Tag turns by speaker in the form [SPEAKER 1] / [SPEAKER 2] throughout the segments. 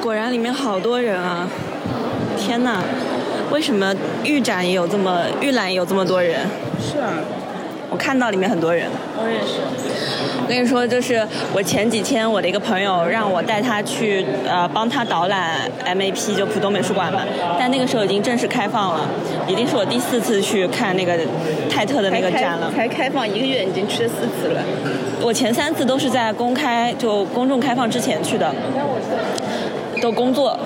[SPEAKER 1] 果然里面好多人啊！天哪，为什么预展也有这么预览也有这么多人？
[SPEAKER 2] 是啊，
[SPEAKER 1] 我看到里面很多人。
[SPEAKER 2] 我也是。
[SPEAKER 1] 我跟你说，就是我前几天我的一个朋友让我带他去呃帮他导览 MAP 就浦东美术馆嘛，但那个时候已经正式开放了，已经是我第四次去看那个泰特的那个展了。
[SPEAKER 2] 才开放一个月，已经去了四次了。
[SPEAKER 1] 我前三次都是在公开就公众开放之前去的，都工作。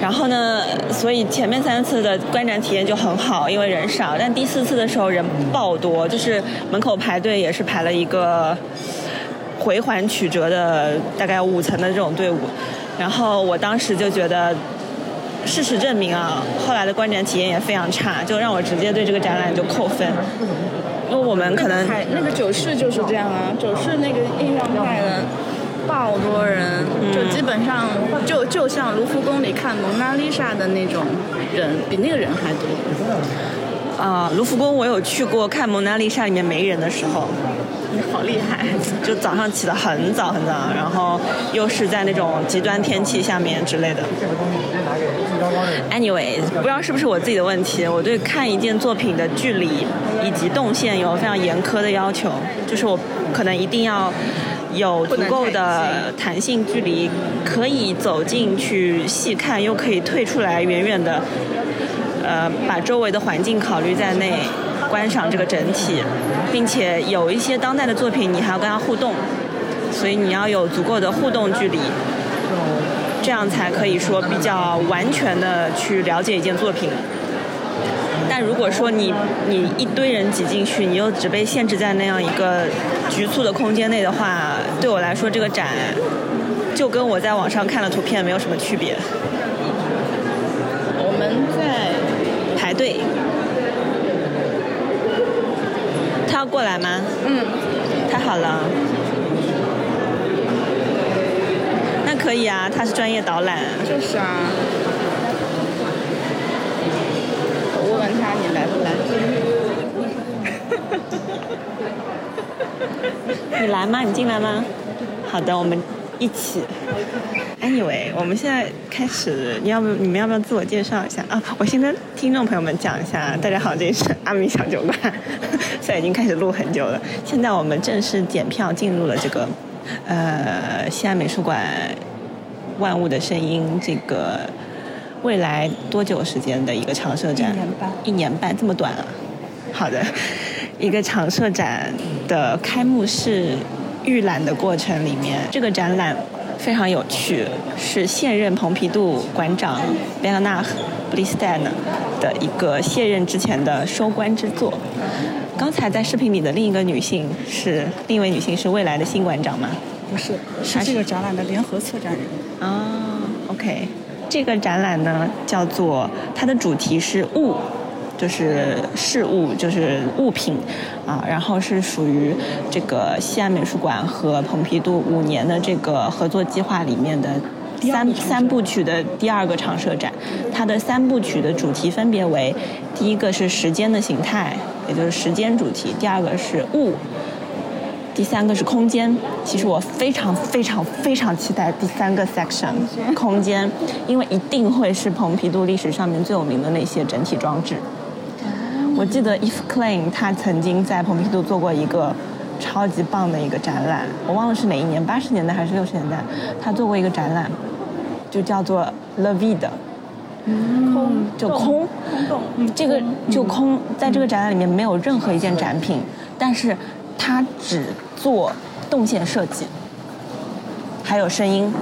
[SPEAKER 1] 然后呢，所以前面三次的观展体验就很好，因为人少。但第四次的时候人爆多，就是门口排队也是排了一个回环曲折的大概五层的这种队伍。然后我当时就觉得，事实证明啊，后来的观展体验也非常差，就让我直接对这个展览就扣分。因为我们可能
[SPEAKER 2] 还那个九市就是这样啊，九市那个印象派的爆多人，就基本上就就像卢浮宫里看蒙娜丽莎的那种人，比那个人还多。
[SPEAKER 1] 啊、卢浮宫我有去过看《蒙娜丽莎》里面没人的时候，
[SPEAKER 2] 你好厉害！
[SPEAKER 1] 就早上起得很早很早，然后又是在那种极端天气下面之类的。Anyway，不知道是不是我自己的问题，我对看一件作品的距离以及动线有非常严苛的要求，就是我可能一定要有足够的弹性距离，可以走进去细看，又可以退出来远远的，呃，把周围的环境考虑在内。观赏这个整体，并且有一些当代的作品，你还要跟它互动，所以你要有足够的互动距离，这样才可以说比较完全的去了解一件作品。但如果说你你一堆人挤进去，你又只被限制在那样一个局促的空间内的话，对我来说这个展就跟我在网上看的图片没有什么区别。
[SPEAKER 2] 我们在
[SPEAKER 1] 排队，他要过来吗？
[SPEAKER 2] 嗯，
[SPEAKER 1] 太好了，那可以啊，他是专业导览。
[SPEAKER 2] 就是啊，我问问他你来不来？
[SPEAKER 1] 你来吗？你进来吗？好的，我们一起。Anyway，我们现在开始，你要不你们要不要自我介绍一下啊？我先跟听众朋友们讲一下，大家好，这里是阿米小酒馆， 虽然已经开始录很久了，现在我们正式检票进入了这个呃西安美术馆《万物的声音》这个未来多久时间的一个长设展？
[SPEAKER 2] 一年半
[SPEAKER 1] 一年半这么短啊？好的， 一个长设展的开幕式预览的过程里面，这个展览非常有趣，是现任蓬皮杜馆长贝尔纳赫·布利斯戴呢的一个卸任之前的收官之作。刚才在视频里的另一个女性是另一位女性是未来的新馆长嘛？
[SPEAKER 2] 不是，
[SPEAKER 1] 是这个
[SPEAKER 2] 展览的联合策展人。
[SPEAKER 1] 啊，OK，这个展览呢叫做它的主题是物，就是事物，就是物品啊，然后是属于这个西安美术馆和蓬皮杜五年的这个合作计划里面的。
[SPEAKER 2] 第二
[SPEAKER 1] 三
[SPEAKER 2] 个长设
[SPEAKER 1] 三部曲的第二个长设展，它的三部曲的主题分别为：第一个是时间的形态，也就是时间主题；第二个是物，第三个是空间，其实我非常非常非常期待第三个 section 空间，因为一定会是蓬皮杜历史上面最有名的那些整体装置。我记得 If Klein 他曾经在蓬皮杜做过一个超级棒的一个展览，我忘了是哪一年，八十年代还是六十年代，他做过一个展览，就叫做 La Vida。空就空，
[SPEAKER 2] 空洞，
[SPEAKER 1] 嗯这个就空，在这个展览里面没有任何一件展品，但是它只做动线设计，还有声音，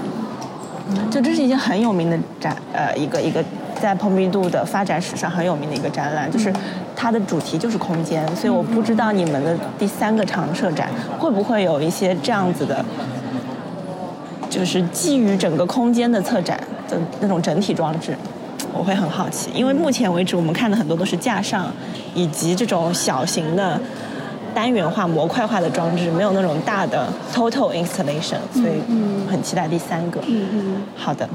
[SPEAKER 1] 就这是一件很有名的展，呃，一个一个在蓬皮杜的发展史上很有名的一个展览，就是它的主题就是空间，所以我不知道你们的第三个常设展会不会有一些这样子的，就是基于整个空间的策展的那种整体装置。我会很好奇，因为目前为止我们看的很多都是架上以及这种小型的单元化、模块化的装置，没有那种大的 total installation，所以很期待第三个。嗯嗯。好的，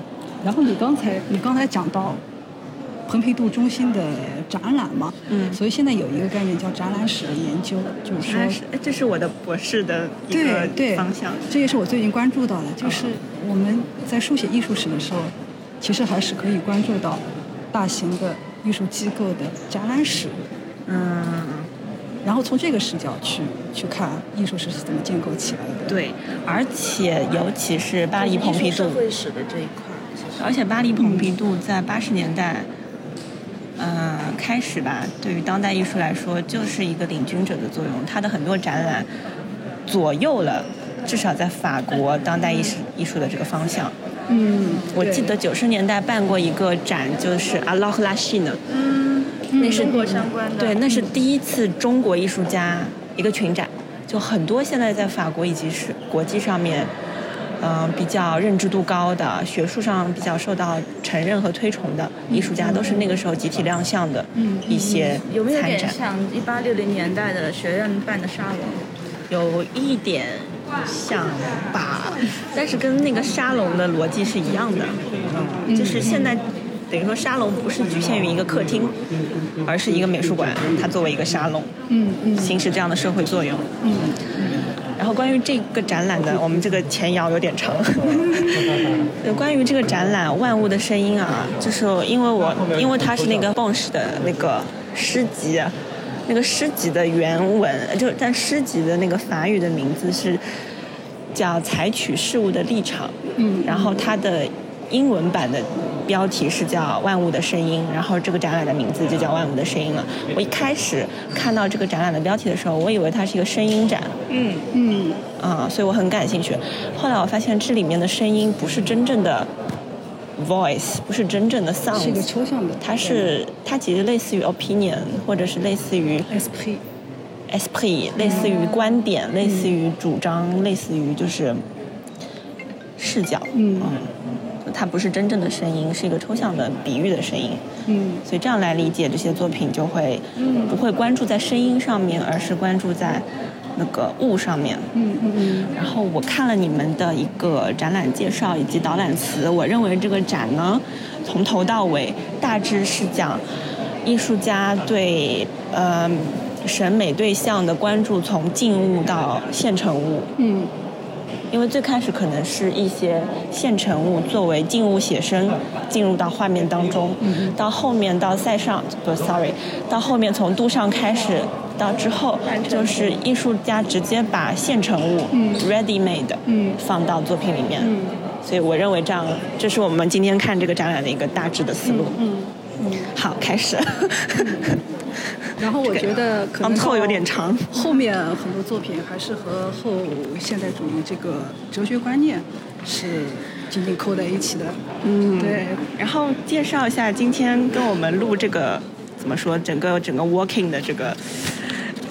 [SPEAKER 3] 然后你刚才你刚才讲到蓬皮杜中心的展览嘛，嗯，所以现在有一个概念叫展览史的研究，就是说
[SPEAKER 1] 哎这是我的博士的
[SPEAKER 3] 对对，这也是我最近关注到的，就是我们在书写艺术史的时候，其实还是可以关注到大型的艺术机构的展览史，
[SPEAKER 1] 嗯。
[SPEAKER 3] 然后从这个视角去去看艺术史是怎么建构起来的。
[SPEAKER 1] 对，而且尤其是巴黎蓬皮
[SPEAKER 4] 社
[SPEAKER 1] 杜，
[SPEAKER 4] 会史的这一块儿，其实
[SPEAKER 1] 而且巴黎蓬皮杜在八十年代，呃，开始吧，对于当代艺术来说，就是一个领军者的作用。它的很多展览左右了，至少在法国当代艺术艺术的这个方向。
[SPEAKER 3] 嗯，
[SPEAKER 1] 我
[SPEAKER 3] 对
[SPEAKER 1] 记得九十年代办过一个展，就是阿拉赫拉西呢，
[SPEAKER 2] 嗯，
[SPEAKER 1] 那是
[SPEAKER 2] 中国相关的，
[SPEAKER 1] 对，那是第一次中国艺术家一个群展，就很多现在在法国以及是国际上面，嗯、比较认知度高的、学术上比较受到承认和推崇的艺术
[SPEAKER 2] 嗯
[SPEAKER 1] 家，都是那个时候集体亮相的一些
[SPEAKER 2] 有没有
[SPEAKER 1] 参
[SPEAKER 2] 点
[SPEAKER 1] 展，
[SPEAKER 2] 像一八六零年代的学院办的沙龙？
[SPEAKER 1] 有一点像吧，但是跟那个沙龙的逻辑是一样的，
[SPEAKER 3] 嗯
[SPEAKER 1] 就是现在。等于说沙龙不是局限于一个客厅，而是一个美术馆，它作为一个沙龙，
[SPEAKER 3] 嗯嗯
[SPEAKER 1] 行使这样的社会作用。
[SPEAKER 3] 嗯，
[SPEAKER 1] 然后关于这个展览的，我们这个前摇有点长。对，关于这个展览《万物的声音》啊，就是因为我因为它是那个 Bones 的那个诗集，啊那个诗集的原文就是但诗集的那个法语的名字是叫《采取事物的立场》，
[SPEAKER 3] 嗯
[SPEAKER 1] 然后它的英文版的标题是叫《万物的声音》，然后这个展览的名字就叫《万物的声音》了。我一开始看到这个展览的标题的时候，我以为它是一个声音展，
[SPEAKER 3] 嗯
[SPEAKER 1] 啊、所以我很感兴趣。后来我发现这里面的声音不是真正的 voice，不是真正的
[SPEAKER 3] 是一个
[SPEAKER 1] sound，
[SPEAKER 3] 抽象的，
[SPEAKER 1] 啊它是它其实类似于 opinion，或者是类似于
[SPEAKER 3] esprit。
[SPEAKER 1] esprit，类似于观
[SPEAKER 3] 嗯
[SPEAKER 1] 点，类似于主张，类似于就是视角。
[SPEAKER 3] 嗯
[SPEAKER 1] 它不是真正的声音，是一个抽象的比喻的声音。
[SPEAKER 3] 嗯
[SPEAKER 1] 所以这样来理解这些作品，就会不会关注在声音上面，而是关注在那个物上面。
[SPEAKER 3] 嗯嗯嗯
[SPEAKER 1] 然后我看了你们的一个展览介绍以及导览词，我认为这个展呢，从头到尾大致是讲艺术家对呃审美对象的关注，从静物到现成物。
[SPEAKER 3] 嗯
[SPEAKER 1] 因为最开始可能是一些现成物作为静物写生进入到画面当中，
[SPEAKER 3] 嗯
[SPEAKER 1] 到后面到塞尚不，sorry，到后面从杜尚开始到之后，就是艺术家直接把现成物、ready made
[SPEAKER 3] 嗯
[SPEAKER 1] 放到作品里面，
[SPEAKER 3] 嗯
[SPEAKER 1] 所以我认为这样，这是我们今天看这个展览的一个大致的思路。
[SPEAKER 3] 嗯。
[SPEAKER 1] 好，开始。
[SPEAKER 3] 然后我觉得可能
[SPEAKER 1] 昂透
[SPEAKER 3] 到
[SPEAKER 1] 有点长
[SPEAKER 3] 后面很多作品还是和后现代主义这个哲学观念是紧紧扣在一起的。
[SPEAKER 1] 嗯
[SPEAKER 3] 对，
[SPEAKER 1] 然后介绍一下今天跟我们录这个怎么说，整个整个 walking 的这个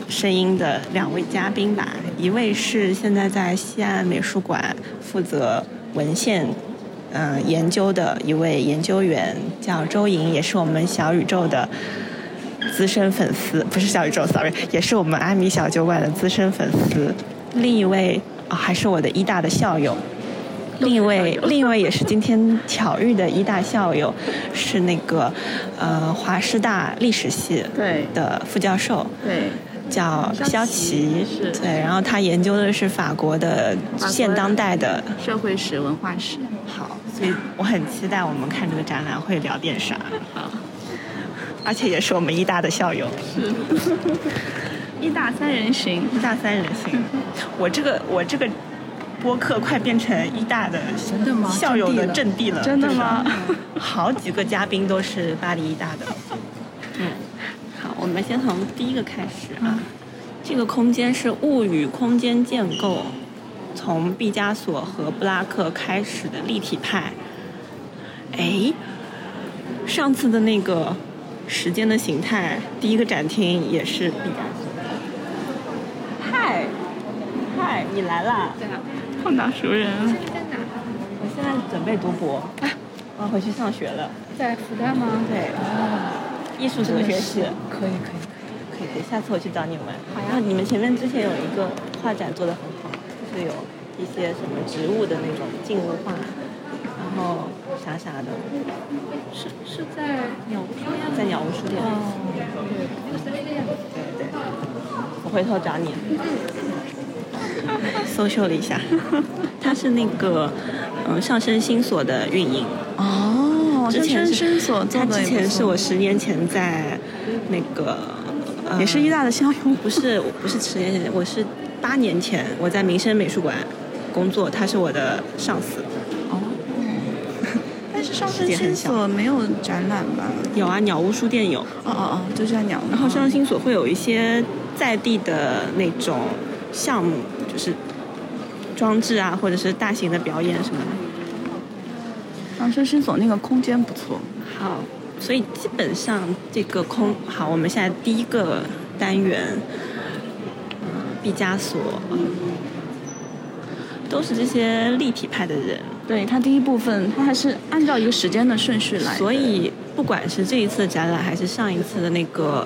[SPEAKER 1] 声音的两位嘉宾吧。一位是现在在西岸美术馆负责文献呃研究的一位研究员，叫周莹，也是我们小宇宙的。资深粉丝不是小宇宙，sorry，也是我们阿米小酒馆的资深粉丝。另一位啊、还是我的一大的校友，另一位，另一位也是今天巧遇的一大校友，是那个呃华师大历史系
[SPEAKER 2] 对
[SPEAKER 1] 的副教授，
[SPEAKER 2] 对，
[SPEAKER 1] 叫
[SPEAKER 2] 肖
[SPEAKER 1] 肖
[SPEAKER 2] 奇
[SPEAKER 1] 奇，
[SPEAKER 2] 是
[SPEAKER 1] 对，然后他研究的是法国的
[SPEAKER 2] 国
[SPEAKER 1] 现当代的，
[SPEAKER 2] 社会史、文化史。
[SPEAKER 1] 好，所以我很期待我们看这个展览会聊点啥，
[SPEAKER 2] 好，
[SPEAKER 1] 而且也是我们一大的校友，
[SPEAKER 2] 一大三人行，
[SPEAKER 1] 一大三人行，我这个我这个播客快变成一大的
[SPEAKER 3] 真的吗？
[SPEAKER 1] 校友的
[SPEAKER 3] 真地了
[SPEAKER 1] 阵地了，
[SPEAKER 2] 真的吗？
[SPEAKER 1] 好几个嘉宾都是巴黎一大的。嗯，好，我们先从第一个开始啊。这个空间是物语空间建构，从毕加索和布拉克开始的立体派。哎，上次的那个《时间的形态》第一个展厅也是毕加索。嗨，嗨，你来啦！
[SPEAKER 2] 碰到熟人了。
[SPEAKER 1] 我现在准备读博，我要回去上学了。
[SPEAKER 4] 啊在复旦吗？哦
[SPEAKER 1] 对，艺术哲学系，
[SPEAKER 4] 可以可以，
[SPEAKER 1] 可以可以，下次我去找你们。然后你们前面之前有一个画展做的很好，就是有一些什么植物的那种静物画，然后啥啥的，
[SPEAKER 4] 是是在鸟屋书店
[SPEAKER 1] 在鸟屋书店。对对，我回头找你。搜秀了一下，它是那个嗯上升新所的运营。
[SPEAKER 2] 哦，
[SPEAKER 1] 之前
[SPEAKER 2] 深
[SPEAKER 1] 是
[SPEAKER 2] 深所做
[SPEAKER 1] 他
[SPEAKER 2] 的
[SPEAKER 1] 之
[SPEAKER 2] 也
[SPEAKER 1] 前
[SPEAKER 2] 不
[SPEAKER 1] 是
[SPEAKER 2] 错
[SPEAKER 1] 我十年前在那个、呃、
[SPEAKER 2] 嗯
[SPEAKER 1] 也是医大的校友，不是我不是十年前，我是八年前我在民生美术馆工作，他是我的上司。
[SPEAKER 2] 哦，但是上
[SPEAKER 1] 世
[SPEAKER 2] 升
[SPEAKER 1] 界很
[SPEAKER 2] 新
[SPEAKER 1] 小
[SPEAKER 2] 所没有展览吧？
[SPEAKER 1] 有啊，鸟屋书店有，
[SPEAKER 2] 哦哦哦，就在鸟屋。
[SPEAKER 1] 然后上升新所会有一些在地的那种项目，就是装置啊，或者是大型的表演什么的。
[SPEAKER 2] 上升新所那个空间不错，
[SPEAKER 1] 好，所以基本上这个空好，我们现在第一个单元，呃毕加索，嗯都是这些立体派的人，
[SPEAKER 2] 对它第一部分，它还是按照一个时间的顺序来的，
[SPEAKER 1] 所以不管是这一次的展览，还是上一次的那个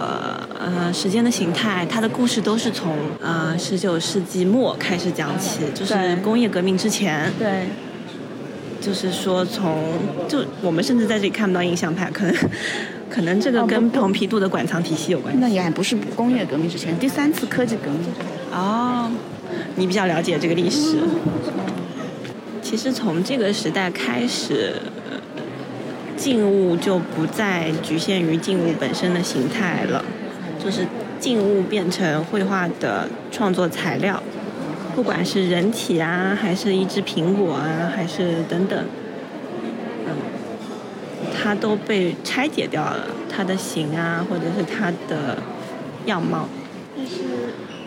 [SPEAKER 1] 呃时间的形态，它的故事都是从呃十九世纪末开始讲起，就是
[SPEAKER 2] 对
[SPEAKER 1] 工业革命之前，
[SPEAKER 2] 对
[SPEAKER 1] 就是说从就我们甚至在这里看不到印象派，可能 可能这个
[SPEAKER 2] 哦不
[SPEAKER 1] 跟
[SPEAKER 2] 不
[SPEAKER 1] 蓬皮杜的馆藏体系有关系。
[SPEAKER 2] 那也还不是工业革命之前，第三次科技革命。
[SPEAKER 1] 哦，你比较了解这个历史。其实从这个时代开始，呃静物就不再局限于静物本身的形态了，就是静物变成绘画的创作材料，不管是人体啊，还是一只苹果啊，还是等等，嗯，它都被拆解掉了，它的形啊，或者是它的样貌。
[SPEAKER 2] 但是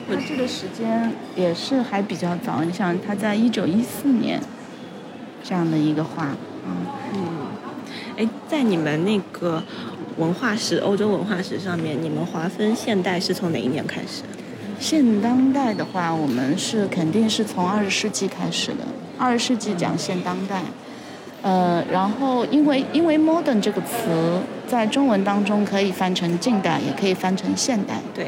[SPEAKER 2] 它这个时间也是还比较早，你想它在一九一四年这样的一个画，嗯，
[SPEAKER 1] 哎，在你们那个文化史、欧洲文化史上面，你们划分现代是从哪一年开始？
[SPEAKER 2] 现当代的话，我们是肯定是从二十世纪开始的，二十世纪讲现当代。呃，然后因为因为 modern 这个词在中文当中可以翻成近代，也可以翻成现代，
[SPEAKER 1] 对，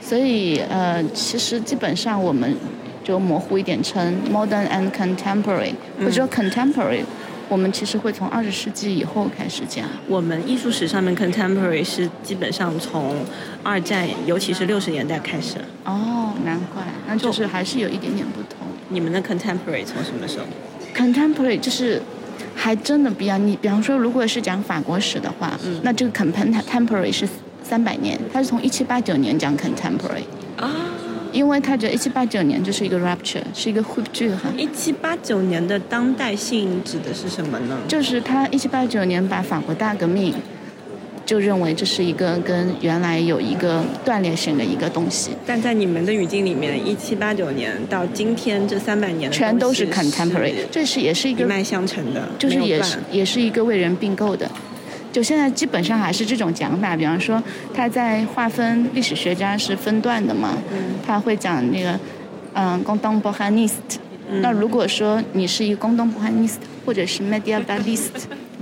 [SPEAKER 2] 所以呃，其实基本上我们就模糊一点称 modern and contemporary，、或者说 contemporary，我们其实会从二十世纪以后开始讲。
[SPEAKER 1] 我们艺术史上面 contemporary 是基本上从二战，尤其是六十年代开始。
[SPEAKER 2] 哦，难怪，那就是还是有一点点不同。
[SPEAKER 1] 你们的 contemporary 从什么时候？
[SPEAKER 2] contemporary 就是还真的不一样。你比方说，如果是讲法国史的话，那这个 contemporary 是三百年，它是从一七八九年讲 contemporary，
[SPEAKER 1] 啊，
[SPEAKER 2] 因为他觉得一七八九年就是一个 rupture，是一个 h u p t u r
[SPEAKER 1] 一七八九年的当代性指的是什么呢？
[SPEAKER 2] 就是他一七八九年把法国大革命。就认为这是一个跟原来有一个断裂性的一个东西，
[SPEAKER 1] 但在你们的语境里面，一七八九年到今天这三百年的
[SPEAKER 2] 全都是
[SPEAKER 1] 东西
[SPEAKER 2] contemporary，这是也是一
[SPEAKER 1] 一
[SPEAKER 2] 个
[SPEAKER 1] 脉相承的，
[SPEAKER 2] 就是
[SPEAKER 1] 没有
[SPEAKER 2] 也
[SPEAKER 1] 断
[SPEAKER 2] 是也是一个为人并购的。就现在基本上还是这种讲法，比方说他在划分历史学家是分段的嘛，
[SPEAKER 1] 嗯
[SPEAKER 2] 他会讲那个嗯 contemporaneist。那
[SPEAKER 1] 嗯
[SPEAKER 2] 如果说你是一个 contemporaneist 或者 是 medievalist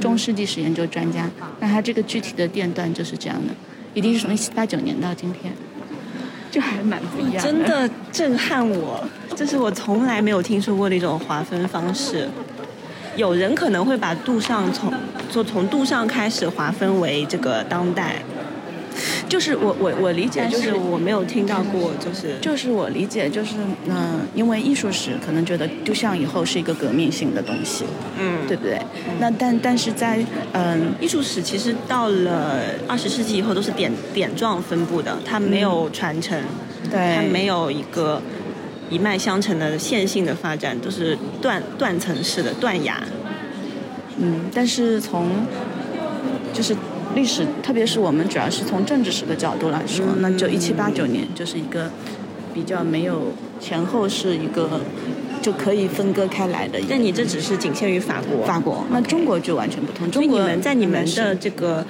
[SPEAKER 2] 中世纪史研究专家，那他这个具体的电段就是这样的，一定是从一七八九年到今天，就还蛮不一样
[SPEAKER 1] 真的震撼我，这是我从来没有听说过的一种划分方式。有人可能会把杜尚从就从杜尚开始划分为这个当代，就是我我我理解
[SPEAKER 2] 但
[SPEAKER 1] 就是是我没有听到过就是
[SPEAKER 2] 就是我理解，就是嗯、呃因为艺术史可能觉得就像以后是一个革命性的东西，
[SPEAKER 1] 嗯
[SPEAKER 2] 对不对？那但但是在嗯、
[SPEAKER 1] 艺术史其实到了二十世纪以后都是点点状分布的，它没有传承，它
[SPEAKER 2] 对，
[SPEAKER 1] 没有一个一脉相承的线性的发展，都是断断层式的断崖。
[SPEAKER 2] 嗯，但是从就是历史，特别是我们主要是从政治史的角度来说，
[SPEAKER 1] 嗯
[SPEAKER 2] 那就一七八九年就是一个比较没有前后是一个就可以分割开来的一
[SPEAKER 1] 那
[SPEAKER 2] 个
[SPEAKER 1] 你这只是仅限于法国，
[SPEAKER 2] 法国，那中国就完全不同。
[SPEAKER 1] 所以
[SPEAKER 2] 中
[SPEAKER 1] 你
[SPEAKER 2] 国
[SPEAKER 1] 们在你们
[SPEAKER 2] 是
[SPEAKER 1] 的这个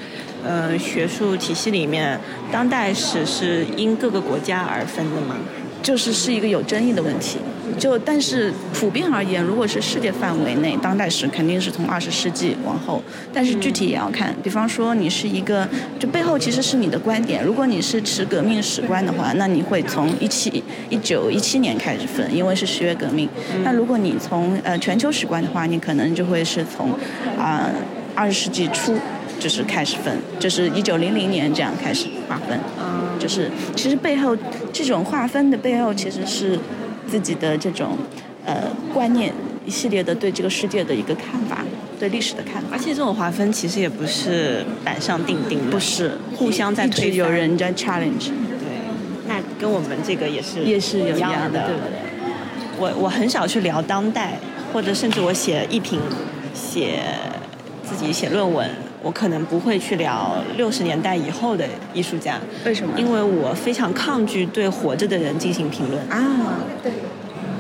[SPEAKER 1] 呃学术体系里面，当代史是因各个国家而分的吗？
[SPEAKER 2] 就是是一个有争议的问题。就但是普遍而言，如果是世界范围内，当代史肯定是从二十世纪往后，但是具体也要看。比方说，你是一个，就背后其实是你的观点。如果你是持革命史观的话，那你会从一七一九一七年开始分，因为是十月革命。那如果你从呃全球史观的话，你可能就会是从啊二十世纪初就是开始分，就是一九零零年这样开始划分。就是其实背后这种划分的背后，其实是自己的这种呃观念一系列的对这个世界的一个看法，对历史的看法
[SPEAKER 1] 而。且这种划分其实也不是板上钉钉的，
[SPEAKER 2] 不是
[SPEAKER 1] 互相在
[SPEAKER 2] 一
[SPEAKER 1] 推
[SPEAKER 2] 直
[SPEAKER 1] 翻
[SPEAKER 2] 有人在 challenge，
[SPEAKER 1] 对，那跟我们这个也是
[SPEAKER 2] 也是有
[SPEAKER 1] 一
[SPEAKER 2] 一
[SPEAKER 1] 样
[SPEAKER 2] 样的，
[SPEAKER 1] 的，
[SPEAKER 2] 对不对？
[SPEAKER 1] 我我很少去聊当代，或者甚至我写一评，写自己写论文，我可能不会去聊六十年代以后的艺术家，
[SPEAKER 2] 为什么
[SPEAKER 1] 因为我非常抗拒对活着的人进行评论。
[SPEAKER 2] 啊，
[SPEAKER 4] 对，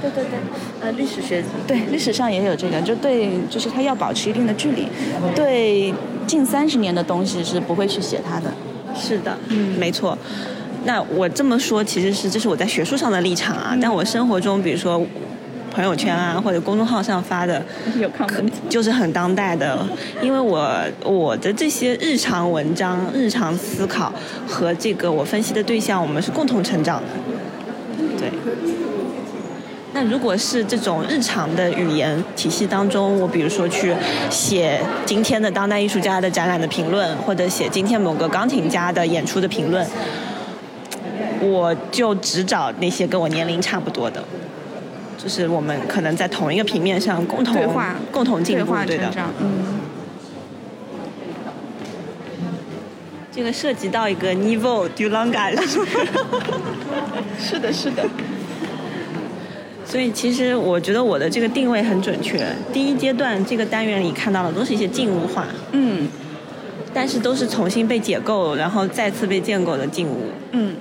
[SPEAKER 4] 对对对，呃，历史学
[SPEAKER 2] 对，历史上也有这个，就对，就是他要保持一定的距离，对近三十年的东西是不会去写它的。
[SPEAKER 1] 是的，嗯，没错。那我这么说，其实是这是我在学术上的立场啊，
[SPEAKER 2] 嗯
[SPEAKER 1] 但我生活中，比如说朋友圈啊，或者公众号上发的，
[SPEAKER 2] 有看过
[SPEAKER 1] 就是很当代的，因为我我的这些日常文章、日常思考和这个我分析的对象，我们是共同成长的，对。那如果是这种日常的语言体系当中，我比如说去写今天的当代艺术家的展览的评论，或者写今天某个钢琴家的演出的评论，我就只找那些跟我年龄差不多的，就是我们可能在同一个平面上共同
[SPEAKER 2] 对话，
[SPEAKER 1] 共同进
[SPEAKER 2] 对
[SPEAKER 1] 步，
[SPEAKER 2] 话
[SPEAKER 1] 对
[SPEAKER 2] 成
[SPEAKER 1] 的。
[SPEAKER 2] 长，嗯，
[SPEAKER 1] 这个涉及到一个 niveau d u l a n g a
[SPEAKER 2] 是的，是的，
[SPEAKER 1] 所以其实我觉得我的这个定位很准确。第一阶段这个单元里看到的都是一些静物画，
[SPEAKER 2] 嗯
[SPEAKER 1] 但是都是重新被解构，然后再次被建构的静物。
[SPEAKER 2] 嗯。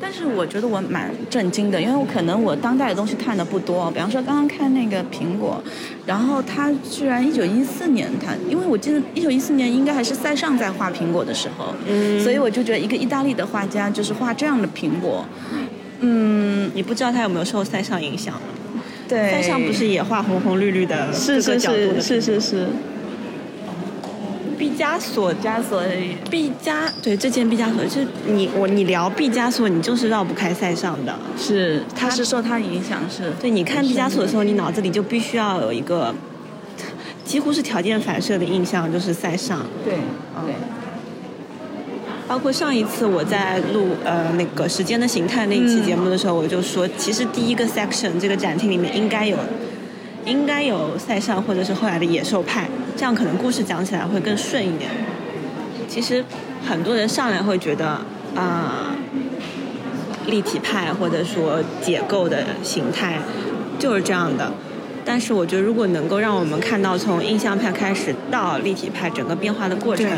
[SPEAKER 2] 但是我觉得我蛮震惊的，因为我可能我当代的东西看的不多，比方说刚刚看那个苹果，然后他居然一九一四年他，因为我记得一九一四年应该还是塞尚在画苹果的时候，
[SPEAKER 1] 嗯
[SPEAKER 2] 所以我就觉得一个意大利的画家就是画这样的苹果，嗯，
[SPEAKER 1] 你不知道他有没有受塞尚影响？
[SPEAKER 2] 对，
[SPEAKER 1] 塞尚不是也画红红绿绿的
[SPEAKER 2] 是
[SPEAKER 1] 各个
[SPEAKER 2] 是
[SPEAKER 1] 角度
[SPEAKER 2] 是
[SPEAKER 1] 的
[SPEAKER 2] 是是是，
[SPEAKER 1] 毕加索
[SPEAKER 2] 毕加索
[SPEAKER 1] 毕加对这件毕加索，就是你我你聊毕加索，你就是绕不开塞尚的。
[SPEAKER 2] 是他是受他影响是，
[SPEAKER 1] 对，你看毕加索的时候，你脑子里就必须要有一个几乎是条件反射的印象，就是塞尚。
[SPEAKER 2] 对
[SPEAKER 1] 哦
[SPEAKER 2] 对，
[SPEAKER 1] 包括上一次我在录呃那个《时间的形态》那一期节目的时候，我就说，其实第一个 section 这个展厅里面应该有，应该有塞尚或者是后来的野兽派，这样可能故事讲起来会更顺一点。其实很多人上来会觉得啊、立体派或者说解构的形态就是这样的。但是我觉得，如果能够让我们看到从印象派开始到立体派整个变化的过程
[SPEAKER 2] 对，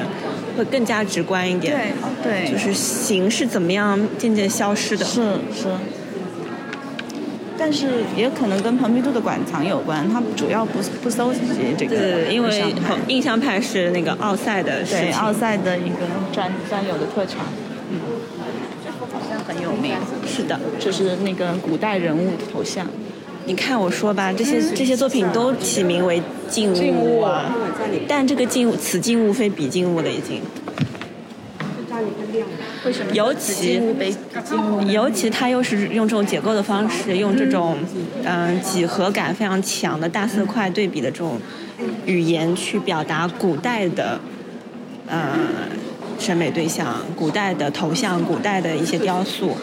[SPEAKER 1] 会更加直观一点。
[SPEAKER 2] 对对，
[SPEAKER 1] 就是形是怎么样渐渐消失的。
[SPEAKER 2] 是是。但是也可能跟蓬皮杜的馆藏有关，他主要不不搜集这个
[SPEAKER 1] 对，因为
[SPEAKER 2] 上海
[SPEAKER 1] 印象派是那个奥赛的事
[SPEAKER 2] 对
[SPEAKER 1] 情。
[SPEAKER 2] 奥赛的一个专专有的特长，嗯，好像很有名，
[SPEAKER 1] 是的，
[SPEAKER 2] 就是那个古代人物的头像，
[SPEAKER 1] 你看我说吧，这些、这些作品都起名为静
[SPEAKER 2] 嗯静
[SPEAKER 1] 物
[SPEAKER 2] 物
[SPEAKER 1] 啊，但这个静物，此静物非彼静物了已经。
[SPEAKER 2] 为什么
[SPEAKER 1] 尤其
[SPEAKER 2] 金乌北金乌
[SPEAKER 1] 尤其它又是用这种解构的方式，用这种嗯、呃几何感非常强的大色块对比的这种语言去表达古代的呃审美对象、古代的头像、古代的一些雕塑。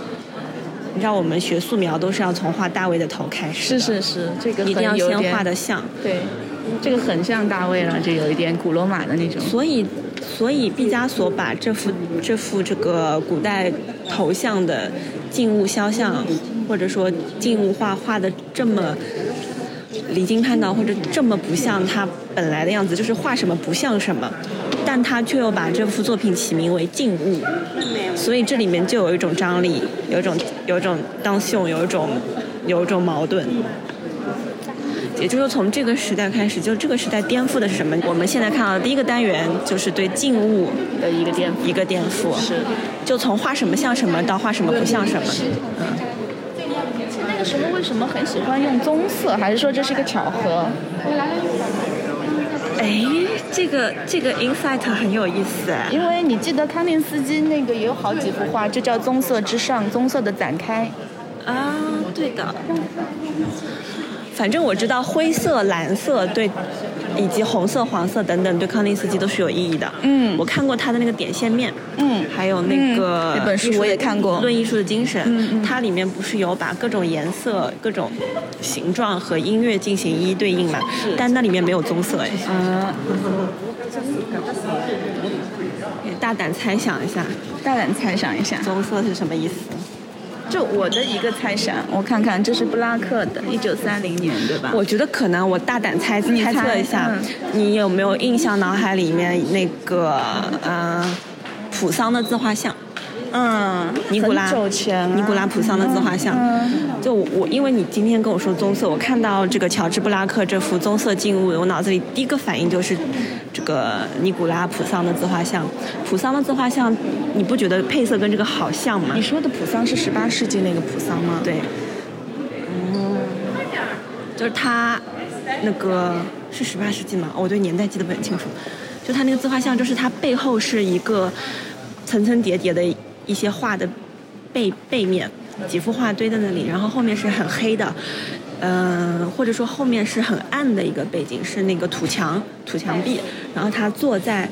[SPEAKER 1] 你知道我们学素描都是要从画大卫的头开始
[SPEAKER 2] 是
[SPEAKER 1] 的，
[SPEAKER 2] 是是，这个
[SPEAKER 1] 一定
[SPEAKER 2] 很
[SPEAKER 1] 要
[SPEAKER 2] 有
[SPEAKER 1] 先
[SPEAKER 2] 点
[SPEAKER 1] 画的像。
[SPEAKER 2] 对，这个很像大卫了，这有一点古罗马的那种。
[SPEAKER 1] 所以，所以毕加索把这幅这幅这个古代头像的静物肖像，或者说静物画画的这么离经叛道，或者这么不像他本来的样子，就是画什么不像什么，但他却又把这幅作品起名为静物，所以这里面就有一种张力，有一种有一种当胸，有一种有一种矛盾。也就是说，从这个时代开始，就这个时代颠覆的是什么？我们现在看到的第一个单元就是对静物
[SPEAKER 2] 的一个店
[SPEAKER 1] 一个颠覆，
[SPEAKER 2] 是，
[SPEAKER 1] 就从画什么像什么到画什么不像什么。
[SPEAKER 2] 那个时候为什么很喜欢用棕色？还是说这是一个巧合？
[SPEAKER 1] 哎，这个这个 insight 很有意思哎。
[SPEAKER 2] 因为你记得康定斯基那个也有好几幅画，就叫《棕色之上》《棕色的展开
[SPEAKER 1] 啊，对的。反正我知道灰色、蓝色对以及红色、黄色等等，对康定斯基都是有意义的。
[SPEAKER 2] 嗯
[SPEAKER 1] 我看过他的那个点线面，
[SPEAKER 2] 嗯
[SPEAKER 1] 还有那个
[SPEAKER 2] 嗯那本书
[SPEAKER 1] 艺术的
[SPEAKER 2] 我也看过
[SPEAKER 1] 论艺术的精神，
[SPEAKER 2] 嗯嗯
[SPEAKER 1] 它里面不是有把各种颜色、各种形状和音乐进行一一对应嘛？但那里面没有棕色哎。
[SPEAKER 2] 呃，
[SPEAKER 1] 大胆猜想一下，
[SPEAKER 2] 大胆猜想一下，
[SPEAKER 1] 棕色是什么意思？
[SPEAKER 2] 就我的一个猜想，我看看，这是布拉克的，一九三零年，对吧？
[SPEAKER 1] 我觉得可能我大胆猜
[SPEAKER 2] 你
[SPEAKER 1] 猜测
[SPEAKER 2] 猜
[SPEAKER 1] 一下
[SPEAKER 2] 嗯，
[SPEAKER 1] 你有没有印象脑海里面那个呃普桑的自画像？
[SPEAKER 2] 嗯，
[SPEAKER 1] 尼古拉
[SPEAKER 2] 很久前、啊，
[SPEAKER 1] 尼古拉普桑的自画像。
[SPEAKER 2] 嗯
[SPEAKER 1] 就我我，因为你今天跟我说棕色，我看到这个乔治布拉克这幅棕色静物，我脑子里第一个反应就是这个尼古拉普桑的自画像。普桑的自画像，你不觉得配色跟这个好像吗
[SPEAKER 2] 你？说的普桑是十八世纪那个普桑吗？，
[SPEAKER 1] 对，就是他那个是十八世纪哦嘛，我对年代记得不很清楚。就他那个自画像，就是他背后是一个层层叠叠的一些画的背背面，几幅画堆在那里，然后后面是很黑的，嗯、或者说后面是很暗的一个背景，是那个土墙土墙壁，然后他坐在。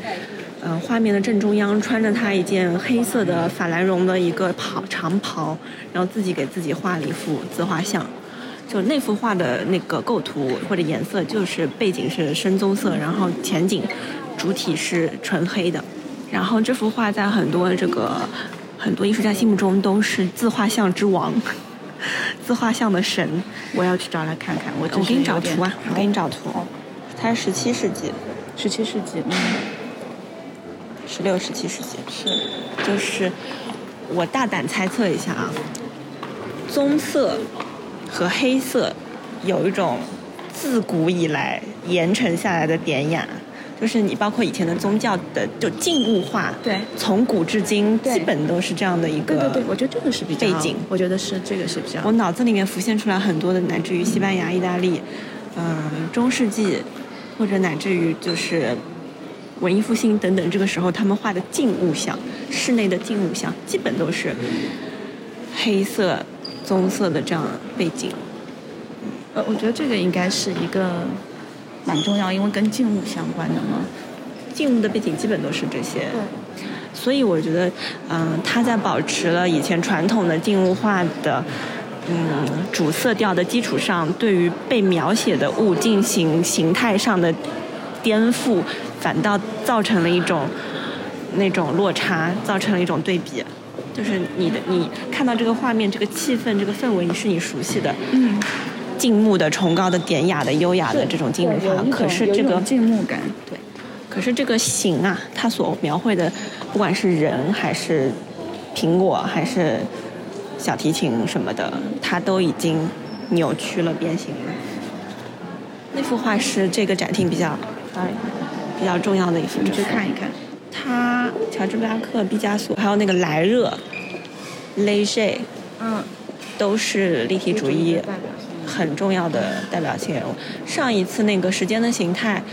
[SPEAKER 1] 呃，画面的正中央穿着他一件黑色的法兰绒的一个袍长袍，然后自己给自己画了一幅自画像。就那幅画的那个构图或者颜色，就是背景是深棕色，然后前景主体是纯黑的。然后这幅画在很多这个很多艺术家心目中都是自画像之王，自画像的神。
[SPEAKER 2] 我要去找来看看。我
[SPEAKER 1] 我
[SPEAKER 2] 我
[SPEAKER 1] 给你找图啊，我给你找图。它十七世纪，
[SPEAKER 2] 十七世纪，嗯，
[SPEAKER 1] 十六、十七世纪。
[SPEAKER 2] 是
[SPEAKER 1] 就是我大胆猜测一下啊，棕色和黑色有一种自古以来沿承下来的典雅，就是你包括以前的宗教的就静物化，
[SPEAKER 2] 对
[SPEAKER 1] 从古至今
[SPEAKER 2] 对
[SPEAKER 1] 基本都是这样的一个。
[SPEAKER 2] 对对对，我觉得这个是比较
[SPEAKER 1] 背景
[SPEAKER 2] 我觉得是这个是比较
[SPEAKER 1] 我脑子里面浮现出来很多的，乃至于西班牙、意大利，嗯、中世纪，或者乃至于就是文艺复兴等等，这个时候他们画的静物像，室内的静物像，基本都是黑色、棕色的这样背景。
[SPEAKER 2] 呃，我觉得这个应该是一个蛮重要，因为跟静物相关的嘛。
[SPEAKER 1] 静物的背景基本都是这些。所以我觉得，嗯、它在保持了以前传统的静物画的，嗯，主色调的基础上，对于被描写的物进行形态上的颠覆，反倒造成了一种那种落差，造成了一种对比。就是你的，你看到这个画面、这个气氛、这个氛围，你是你熟悉的，
[SPEAKER 2] 嗯，
[SPEAKER 1] 静穆的、崇高的、典雅的、优雅的这种静物
[SPEAKER 2] 有
[SPEAKER 1] 画
[SPEAKER 2] 一。种
[SPEAKER 1] 可是
[SPEAKER 2] 有一
[SPEAKER 1] 这个
[SPEAKER 2] 种静穆感，对，
[SPEAKER 1] 可是这个形啊，它所描绘的，不管是人还是苹果还是小提琴什么的，它都已经扭曲了、变形了。那幅画是这个展厅比较
[SPEAKER 2] 哎，
[SPEAKER 1] 比较重要的一幅
[SPEAKER 2] 你
[SPEAKER 1] 展
[SPEAKER 2] 去
[SPEAKER 1] 品。
[SPEAKER 2] 看一看。
[SPEAKER 1] 它乔治布拉克、毕加索，还有那个莱热、雷谢，
[SPEAKER 2] 嗯，
[SPEAKER 1] 都是立体主义很重要的代表性人物。上一次那个《时间的形态》，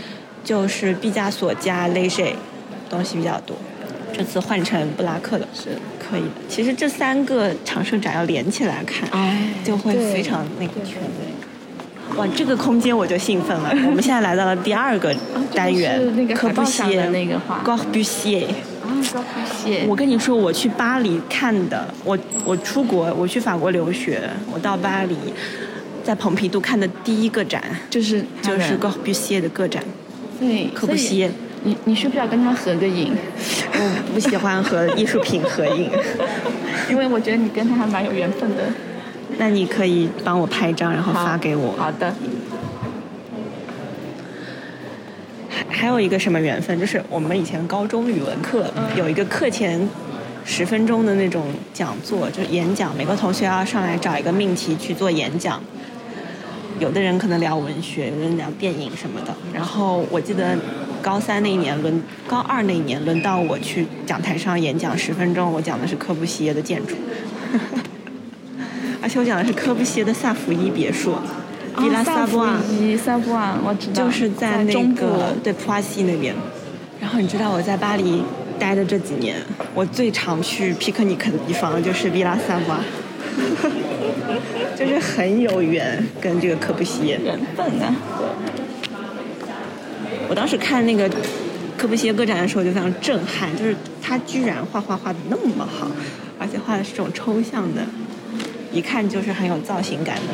[SPEAKER 1] 就是毕加索加 l e g e 东西比较多，这次换成布拉克的是可以的。其实这三个长设展要连起来看，
[SPEAKER 2] 哎
[SPEAKER 1] 就会
[SPEAKER 2] 对
[SPEAKER 1] 非常那个
[SPEAKER 2] 对
[SPEAKER 1] 全面。哇，这个空间我就兴奋了。我们现在来到了第二个单元，
[SPEAKER 2] 是哦那个
[SPEAKER 1] 可
[SPEAKER 2] 海
[SPEAKER 1] 不
[SPEAKER 2] 报上
[SPEAKER 1] 歇
[SPEAKER 2] 的那个画
[SPEAKER 1] g o r b u s i e
[SPEAKER 2] 啊，高富谢
[SPEAKER 1] 我跟你说，我去巴黎看的，我我出国，我去法国留学，我到巴黎，在蓬皮杜看的第一个展
[SPEAKER 2] 就是
[SPEAKER 1] 就是 g
[SPEAKER 2] 高，
[SPEAKER 1] o r b u s i e 的个展，
[SPEAKER 2] 对，
[SPEAKER 1] 可不
[SPEAKER 2] 所以
[SPEAKER 1] 西。
[SPEAKER 2] 你你需不需要跟他合个影？
[SPEAKER 1] 嗯我不喜欢和艺术品合影，
[SPEAKER 2] 因为我觉得你跟他还蛮有缘分的。
[SPEAKER 1] 那你可以帮我拍一张，然后
[SPEAKER 2] 好
[SPEAKER 1] 发给我。
[SPEAKER 2] 好的，
[SPEAKER 1] 还有一个什么缘分，就是我们以前高中语文课、有一个课前十分钟的那种讲座，就是演讲，每个同学要上来找一个命题去做演讲。有的人可能聊文学，有的人聊电影什么的。然后我记得高三那一年轮，高二那一年轮到我去讲台上演讲十分钟，我讲的是柯布西耶的建筑， 而且我讲的是柯布西耶的萨福伊别墅，迪拉萨布
[SPEAKER 2] 啊
[SPEAKER 1] 瓦。
[SPEAKER 2] 萨布伊萨布瓦，我知道，
[SPEAKER 1] 就是在那
[SPEAKER 2] 中部。
[SPEAKER 1] 个对普瓦西那边。然后你知道我在巴黎待的这几年，我最常去 picnic 的地方就是维拉萨 瓦，就是很有缘跟这个柯布西耶。
[SPEAKER 2] 缘分啊！
[SPEAKER 1] 我当时看那个柯布西耶个展的时候就非常震撼，就是他居然画画画的那么好，而且画的是这种抽象的，一看就是很有造型感的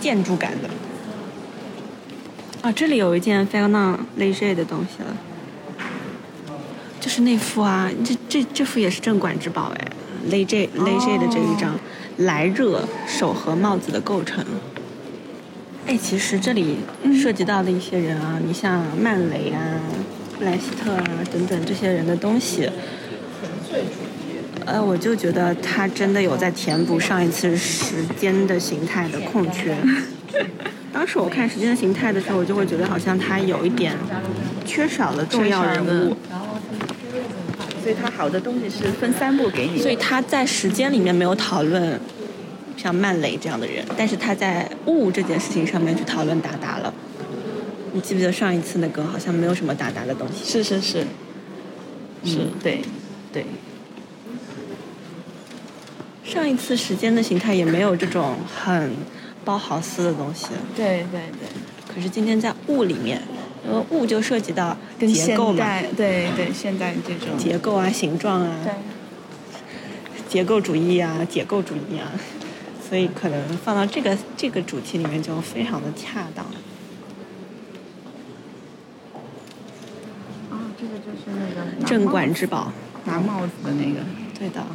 [SPEAKER 1] 建筑感的。啊，这里有一件 f e r n a n Leger 的东西了，就是那幅啊，这这这幅也是镇馆之宝哎，Leger Leger 的这一张，来热手和帽子的构成。哎，其实这里涉及到的一些人啊，你像曼雷啊、布莱希特啊等等这些人的东西，呃，我就觉得他真的有在填补上一次时间的形态的空 缺。当时我看《时间的形态》的时候，我就会觉得好像他有一点缺少了重要人物，
[SPEAKER 4] 所以它好的东西是分三步给你的，
[SPEAKER 1] 所以他在时间里面没有讨论像曼雷这样的人，但是他在物这件事情上面去讨论达达了。你记不记得上一次那个好像没有什么达达的东西？
[SPEAKER 2] 是是是，
[SPEAKER 3] 嗯
[SPEAKER 2] 是、对对，
[SPEAKER 1] 上一次《时间的形态》也没有这种很包豪斯的东西。
[SPEAKER 2] 对对对，
[SPEAKER 1] 可是今天在物里面，因为物就涉及到
[SPEAKER 2] 跟
[SPEAKER 1] 结
[SPEAKER 2] 现
[SPEAKER 1] 构嘛，
[SPEAKER 2] 代对对现代这种
[SPEAKER 1] 结构啊、形状啊、
[SPEAKER 2] 对
[SPEAKER 1] 结构主义啊、解构主义啊，所以可能放到这个这个主题里面就非常的恰当。
[SPEAKER 4] 啊，这个就是那个拿
[SPEAKER 1] 镇馆之宝，
[SPEAKER 2] 拿帽子的那个
[SPEAKER 1] 对的，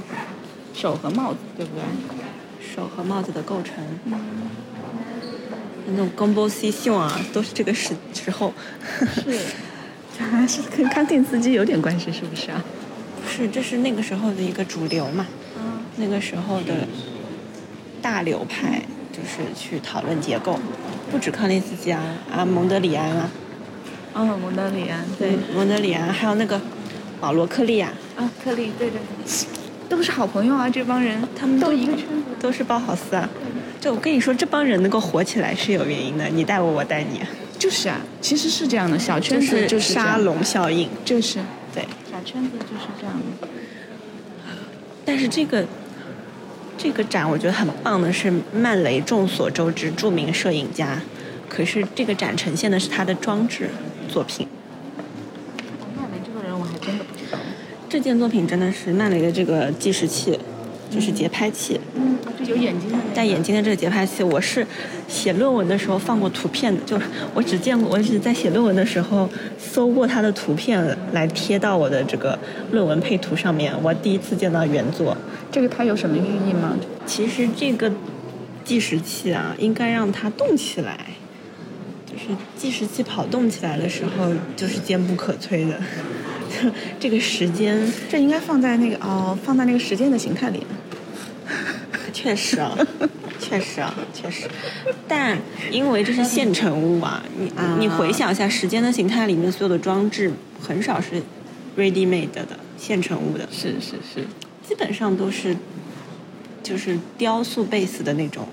[SPEAKER 2] 手和帽子，对不对？
[SPEAKER 1] 手和帽子的构成，
[SPEAKER 2] 嗯
[SPEAKER 1] 那种 combo C 秀啊，都是这个时时候。
[SPEAKER 2] 还 是跟康定斯基有点关系，是不是啊？
[SPEAKER 1] 不 是，这是那个时候的一个主流嘛，
[SPEAKER 2] 嗯
[SPEAKER 1] 那个时候的大流派就是去讨论结构，不止康定斯基啊，啊蒙德里安啊，
[SPEAKER 2] 哦，蒙德里安，对
[SPEAKER 1] 对，蒙德里安，还有那个保罗克利亚，
[SPEAKER 2] 啊，克里，对对对，都是好朋友啊，这帮人，他们都一个圈子。
[SPEAKER 1] 都是包豪斯啊。
[SPEAKER 2] 嗯
[SPEAKER 1] 就我跟你说，这帮人能够火起来是有原因的，你带我，我带你，
[SPEAKER 2] 就是啊，其实是这样的，小圈
[SPEAKER 1] 就
[SPEAKER 2] 子
[SPEAKER 1] 是
[SPEAKER 2] 就是这样
[SPEAKER 1] 沙，龙效应。
[SPEAKER 2] 就是
[SPEAKER 1] 对，
[SPEAKER 2] 小圈子就是这样的。
[SPEAKER 1] 但是这个这个展我觉得很棒的是，曼雷众所周知著名摄影家，可是这个展呈现的是他的装置作品。
[SPEAKER 4] 曼雷这个人我还真的不知道，
[SPEAKER 1] 这件作品真的是曼雷的这个计时器，就是节拍器，
[SPEAKER 4] 嗯，就有眼睛的那
[SPEAKER 1] 戴
[SPEAKER 4] 个，
[SPEAKER 1] 眼镜的这个节拍器，我是写论文的时候放过图片的，就是我只见过，我只在写论文的时候搜过它的图片来贴到我的这个论文配图上面。我第一次见到原作，
[SPEAKER 2] 这个它有什么寓意吗？
[SPEAKER 1] 其实这个计时器啊，应该让它动起来，就是计时器跑动起来的时候，就是坚不可摧的。 这个时间
[SPEAKER 2] 这应该放在那个哦，放在那个时间的形态里。啊
[SPEAKER 1] 确实啊，确实啊，确实。但因为这是现成物啊，你
[SPEAKER 2] 啊
[SPEAKER 1] 你回想一下，《时间的形态》里面所有的装置，很少是 ready made 的，现成物的，
[SPEAKER 2] 是是是，
[SPEAKER 1] 基本上都是就是雕塑 base 的那种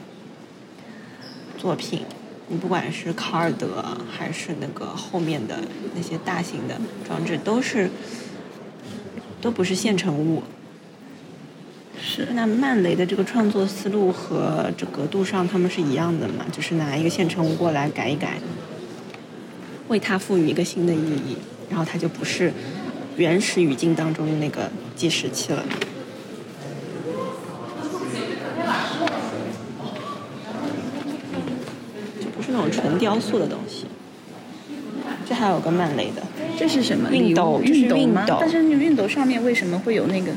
[SPEAKER 1] 作品。你不管是卡尔德啊还是那个后面的那些大型的装置，都是都不是现成物。
[SPEAKER 2] 是
[SPEAKER 1] 那曼雷的这个创作思路和这个杜尚他们是一样的嘛？就是拿一个现成物过来改一改，为它赋予一个新的意义，然后它就不是原始语境当中的那个计时器了。就不是那种纯雕塑的东西。这还有个曼雷的，
[SPEAKER 2] 这是什么？
[SPEAKER 1] 熨斗
[SPEAKER 2] 礼物
[SPEAKER 1] 这是
[SPEAKER 2] 熨斗吗
[SPEAKER 1] 熨斗
[SPEAKER 2] 但是熨斗上面为什么会有那个？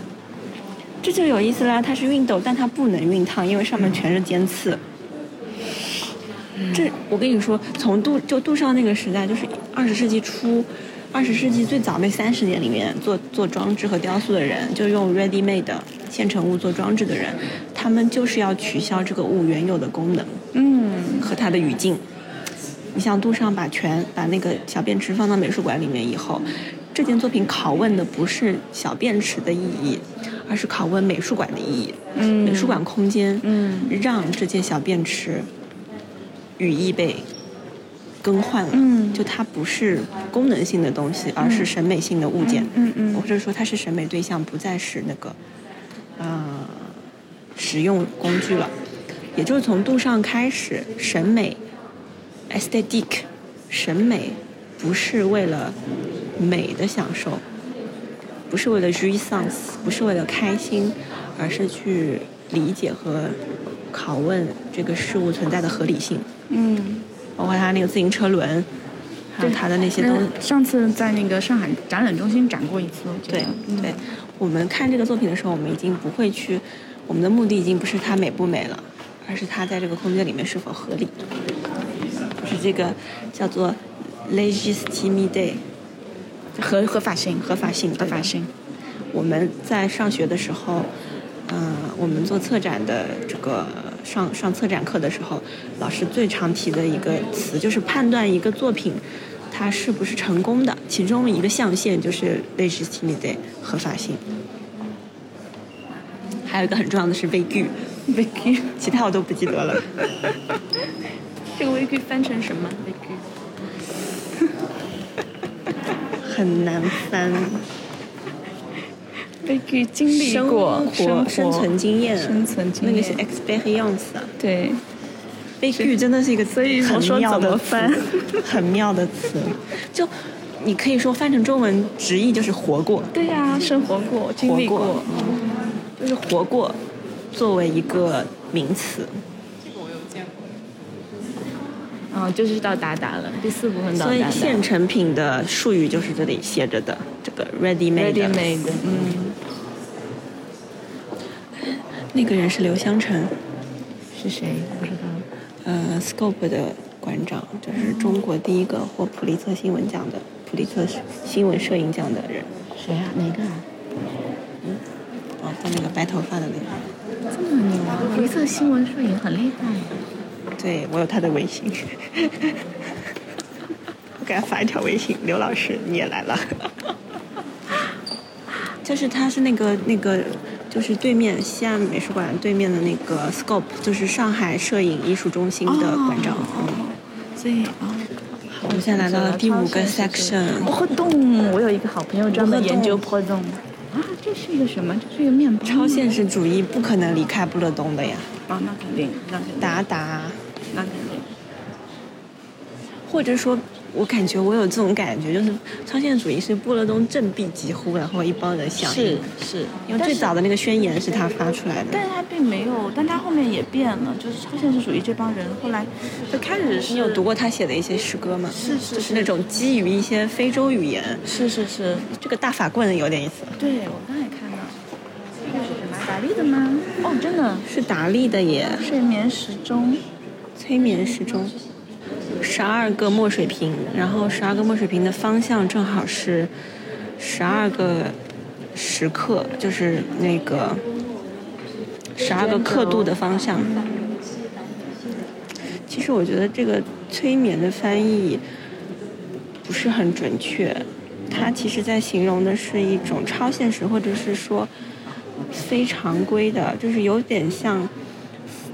[SPEAKER 1] 这就有意思啦。它是熨斗，但它不能熨烫，因为上面全是尖刺。这我跟你说，从杜就杜尚那个时代，就是二十世纪初，二十世纪最早那三十年里面，做做装置和雕塑的人，就用 ready made 的现成物做装置的人，他们就是要取消这个物原有的功能。
[SPEAKER 2] 嗯，
[SPEAKER 1] 和它的语境。你像杜尚把全把那个小便池放到美术馆里面以后，这件作品拷问的不是小便池的意义，而是拷问美术馆的意义。嗯，美术馆空间，
[SPEAKER 2] 嗯，
[SPEAKER 1] 让这件小便池语义被更换了。
[SPEAKER 2] 嗯
[SPEAKER 1] 就它不是功能性的东西，而是审美性的物件。
[SPEAKER 2] 嗯嗯嗯
[SPEAKER 1] 或者说它是审美对象，不再是那个，呃，实用工具了。也就是从杜尚开始，审美 （aesthetic） 审美不是为了美的享受，不是为了 r e s o n s 不是为了开心，而是去理解和拷问这个事物存在的合理性，
[SPEAKER 2] 嗯，
[SPEAKER 1] 包括它那个自行车轮，还有它的那些东西。
[SPEAKER 2] 那上次在那个上海展览中心展过一次，我觉得
[SPEAKER 1] 对对，我们看这个作品的时候，我们已经不会去，我们的目的已经不是它美不美了，而是它在这个空间里面是否合理。就是这个叫做 legitimity
[SPEAKER 2] 合合法性，
[SPEAKER 1] 合法性。
[SPEAKER 2] 合
[SPEAKER 1] 对
[SPEAKER 2] 法
[SPEAKER 1] 吧
[SPEAKER 2] 性，
[SPEAKER 1] 我们在上学的时候，嗯、我们做策展的这个上上策展课的时候，老师最常提的一个词就是判断一个作品它是不是成功的，其中一个象限就是 legitimity 合法性。还有一个很重要的是悲剧，
[SPEAKER 2] 微剧，
[SPEAKER 1] 其他我都不记得了。
[SPEAKER 2] 这个微剧翻成什么？微剧。
[SPEAKER 1] 很难翻。
[SPEAKER 2] 悲剧经历
[SPEAKER 1] 生
[SPEAKER 2] 过，
[SPEAKER 1] 生生存经验，
[SPEAKER 2] 生存经验
[SPEAKER 1] 那个是 experience 啊。
[SPEAKER 2] 对，
[SPEAKER 1] 悲剧真的是一个所
[SPEAKER 2] 以
[SPEAKER 1] 很
[SPEAKER 2] 我说
[SPEAKER 1] 妙
[SPEAKER 2] 怎
[SPEAKER 1] 的
[SPEAKER 2] 么
[SPEAKER 1] 词
[SPEAKER 2] 翻，
[SPEAKER 1] 很妙的词。就你可以说翻成中文直译就是活过，
[SPEAKER 2] 对呀、生活过，经历
[SPEAKER 1] 活过嗯就是活过作为一个名词，
[SPEAKER 2] 嗯，就是到达达了，第四部分到
[SPEAKER 1] 所以
[SPEAKER 2] 达达
[SPEAKER 1] 现成品的术语就是这里写着的这个 ready made。
[SPEAKER 2] ，ready made，嗯，
[SPEAKER 1] 那个人是刘湘成，
[SPEAKER 2] 是谁？不知道。
[SPEAKER 1] 呃，Scope 的馆长，就是中国第一个获普利策新闻奖的普利策新闻摄影奖的人。
[SPEAKER 2] 谁啊？哪个啊？
[SPEAKER 1] 哦，他那个白头发的那个，
[SPEAKER 2] 这么牛啊！红色新闻摄影很厉害。
[SPEAKER 1] 对我有他的微信， 我给他发一条微信，刘老师你也来了， 就是他是那个那个。就是对面西安美术馆对面的那个 Scope，就是上海摄影艺术中心的馆长。嗯
[SPEAKER 2] 所以啊，
[SPEAKER 1] 我们现在来到了第五个 section，
[SPEAKER 2] 不会动。我有一个好朋友专门研究破洞。啊，这是一个什么？这是一个面包吗。
[SPEAKER 1] 超现实主义不可能离开布勒东的呀，
[SPEAKER 2] 啊，那肯定，那肯定，
[SPEAKER 1] 达达。
[SPEAKER 2] 那肯定。
[SPEAKER 1] 或者说，我感觉我有这种感觉，就是超现实主义是布勒东振臂疾呼，然后一帮人响应。
[SPEAKER 2] 是，
[SPEAKER 1] 因为最早的那个宣言是他发出来的。
[SPEAKER 2] 但是他并没有，但他后面也变了，就是超现实主义这帮人后来就开始是
[SPEAKER 1] 你有读过他写的一些诗歌吗？
[SPEAKER 2] 是是
[SPEAKER 1] 就是
[SPEAKER 2] 是
[SPEAKER 1] 那种基于一些非洲语言。
[SPEAKER 2] 是是是，
[SPEAKER 1] 这个大法棍有点意思，
[SPEAKER 2] 对我刚才也看到，这个是什么？达利的吗？哦，真的，
[SPEAKER 1] 是达利的耶，
[SPEAKER 2] 睡眠时钟，
[SPEAKER 1] 催眠时钟，十二个墨水瓶，然后十二个墨水瓶的方向正好是十二个时刻，就是那个十二个刻度的方向。其实我觉得这个催眠的翻译不是很准确，它其实在形容的是一种超现实，或者是说非常规的，就是有点像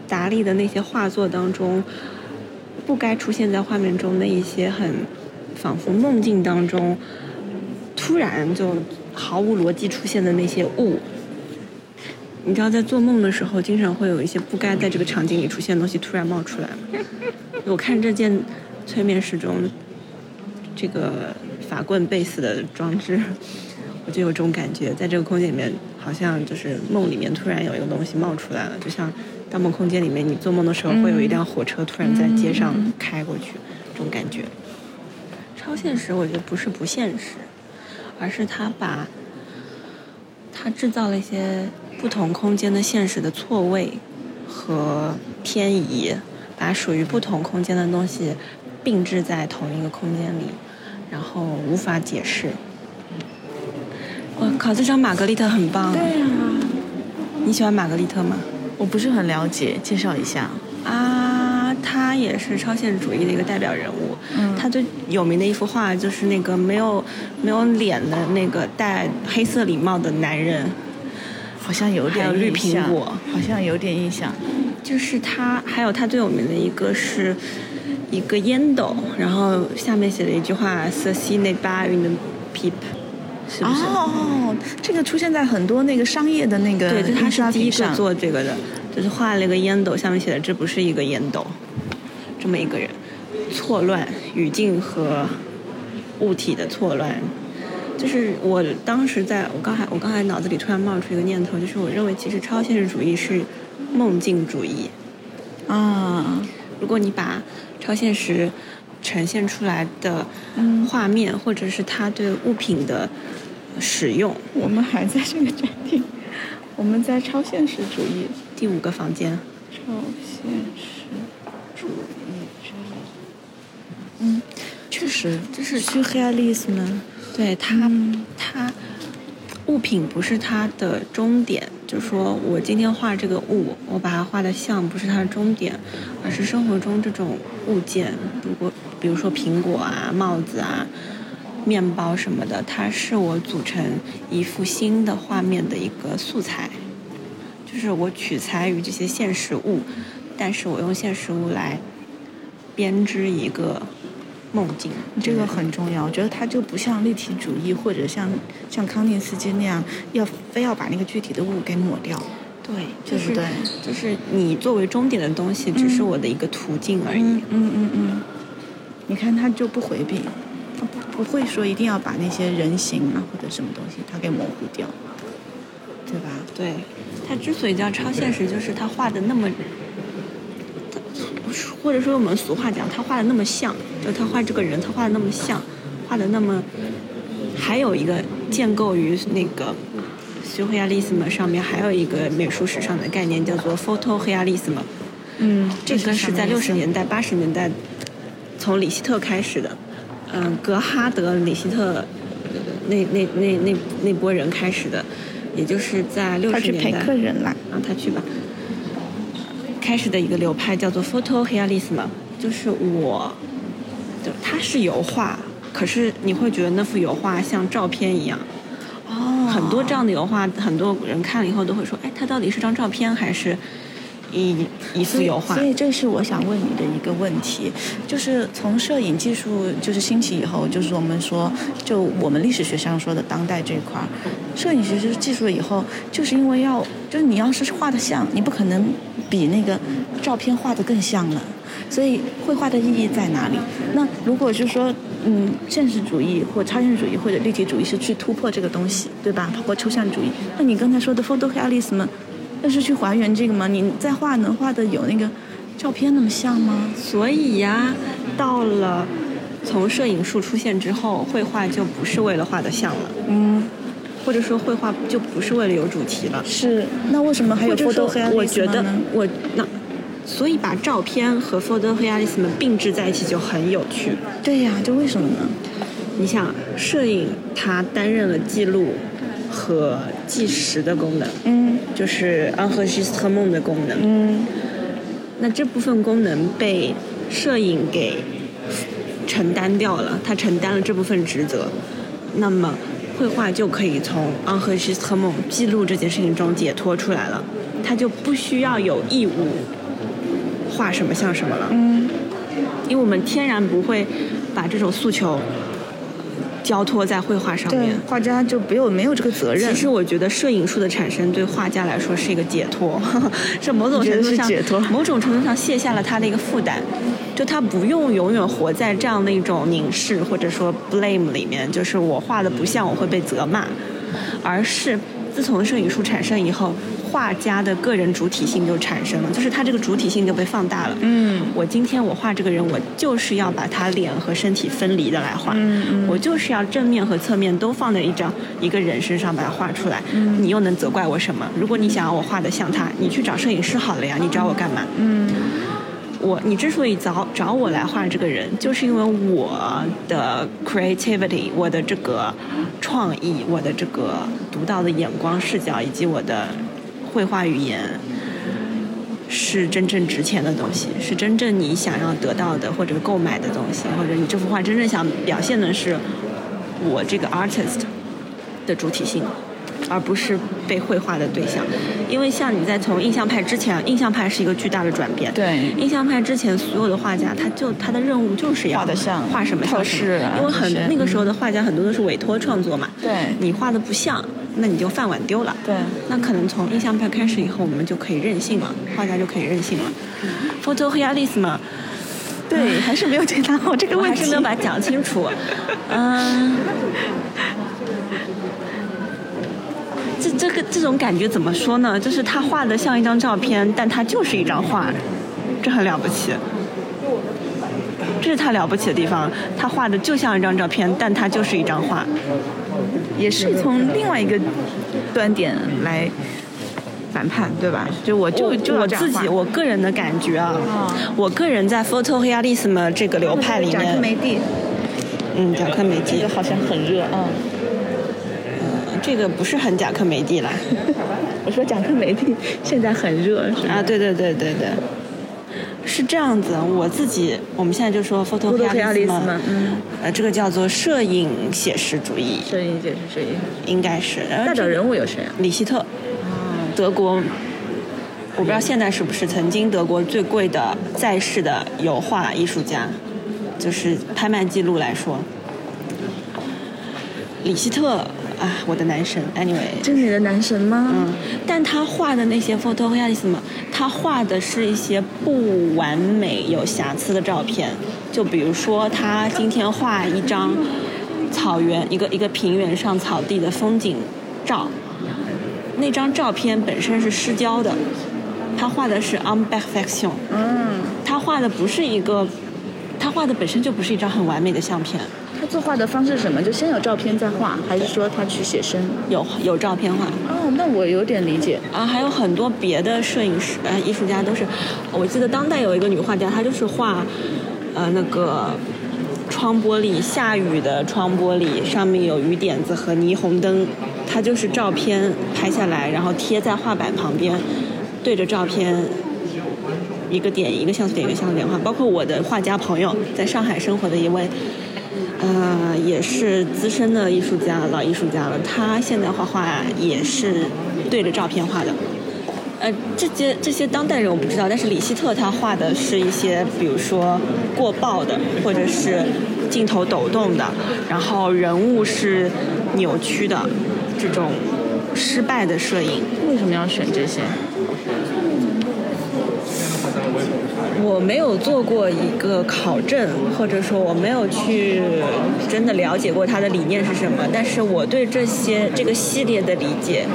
[SPEAKER 1] 达利的那些画作当中不该出现在画面中的一些很仿佛梦境当中突然就毫无逻辑出现的那些物。你知道，在做梦的时候，经常会有一些不该在这个场景里出现的东西突然冒出来吗。我看这件催眠时钟，这个法棍贝斯的装置， 我就有种感觉，在这个空间里面，好像就是梦里面突然有一个东西冒出来了，就像《盗梦空间》里面，你做梦的时候会有一辆火车突然在街上开过去，这种感觉。超现实，我觉得不是不现实，而是他把他制造了一些不同空间的现实的错位和偏移，把属于不同空间的东西并置在同一个空间里，然后无法解释。我靠，这张玛格丽特很棒。对啊，你喜欢玛格丽特吗？
[SPEAKER 2] 我不是很了解，介绍一下。
[SPEAKER 1] 啊，他也是超现实主义的一个代表人物。
[SPEAKER 2] 嗯
[SPEAKER 1] 他最有名的一幅画就是那个没有没有脸的那个戴黑色礼帽的男人。
[SPEAKER 2] 好像有点
[SPEAKER 1] 还有绿
[SPEAKER 2] 印象
[SPEAKER 1] 苹果
[SPEAKER 2] 好像有点印象。
[SPEAKER 1] 就是他，还有他最有名的一个是一个烟斗，然后下面写了一句话：“Ceci n'est pas une pipe。”是不是？
[SPEAKER 2] 哦，这个出现在很多那个商业的那个
[SPEAKER 1] 对，就他
[SPEAKER 2] 印刷
[SPEAKER 1] 是第一
[SPEAKER 2] 品
[SPEAKER 1] 个
[SPEAKER 2] 上。
[SPEAKER 1] 做这个的，就是画了一个烟斗，下面写的“这不是一个烟斗”，这么一个人，错乱语境和物体的错乱。就是我当时在我刚才我刚才脑子里突然冒出一个念头，就是我认为其实超现实主义是梦境主义。
[SPEAKER 2] 啊，
[SPEAKER 1] 如果你把超现实呈现出来的画面，或者是它对物品的使用，
[SPEAKER 4] 我们还在这个展厅，我们在超现实主义，
[SPEAKER 1] 第五个房间，
[SPEAKER 4] 超现实主义这里。
[SPEAKER 2] 确实，
[SPEAKER 1] 这是
[SPEAKER 4] 虚 realisme，
[SPEAKER 1] 对它它物品不是它的终点，就说我今天画这个物，我把它画的像不是它的终点，而是生活中这种物件，如果比如说苹果啊、帽子啊、面包什么的，它是我组成一幅新的画面的一个素材，就是我取材于这些现实物，但是我用现实物来编织一个梦境。
[SPEAKER 2] 这个很重要。我觉得它就不像立体主义或者像像康定斯基那样，要非要把那个具体的物给抹掉。
[SPEAKER 1] 对，就是
[SPEAKER 2] 对不对
[SPEAKER 1] 就是你作为终点的东西，只是我的一个途径而已。
[SPEAKER 2] 嗯嗯嗯嗯，你看他就不回避，他不不会说一定要把那些人形啊或者什么东西他给模糊掉，对吧？
[SPEAKER 1] 对，它之所以叫超现实，就是它画的那么，它或者说我们俗话讲，它画的那么像，就他画这个人，他画的那么像，画的那么，还有一个建构于那个。学会 realism 上面还有一个美术史上的概念叫做 photo realism，
[SPEAKER 2] 嗯，
[SPEAKER 1] 这个是在六十年代、八十年代从李希特开始的，嗯，格哈德、李希特呃那那那那那波人开始的，也就是在六
[SPEAKER 2] 他
[SPEAKER 1] 十
[SPEAKER 2] 去陪
[SPEAKER 1] 年代
[SPEAKER 2] 客人啦。
[SPEAKER 1] 让他去吧。开始的一个流派叫做 photo realism，就是我，就它是油画，可是你会觉得那幅油画像照片一样。
[SPEAKER 2] 哦
[SPEAKER 1] 很多这样的油画，很多人看了以后都会说，哎，它到底是张照片还是一一幅
[SPEAKER 2] 所以
[SPEAKER 1] 油画
[SPEAKER 2] 所？以这是我想问你的一个问题，就是从摄影技术就是兴起以后，就是我们说，就我们历史学上说的当代这一块儿，摄影学技术了以后，就是因为要，就是你要是画的像，你不可能比那个照片画的更像了。所以绘画的意义在哪里？那如果是说，嗯，现实主义或超现实主义或者立体主义是去突破这个东西，对吧？包括抽象主义。那你刚才说的 photo realism，但是去还原这个吗？你再画能画的有那个照片那么像吗？
[SPEAKER 1] 所以呀、到了从摄影术出现之后，绘画就不是为了画的像了，
[SPEAKER 2] 嗯，
[SPEAKER 1] 或者说绘画就不是为了有主题了。
[SPEAKER 2] 是。那为什么还有
[SPEAKER 1] 或者
[SPEAKER 2] photo
[SPEAKER 1] 说
[SPEAKER 2] realism，呢？
[SPEAKER 1] 我觉得我那，所以把照片和 photo realism 并置在一起就很有趣。
[SPEAKER 2] 对呀、就为什么呢？
[SPEAKER 1] 你想，摄影它担任了记录和计时的功能，
[SPEAKER 2] 嗯
[SPEAKER 1] 就是 enregistrement 的功能。
[SPEAKER 2] 嗯
[SPEAKER 1] 那这部分功能被摄影给承担掉了，它承担了这部分职责，那么绘画就可以从 enregistrement 记录这件事情中解脱出来了，它就不需要有义务画什么像什么了，
[SPEAKER 2] 嗯，
[SPEAKER 1] 因为我们天然不会把这种诉求交托在绘画上
[SPEAKER 2] 对
[SPEAKER 1] 面。，
[SPEAKER 2] 画家就没有没有这个责任。
[SPEAKER 1] 其实我觉得摄影术的产生对画家来说是一个解脱， 这某种程度上
[SPEAKER 2] 你觉得是解脱
[SPEAKER 1] 某种程度上卸下了他的一个负担，就他不用永远活在这样的一种凝视或者说 blame 里面，就是我画的不像我会被责骂，而是自从摄影术产生以后，画家的个人主体性就产生了，就是他这个主体性就被放大了。
[SPEAKER 2] 嗯
[SPEAKER 1] 我今天我画这个人，我就是要把他脸和身体分离的来画，
[SPEAKER 2] 嗯嗯
[SPEAKER 1] 我就是要正面和侧面都放在一张一个人身上把它画出来。
[SPEAKER 2] 嗯
[SPEAKER 1] 你又能责怪我什么？如果你想要我画的像他，你去找摄影师好了呀，你找我干嘛？
[SPEAKER 2] 嗯
[SPEAKER 1] 我你之所以找找我来画这个人，就是因为我的 creativity，我的这个创意，我的这个独到的眼光视角，以及我的绘画语言，是真正值钱的东西，是真正你想要得到的或者购买的东西，或者你这幅画真正想表现的是我这个 artist 的主体性。而不是被绘画的对象，因为像你在从印象派之前，印象派是一个巨大的转变，
[SPEAKER 2] 对
[SPEAKER 1] 印象派之前所有的画家，他就他的任务就是要
[SPEAKER 2] 画得像
[SPEAKER 1] 画什么像
[SPEAKER 2] 透
[SPEAKER 1] 什么
[SPEAKER 2] 视啊
[SPEAKER 1] 因为
[SPEAKER 2] 这些
[SPEAKER 1] 很那个时候的画家很多都是委托创作嘛，
[SPEAKER 2] 对
[SPEAKER 1] 你画的不像，那你就饭碗丢了，
[SPEAKER 2] 对
[SPEAKER 1] 那可能从印象派开始以后，我们就可以任性了，画家就可以任性了。photo realism
[SPEAKER 2] 对，还是没有解答好这个
[SPEAKER 1] 我
[SPEAKER 2] 问
[SPEAKER 1] 还
[SPEAKER 2] 题。
[SPEAKER 1] 是没有把它讲清楚。嗯，这这个这种感觉怎么说呢？就是他画的像一张照片，但它就是一张画，这很了不起。这是他了不起的地方，他画的就像一张照片，但它就是一张画。
[SPEAKER 2] 也是从另外一个端点来反叛，对吧？就我就
[SPEAKER 1] 我
[SPEAKER 2] 就要
[SPEAKER 1] 我
[SPEAKER 2] 这样嗯
[SPEAKER 1] 自己我个人的感觉啊，我个人在 photo realism 这个流派里
[SPEAKER 2] 展开
[SPEAKER 1] 面，
[SPEAKER 2] 梅蒂，
[SPEAKER 1] 嗯，贾克梅蒂
[SPEAKER 2] 这个好像很热，嗯。
[SPEAKER 1] 嗯这个不是很贾克梅 蒂啦。
[SPEAKER 2] 我说讲课媒体现在很热，是吧？
[SPEAKER 1] 啊，对对对对对，是这样子。我自己，我们现在就说 photo realism，
[SPEAKER 2] realism，嗯，
[SPEAKER 1] 呃，这个叫做摄影写实主义，
[SPEAKER 2] 摄影解释摄影。
[SPEAKER 1] 应该是。呃
[SPEAKER 2] 代表人物有谁啊？
[SPEAKER 1] 李希特，德国，我不知道现在是不是曾经德国最贵的在世的油画艺术家，就是拍卖记录来说，李希特啊，我的男神。Anyway，
[SPEAKER 2] 这是你的男神吗？
[SPEAKER 1] 嗯，但他画的那些 photo realism，他画的是一些不完美、有瑕疵的照片。就比如说，他今天画一张草原，一个一个平原上草地的风景照，那张照片本身是失焦的，他画的是 imperfection。嗯，他画的不是一个，他画的本身就不是一张很完美的相片。
[SPEAKER 2] 他作画的方式是什么？就先有照片再画，还是说他去写生？
[SPEAKER 1] 有有照片画，
[SPEAKER 2] 哦，那我有点理解。
[SPEAKER 1] 啊，还有很多别的摄影师、呃艺术家都是，我记得当代有一个女画家，她就是画，呃，那个窗玻璃，下雨的窗玻璃上面有雨点子和霓虹灯，她就是照片拍下来，然后贴在画板旁边，对着照片。一个点一个像素点一个像素点画，包括我的画家朋友在上海生活的一位，呃，也是资深的艺术家，老艺术家了。他现在画画也是对着照片画的。呃，这些这些当代人我不知道，但是李希特他画的是一些，比如说过曝的，或者是镜头抖动的，然后人物是扭曲的，这种失败的摄影。
[SPEAKER 2] 为什么要选这些？
[SPEAKER 1] 我没有做过一个考证，或者说我没有去真的了解过他的理念是什么，但是我对这些这个系列的理解，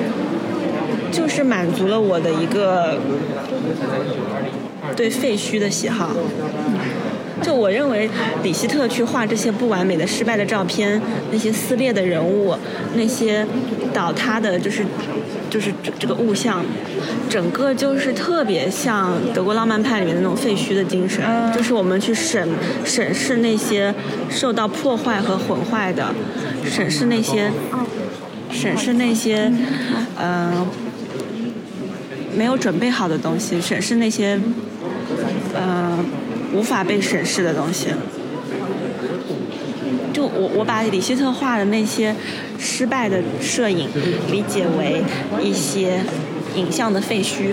[SPEAKER 1] 就是满足了我的一个对废墟的喜好。就我认为，李希特去画这些不完美的、失败的照片，那些撕裂的人物，那些倒塌的，就是就是这这个物象，整个就是特别像德国浪漫派里面的那种废墟的精神，就是我们去审审视那些受到破坏和毁坏的，审视那些，审视那些，呃，没有准备好的东西，审视那些呃无法被审视的东西。就我我把李希特画的那些失败的摄影理解为一些影像的废墟，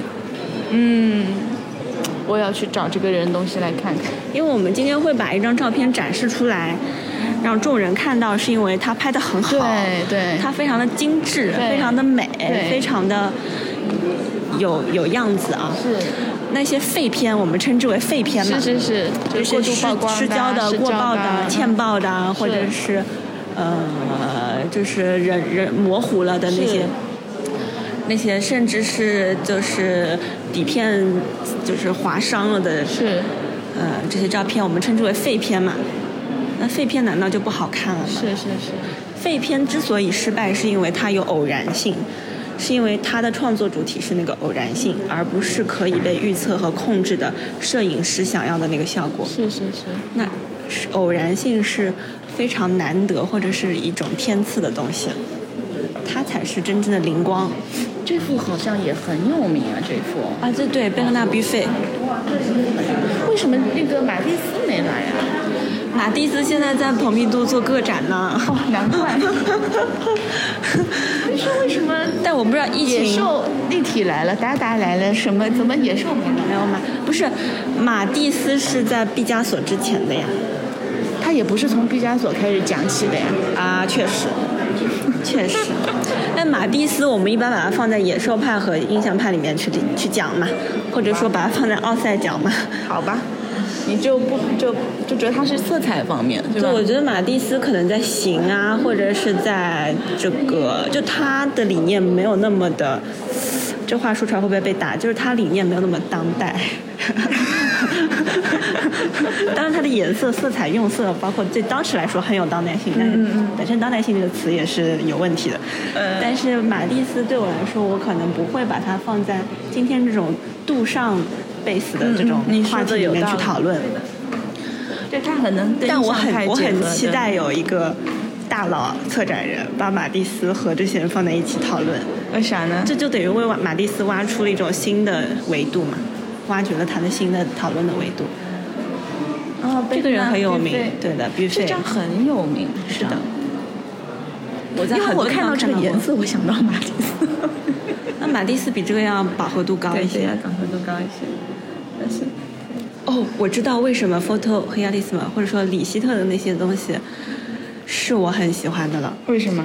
[SPEAKER 2] 我要去找这个人东西来看看。
[SPEAKER 1] 因为我们今天会把一张照片展示出来，让众人看到，是因为他拍的很好，
[SPEAKER 2] 对对
[SPEAKER 1] 它非常的精致，
[SPEAKER 2] 对
[SPEAKER 1] 非常的美，
[SPEAKER 2] 对
[SPEAKER 1] 非常的有有样子啊。
[SPEAKER 2] 是
[SPEAKER 1] 那些废片，我们称之为废片嘛，
[SPEAKER 2] 是是是，就
[SPEAKER 1] 就是
[SPEAKER 2] 过
[SPEAKER 1] 是
[SPEAKER 2] 度
[SPEAKER 1] 失
[SPEAKER 2] 曝光啊
[SPEAKER 1] 失焦
[SPEAKER 2] 的、嗯
[SPEAKER 1] 的、过曝的、欠曝的啊，或者是呃，就是人人模糊了的那些
[SPEAKER 2] 是，
[SPEAKER 1] 那些甚至是就是底片就是划伤了的，
[SPEAKER 2] 是
[SPEAKER 1] 呃，这些照片我们称之为废片嘛。那废片难道就不好看了吗？
[SPEAKER 2] 是是是，
[SPEAKER 1] 废片之所以失败，是因为它有偶然性，是因为它的创作主体是那个偶然性，而不是可以被预测和控制的摄影师想要的那个效果。
[SPEAKER 2] 是是是，
[SPEAKER 1] 那是偶然性是非常难得或者是一种天赐的东西，它才是真正的灵光
[SPEAKER 2] 这幅好像也很有名啊，这幅。
[SPEAKER 1] 啊！这对贝克纳必费，
[SPEAKER 2] 为什么那个马蒂斯没来啊？
[SPEAKER 1] 马蒂斯现在在蓬皮杜做个展 呢。
[SPEAKER 2] 哦，难怪。你 说为什么
[SPEAKER 1] 但我不知道疫
[SPEAKER 2] 野
[SPEAKER 1] 情
[SPEAKER 2] 兽立体来了，达达来了，什么怎么野兽没
[SPEAKER 1] 没
[SPEAKER 2] 来？
[SPEAKER 1] 有马，不是马蒂斯是在毕加索之前的呀。
[SPEAKER 2] 他也不是从毕加索开始讲起的呀。
[SPEAKER 1] 啊，确实，确实。但马蒂斯，我们一般把它放在野兽派和印象派里面去去讲嘛，或者说把它放在奥赛讲嘛。
[SPEAKER 2] 好吧，你就不就就觉得它是色彩方面，对吧
[SPEAKER 1] 就？我觉得马蒂斯可能在形啊，或者是在这个，就他的理念没有那么的，这话说出来会不会被打？就是他理念没有那么当代。 当然，它的颜色、色彩、用色，包括对当时来说很有当代性，但是
[SPEAKER 2] 嗯
[SPEAKER 1] 本身“当代性”这个词也是有问题的。
[SPEAKER 2] 呃
[SPEAKER 1] 但是马蒂斯对我来说，我可能不会把它放在今天这种度上 base 的这种
[SPEAKER 2] 嗯你说
[SPEAKER 1] 话
[SPEAKER 2] 的
[SPEAKER 1] 题里
[SPEAKER 2] 有
[SPEAKER 1] 面
[SPEAKER 2] 道
[SPEAKER 1] 去
[SPEAKER 2] 理
[SPEAKER 1] 讨论。
[SPEAKER 2] 对，它很能跟
[SPEAKER 1] 但我
[SPEAKER 2] 上海
[SPEAKER 1] 很我
[SPEAKER 2] 结
[SPEAKER 1] 很
[SPEAKER 2] 合
[SPEAKER 1] 期
[SPEAKER 2] 的
[SPEAKER 1] 待有一个大佬策展人把马蒂斯和这些人放在一起讨论，
[SPEAKER 2] 为啥呢？
[SPEAKER 1] 这就等于为马蒂斯挖出了一种新的维度嘛，挖掘了他的新的讨论的维度。
[SPEAKER 2] 哦，
[SPEAKER 1] 这个人很有名
[SPEAKER 2] 贝纳，
[SPEAKER 1] 对的，必
[SPEAKER 2] 这
[SPEAKER 1] 须。
[SPEAKER 2] 张很有名，
[SPEAKER 1] 是的，
[SPEAKER 2] 我在
[SPEAKER 1] 因为
[SPEAKER 2] 很
[SPEAKER 1] 我
[SPEAKER 2] 多地
[SPEAKER 1] 看
[SPEAKER 2] 方
[SPEAKER 1] 到这个
[SPEAKER 2] 过
[SPEAKER 1] 颜色
[SPEAKER 2] 我想到马蒂斯，
[SPEAKER 1] 那马蒂斯比这个要饱和度高
[SPEAKER 2] 对，
[SPEAKER 1] 一
[SPEAKER 2] 对，
[SPEAKER 1] 些
[SPEAKER 2] 要。港和度高一些，但是
[SPEAKER 1] 哦，我知道为什么 photo 和亚历斯嘛，或者说李希特的那些东西，是我很喜欢的了。
[SPEAKER 2] 为什么？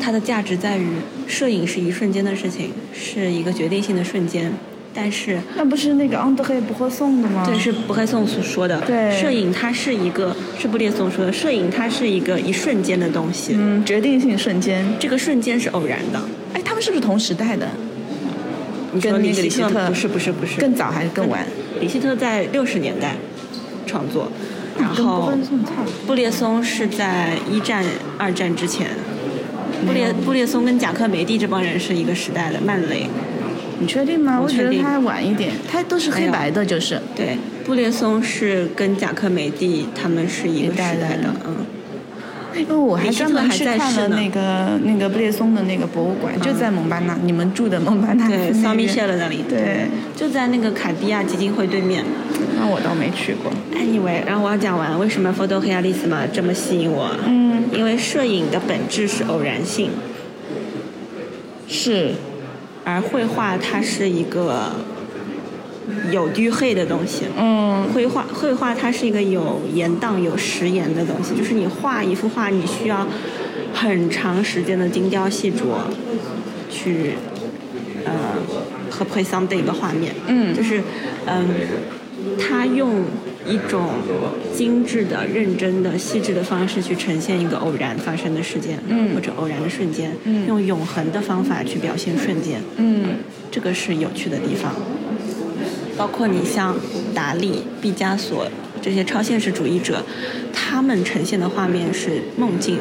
[SPEAKER 1] 它的价值在于，摄影是一瞬间的事情，是一个决定性的瞬间，但是
[SPEAKER 4] 那不是那个昂德黑不会送的吗？
[SPEAKER 2] 啊
[SPEAKER 1] 这是布黑松所说的，
[SPEAKER 4] 对
[SPEAKER 1] 摄影它是一个，是布列松说的，摄影它是一个一瞬间的东西，
[SPEAKER 2] 嗯，决定性瞬间。
[SPEAKER 1] 这个瞬间是偶然的。
[SPEAKER 2] 哎，他们是不是同时代的？
[SPEAKER 1] 你说
[SPEAKER 2] 跟那个
[SPEAKER 1] 希
[SPEAKER 2] 李希特
[SPEAKER 1] 不是不是不是，
[SPEAKER 2] 更早还是更晚？
[SPEAKER 1] 李希特在六十年代创作，
[SPEAKER 2] 嗯
[SPEAKER 1] 然
[SPEAKER 4] 跟不
[SPEAKER 1] 后
[SPEAKER 4] 会送差不多。
[SPEAKER 1] 布列松是在一战、二战之前。布列
[SPEAKER 2] 嗯
[SPEAKER 1] 布列松跟贾克梅蒂这帮人是一个时代的，曼雷。
[SPEAKER 2] 你确定吗？
[SPEAKER 1] 我
[SPEAKER 2] 我觉
[SPEAKER 1] 确
[SPEAKER 2] 得
[SPEAKER 1] 定
[SPEAKER 2] 他晚一点，他都是
[SPEAKER 1] 哎
[SPEAKER 2] 黑
[SPEAKER 1] 呀
[SPEAKER 2] 白的，就是。
[SPEAKER 1] 对，布列松是跟贾克梅蒂他们是一个时
[SPEAKER 2] 一代
[SPEAKER 1] 代
[SPEAKER 2] 的
[SPEAKER 1] 的，嗯。
[SPEAKER 2] 因为我还
[SPEAKER 1] 李希
[SPEAKER 2] 专
[SPEAKER 1] 特
[SPEAKER 2] 门
[SPEAKER 1] 还
[SPEAKER 2] 去
[SPEAKER 1] 在
[SPEAKER 2] 看
[SPEAKER 1] 世
[SPEAKER 2] 了
[SPEAKER 1] 呢
[SPEAKER 2] 那个那个布列松的那个博物馆，就在蒙巴纳，你们住的蒙巴纳
[SPEAKER 1] 对，
[SPEAKER 2] 附那
[SPEAKER 1] 桑米
[SPEAKER 2] 边
[SPEAKER 1] 谢了那里，
[SPEAKER 2] 对，
[SPEAKER 1] 就在那个卡地亚基金会对面。
[SPEAKER 2] 那我倒没去过。
[SPEAKER 1] Anyway，然后我要讲完为什么 photo 和亚历斯嘛这么吸引我，
[SPEAKER 2] 嗯，
[SPEAKER 1] 因为摄影的本质是偶然性，
[SPEAKER 2] 是，
[SPEAKER 1] 而绘画它是一个有dü黑的东西。
[SPEAKER 2] 嗯，
[SPEAKER 1] 绘画，绘画它是一个有延宕、有时延的东西，就是你画一幅画，你需要很长时间的精雕细琢去，呃，和 p r e s e n t 一个画面。嗯，就是，嗯，他用一种精致的、认真的、细致的方式去呈现一个偶然发生的事件，嗯，或者偶然的瞬间，嗯，用永恒的方法去表现瞬间，
[SPEAKER 2] 嗯，
[SPEAKER 1] 这个是有趣的地方。包括你像达利、毕加索这些超现实主义者，他们呈现的画面是梦境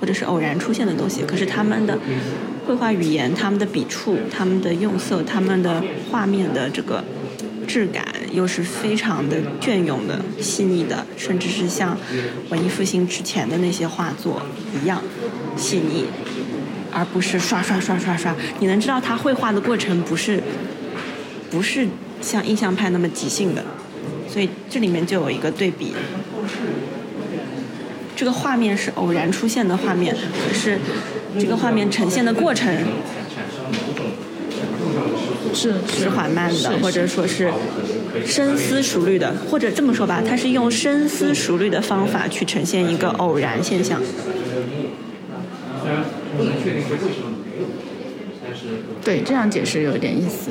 [SPEAKER 1] 或者是偶然出现的东西，可是他们的绘画语言、他们的笔触、他们的用色、他们的画面的这个质感，又是非常的隽永的、细腻的，甚至是像文艺复兴之前的那些画作一样细腻。而不是刷刷刷刷刷，你能知道他绘画的过程不是不是像印象派那么即兴的，所以这里面就有一个对比。这个画面是偶然出现的画面，可是这个画面呈现的过程
[SPEAKER 2] 是
[SPEAKER 1] 是缓慢
[SPEAKER 2] 是
[SPEAKER 1] 的，或者说是深思熟虑的，或者这么说吧，它是用深思熟虑的方法去呈现一个偶然现象。
[SPEAKER 2] 对，这样解释有点意思。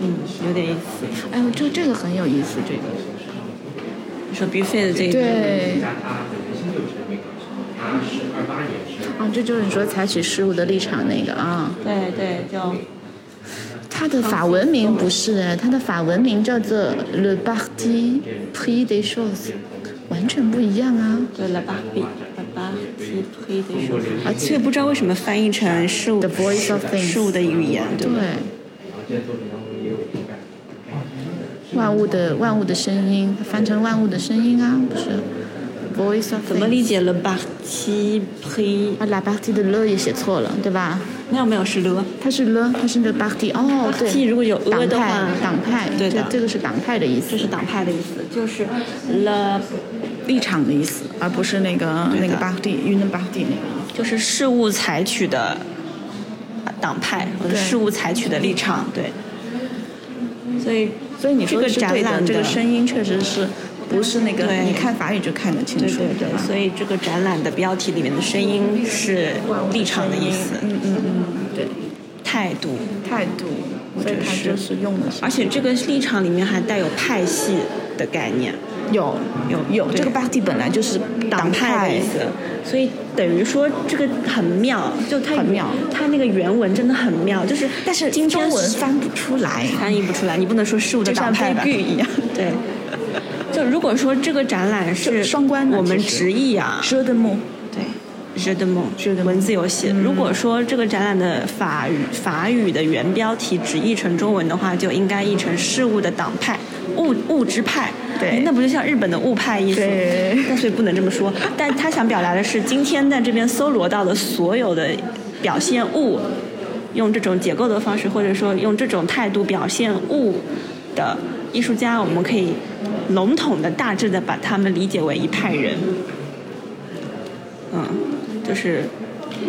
[SPEAKER 1] 嗯，有点意思。
[SPEAKER 2] 哎呦，就这个很有意思，这个。
[SPEAKER 1] 你说 buffet 的这一段
[SPEAKER 2] 对。啊，这就是你说采取事物的立场那个啊，
[SPEAKER 1] 对对，就
[SPEAKER 2] 它的法文名不是，它的法文名叫做 Le Parti Pris des Choses，完全不一样啊。
[SPEAKER 1] 对了吧，比爸爸是推的手，而且不知道为什么翻译成事物
[SPEAKER 2] The voice of things
[SPEAKER 1] 事物的语言，对
[SPEAKER 2] 对
[SPEAKER 1] 吧？。
[SPEAKER 2] 万物的万物的声音，翻成万物的声音啊，不是，voice of
[SPEAKER 1] 怎么
[SPEAKER 2] things
[SPEAKER 1] 理解了吧？七呸，
[SPEAKER 2] 啊，la partie 的 le 也写错了，对吧？
[SPEAKER 1] 没有没有是了，
[SPEAKER 2] 它是 le，它是 le partie。哦，对。
[SPEAKER 1] partie 如果有 le 的话
[SPEAKER 2] 党派，党派
[SPEAKER 1] 对的
[SPEAKER 2] 这这个是党派的意思，
[SPEAKER 1] 这是党派的意思，就是了，
[SPEAKER 2] 立场的意思，而不是那个那
[SPEAKER 1] 对的
[SPEAKER 2] 个 partie，云南 partie 那个。
[SPEAKER 1] 就是事物采取的党派或者
[SPEAKER 2] 对
[SPEAKER 1] 事物采取的立场，对。所以
[SPEAKER 2] 所以你说
[SPEAKER 1] 这
[SPEAKER 2] 的
[SPEAKER 1] 个
[SPEAKER 2] 是对
[SPEAKER 1] 展
[SPEAKER 2] 的，
[SPEAKER 1] 览
[SPEAKER 2] 这个
[SPEAKER 1] 的
[SPEAKER 2] 声音确实是不是那个？
[SPEAKER 1] 对
[SPEAKER 2] 你看法语就看得清
[SPEAKER 1] 对
[SPEAKER 2] 楚，
[SPEAKER 1] 对对，
[SPEAKER 2] 吧
[SPEAKER 1] 所以这个展览的标题里面的声音是立场的意思。
[SPEAKER 2] 嗯嗯嗯，对。
[SPEAKER 1] 态度，
[SPEAKER 2] 态度，我
[SPEAKER 4] 所
[SPEAKER 2] 觉
[SPEAKER 4] 以
[SPEAKER 2] 得
[SPEAKER 4] 他
[SPEAKER 2] 是
[SPEAKER 4] 就是用的是
[SPEAKER 1] 而且这个立场里面还带有派系的概念，
[SPEAKER 2] 有
[SPEAKER 1] 有
[SPEAKER 2] 有
[SPEAKER 1] 对
[SPEAKER 2] 这个 party 本来就是党
[SPEAKER 1] 派的意思，所以等于说这个很妙，就它
[SPEAKER 2] 很妙
[SPEAKER 1] 它那个原文真的很妙，就是
[SPEAKER 2] 但是
[SPEAKER 1] 今天
[SPEAKER 2] 中文翻不出来，
[SPEAKER 1] 翻译不出来，你不能说事物的
[SPEAKER 2] 就
[SPEAKER 1] 党派
[SPEAKER 2] 像悲
[SPEAKER 1] 吧？
[SPEAKER 2] 剧一样。
[SPEAKER 1] 对。就如果说这个展览是
[SPEAKER 2] 就双关的
[SPEAKER 1] 我们
[SPEAKER 2] 其实
[SPEAKER 1] 直译啊，
[SPEAKER 2] 舍得木
[SPEAKER 1] 对 j e d m o n 文字游戏。
[SPEAKER 2] 嗯
[SPEAKER 1] 如果说这个展览的法语法语的原标题直译成中文的话，就应该译成“事物的党派”。物物之派，
[SPEAKER 2] 对
[SPEAKER 1] 哎那不就像日本的物派艺术？
[SPEAKER 2] 对
[SPEAKER 1] 那 所以不能这么说。但他想表达的是，今天在这边搜罗到的所有的表现物，用这种解构的方式，或者说用这种态度表现物的艺术家，我们可以笼统的、大致的把他们理解为一派人。嗯，就是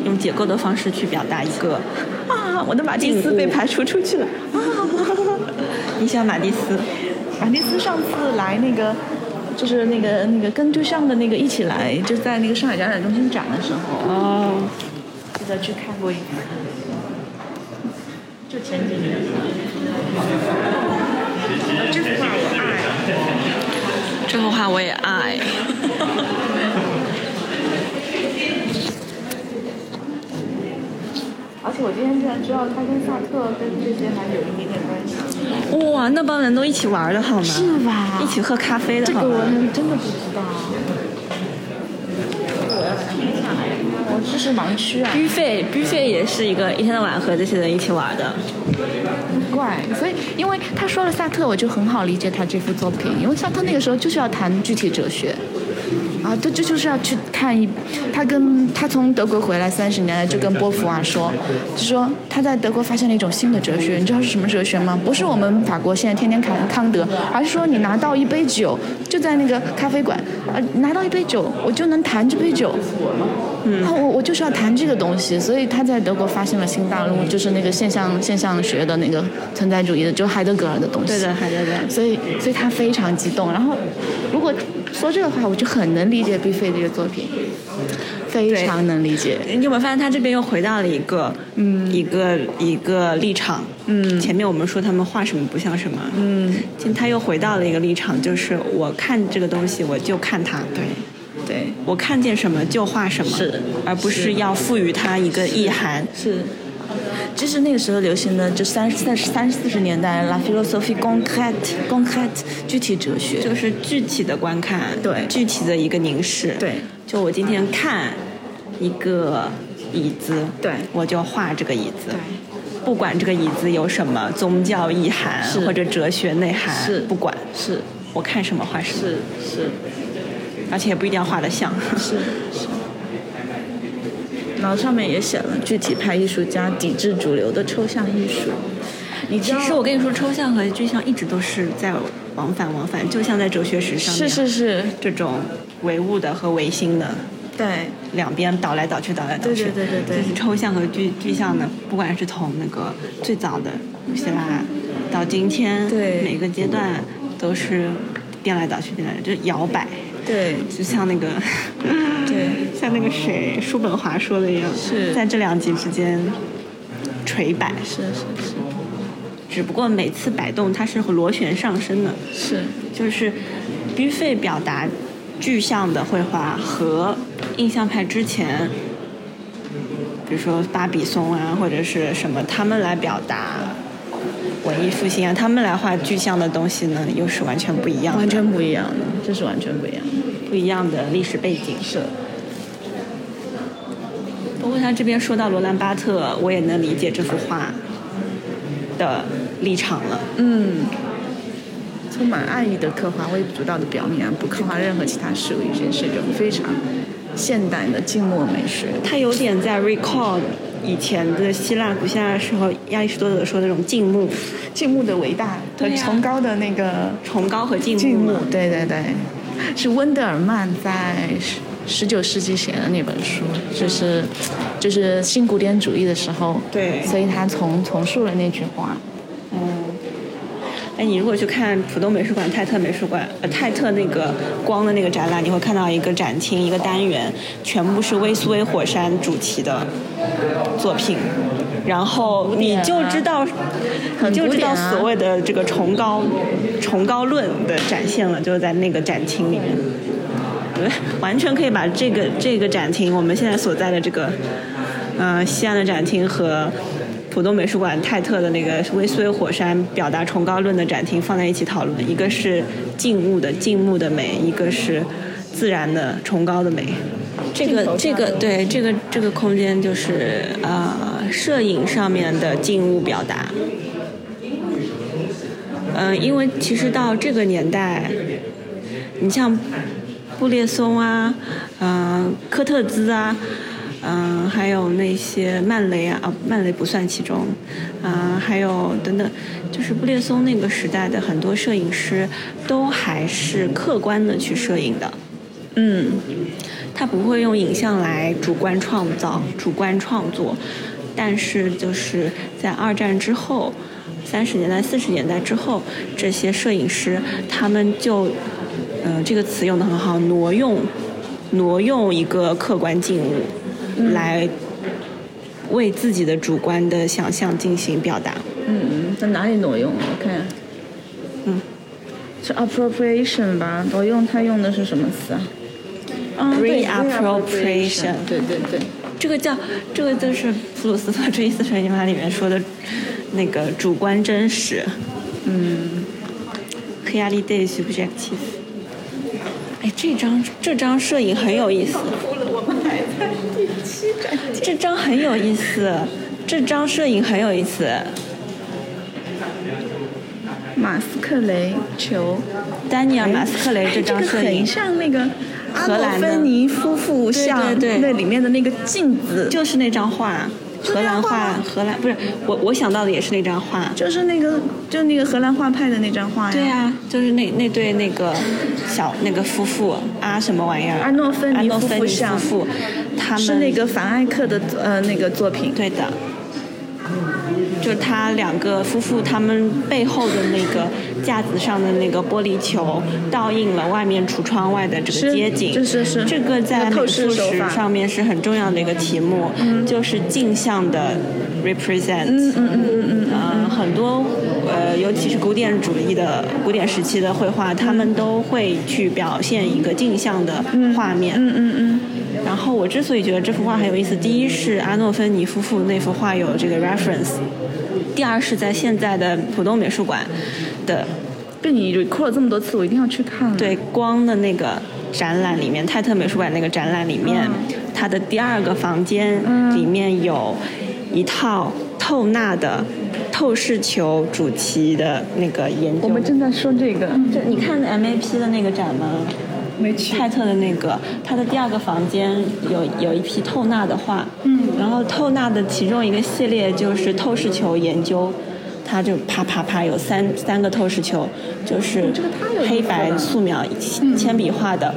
[SPEAKER 1] 用解构的方式去表达一个
[SPEAKER 2] 啊，我的马蒂斯被排除出去了。
[SPEAKER 1] 啊 你像马蒂斯，
[SPEAKER 2] 马蒂斯上次来那个，就是那个那个跟对象的那个一起来，就在那个上海展览中心展的时候，
[SPEAKER 1] 哦，
[SPEAKER 2] 记得去看过一看。就前几年。这
[SPEAKER 1] 这幅
[SPEAKER 2] 幅画我爱，
[SPEAKER 1] 画我也爱。
[SPEAKER 4] 而且我今天居然知道他跟萨特跟这些还有一点点关系。
[SPEAKER 1] 哇，那帮人都一起玩的好吗？是啊
[SPEAKER 4] 吧
[SPEAKER 1] 一起喝咖啡的
[SPEAKER 4] 这
[SPEAKER 1] 好
[SPEAKER 4] 个我
[SPEAKER 1] 吗？
[SPEAKER 4] 还真的不知道。
[SPEAKER 2] 我这是盲区啊！
[SPEAKER 1] büfe buffet 也是一个一天到晚和这些人一起玩的。
[SPEAKER 4] 怪，所以因为他说了萨特，我就很好理解他这幅作品，因为萨特那个时候就是要谈具体哲学，啊，这这就是要去看一，他跟他从德国回来三十年来就跟波伏娃说，就说他在德国发现了一种新的哲学，你知道是什么哲学吗？不是我们法国现在天天看康德，而是说你拿到一杯酒，就在那个咖啡馆，呃，拿到一杯酒，我就能谈这杯酒，嗯，我我就是要谈这个东西，所以他在德国发现了新大陆，就是那个现象现象学的那个存在主义的，就是海德格尔的东西。
[SPEAKER 1] 对的，还在这。
[SPEAKER 4] 所以所以他非常激动。然后，如果说这个话，我就很能理解毕飞这个作品，非常能理解。
[SPEAKER 1] 你有没有发现他这边又回到了一个，嗯，一个一个立场，嗯，前面我们说他们画什么不像什么，嗯，现在他又回到了一个立场，就是我看这个东西我就看它，对，
[SPEAKER 2] 对，
[SPEAKER 1] 我看见什么就画什么，
[SPEAKER 2] 是
[SPEAKER 1] 而不是要赋予它一个意涵，
[SPEAKER 2] 是。其实那个时候流行的就三三三四十年代，La philosophie concrète concrète 具体哲学，
[SPEAKER 1] 就是具体的观看，
[SPEAKER 2] 对
[SPEAKER 1] 具体的一个凝视，
[SPEAKER 2] 对，
[SPEAKER 1] 就我今天看一个椅子，
[SPEAKER 2] 对
[SPEAKER 1] 我就画这个椅子，不管这个椅子有什么宗教意涵
[SPEAKER 2] 是
[SPEAKER 1] 或者哲学内涵，
[SPEAKER 2] 是
[SPEAKER 1] 不管，
[SPEAKER 2] 是
[SPEAKER 1] 我看什么画什么，
[SPEAKER 2] 是是
[SPEAKER 1] 而且也不一定要画得 像，
[SPEAKER 2] 是是。然后上面也写了，具体派艺术家抵制主流的抽象艺术。你知
[SPEAKER 1] 其
[SPEAKER 2] 道
[SPEAKER 1] 实我跟你说，抽象和具象一直都是在往返往返，就像在哲学史上面
[SPEAKER 2] 是是是，
[SPEAKER 1] 这种唯物的和唯心的
[SPEAKER 2] 对
[SPEAKER 1] 两边倒来倒去，倒来倒去。
[SPEAKER 2] 对对对对对
[SPEAKER 1] 就是抽象和具具象的，不管是从那个最早的希腊到今天，
[SPEAKER 2] 对
[SPEAKER 1] 每个阶段都是颠来倒去，颠来倒去，就是摇摆。
[SPEAKER 2] 对
[SPEAKER 1] 就像那个，
[SPEAKER 2] 对，
[SPEAKER 1] 像那个谁叔本华说的一样，
[SPEAKER 2] 是
[SPEAKER 1] 在这两极之间垂摆，
[SPEAKER 2] 是是
[SPEAKER 1] 只不过每次摆动它是螺旋上升的，
[SPEAKER 2] 是是，
[SPEAKER 1] 就是büfe 表达具象的绘画和印象派之前，比如说巴比松啊或者是什么，他们来表达文艺复兴啊，他们来画具象的东西呢，又是完全不一样的，
[SPEAKER 2] 完全不一样，这是完全不一样。
[SPEAKER 1] 不一样的历史背景。是。不过他这边说到罗兰巴特，我也能理解这幅画的立场了。
[SPEAKER 2] 嗯，充满爱意的刻画微不足道的表面，不刻画任何其他事物，已经是一种非常现代的静默美学。
[SPEAKER 1] 他有点在 recall 以前的希腊古希腊的时候，亚里士多德说的那种静穆、
[SPEAKER 2] 静穆的伟大和
[SPEAKER 1] 对呀
[SPEAKER 2] 崇高的那个
[SPEAKER 1] 崇高和静
[SPEAKER 2] 静
[SPEAKER 1] 穆
[SPEAKER 2] 穆
[SPEAKER 1] 嘛。，
[SPEAKER 2] 对对对，是温德尔曼在十十九世纪写的那本书，就是就是新古典主义的时候，
[SPEAKER 1] 对
[SPEAKER 2] 所以他重重述了那句话。嗯，
[SPEAKER 1] 哎，你如果去看浦东美术馆、泰特美术馆、呃泰特那个光的那个展览，你会看到一个展厅，一个单元，全部是微苏威火山主题的作品，然后你
[SPEAKER 4] 典啊
[SPEAKER 1] 就知道，
[SPEAKER 4] 很
[SPEAKER 1] 你就
[SPEAKER 4] 古
[SPEAKER 1] 知道
[SPEAKER 4] 典啊
[SPEAKER 1] 所谓的这个崇高崇高论的展现了，就是在那个展厅里面。对，完全可以把这个这个展厅，我们现在所在的这个，呃，西安的展厅和浦东美术馆泰特的那个微苏威火山表达崇高论的展厅放在一起讨论，一个是静物的静穆的美，一个是自然的崇高的美。这个这个对这个这个空间就是呃摄影上面的静物表达，嗯、因为其实到这个年代，你像布列松啊，嗯、科特兹啊，嗯、还有那些曼雷啊，啊，曼雷不算其中，啊、还有等等，就是布列松那个时代的很多摄影师都还是客观的去摄影的，嗯，他不会用影像来主观创造、主观创作，但是就是在二战之后，三十年代、四十年代之后，这些摄影师他们就，呃，这个词用的很好，挪用，挪用一个客观静物，来为自己的主观的想象进行表达。
[SPEAKER 4] 嗯，在哪里挪用？我看，
[SPEAKER 1] 嗯，
[SPEAKER 4] 是 appropriation 吧？挪用他用的是什么词啊
[SPEAKER 1] 嗯对
[SPEAKER 4] Reappropriation，
[SPEAKER 1] appropriation
[SPEAKER 4] 对对对，
[SPEAKER 1] 这个叫这个就是普鲁斯特《追忆似水年华》里面说的那个主观真实。嗯，reality subjective。哎，这张这张摄影很有意思。这张很有意思，这张摄影很有意思。
[SPEAKER 4] 马斯克雷球。
[SPEAKER 1] 丹尼尔·马斯克雷这张摄
[SPEAKER 4] 哎这个
[SPEAKER 1] 影
[SPEAKER 4] 很像那个阿
[SPEAKER 1] 荷
[SPEAKER 4] 诺
[SPEAKER 1] 兰的
[SPEAKER 4] 芬尼夫妇像
[SPEAKER 1] 对对对
[SPEAKER 4] 那里面的那个镜子，
[SPEAKER 1] 就是那张画，荷兰画，荷兰不是我我想到的也是那张画。
[SPEAKER 4] 就是那个就那个荷兰画派的那张画呀。
[SPEAKER 1] 对啊，就是那那对那个小那个夫妇啊什么玩意儿，
[SPEAKER 4] 阿诺芬尼
[SPEAKER 1] 阿诺
[SPEAKER 4] 夫
[SPEAKER 1] 芬
[SPEAKER 4] 妇
[SPEAKER 1] 尼
[SPEAKER 4] 像
[SPEAKER 1] 夫妇，他们
[SPEAKER 4] 是那个凡艾克的呃那个作品，
[SPEAKER 1] 对的，
[SPEAKER 4] 嗯
[SPEAKER 1] 就他两个夫妇他们背后的那个架子上的那个玻璃球，倒映了外面橱窗外的这个
[SPEAKER 4] 是
[SPEAKER 1] 街景。
[SPEAKER 4] 就是是
[SPEAKER 1] 这个在
[SPEAKER 4] 那个
[SPEAKER 1] 美
[SPEAKER 4] 透
[SPEAKER 1] 术
[SPEAKER 4] 视手
[SPEAKER 1] 史
[SPEAKER 4] 法嗯
[SPEAKER 1] 上面是很重要的一个题目，就是镜像的 represent。嗯嗯嗯嗯嗯。很多呃，尤其是古典主义的古典时期的绘画，他们都会去表现一个镜像的画面。
[SPEAKER 4] 嗯嗯嗯嗯，
[SPEAKER 1] 然后我之所以觉得这幅画很有意思，第一是阿诺芬尼夫妇那幅画有这个 reference，第二是在现在的浦东美术馆的
[SPEAKER 4] 被你 recall 了这么多次，我一定要去看。，
[SPEAKER 1] 对光的那个展览里面，泰特美术馆那个展览里面，它的第二个房间里面有一套透纳的透视球主题的那个研究。
[SPEAKER 4] 我们正在说这个，
[SPEAKER 3] 嗯
[SPEAKER 1] 这你看 MAP 的那个展吗？
[SPEAKER 3] 没去。
[SPEAKER 1] 泰特的那个，它的第二个房间有有一批透纳的画，嗯，然后透纳的其中一个系列就是透视球研究，它就啪啪啪有三三个透视球，就是
[SPEAKER 4] 哦这个太有意思了嗯
[SPEAKER 1] 黑白素描铅笔画的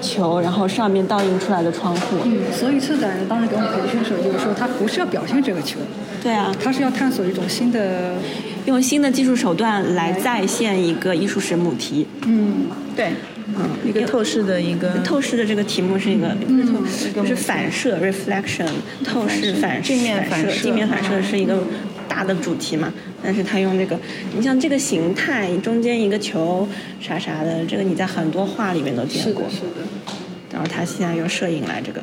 [SPEAKER 1] 球，然后上面倒映出来的窗户，
[SPEAKER 3] 嗯，所以策展人当时给我们培训的时候，就是说他不是要表现这个球，
[SPEAKER 1] 对啊，
[SPEAKER 3] 他是要探索一种新的，
[SPEAKER 1] 用新的技术手段来再现一个艺术史母题，
[SPEAKER 3] 嗯，
[SPEAKER 4] 对，
[SPEAKER 1] 嗯，
[SPEAKER 4] 一个透视的一个
[SPEAKER 1] 透视的这个题目是一个，不是透就是反射 （reflection），透视反
[SPEAKER 4] 镜面反
[SPEAKER 1] 射，
[SPEAKER 4] 射
[SPEAKER 1] 镜面反射是一个大的主题嘛。但是它用这个，你像这个形态，中间一个球啥啥的，这个你在很多画里面都见过。
[SPEAKER 3] 是的，
[SPEAKER 1] 然后他现在用摄影来这个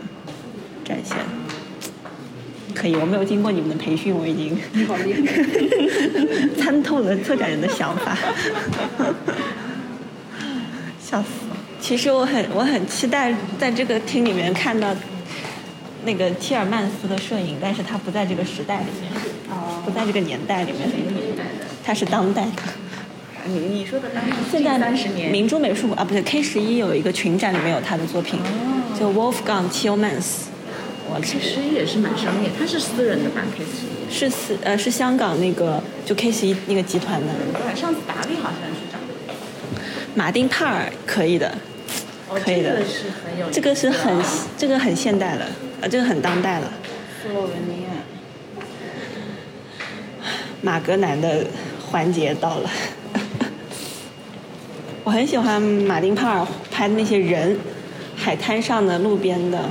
[SPEAKER 1] 展现，可以。我没有经过你们的培训，我已经
[SPEAKER 3] 好厉害。
[SPEAKER 1] 参透了策展人的想法， 笑死了。其实我很我很期待在这个厅里面看到那个提尔曼斯的摄影，但是他不在这个时代里面，啊不在这个年代里面，他是当代的。
[SPEAKER 4] 啊你你说的当然
[SPEAKER 1] 现在
[SPEAKER 4] 三十年，
[SPEAKER 1] 明珠美术馆啊，不对，K 十一有一个群展，里面有他的作品，
[SPEAKER 4] 哦
[SPEAKER 1] 就 Wolfgang Tielemans。我
[SPEAKER 4] 其实也是蛮商业，它是私人的吧？K 十
[SPEAKER 1] 是四呃是香港那个就 K 十一那个集团的
[SPEAKER 4] 一，上次达利好像是这样。
[SPEAKER 1] 马丁帕尔可以的，
[SPEAKER 4] 哦
[SPEAKER 1] 可以
[SPEAKER 4] 这
[SPEAKER 1] 的
[SPEAKER 4] 个是很有意思的啊，
[SPEAKER 1] 这个是很这个很现代了，呃这个很当代了。
[SPEAKER 4] 斯洛文尼亚。
[SPEAKER 1] 马格南的环节到了， 我很喜欢马丁帕尔拍的那些人，海滩上的、路边的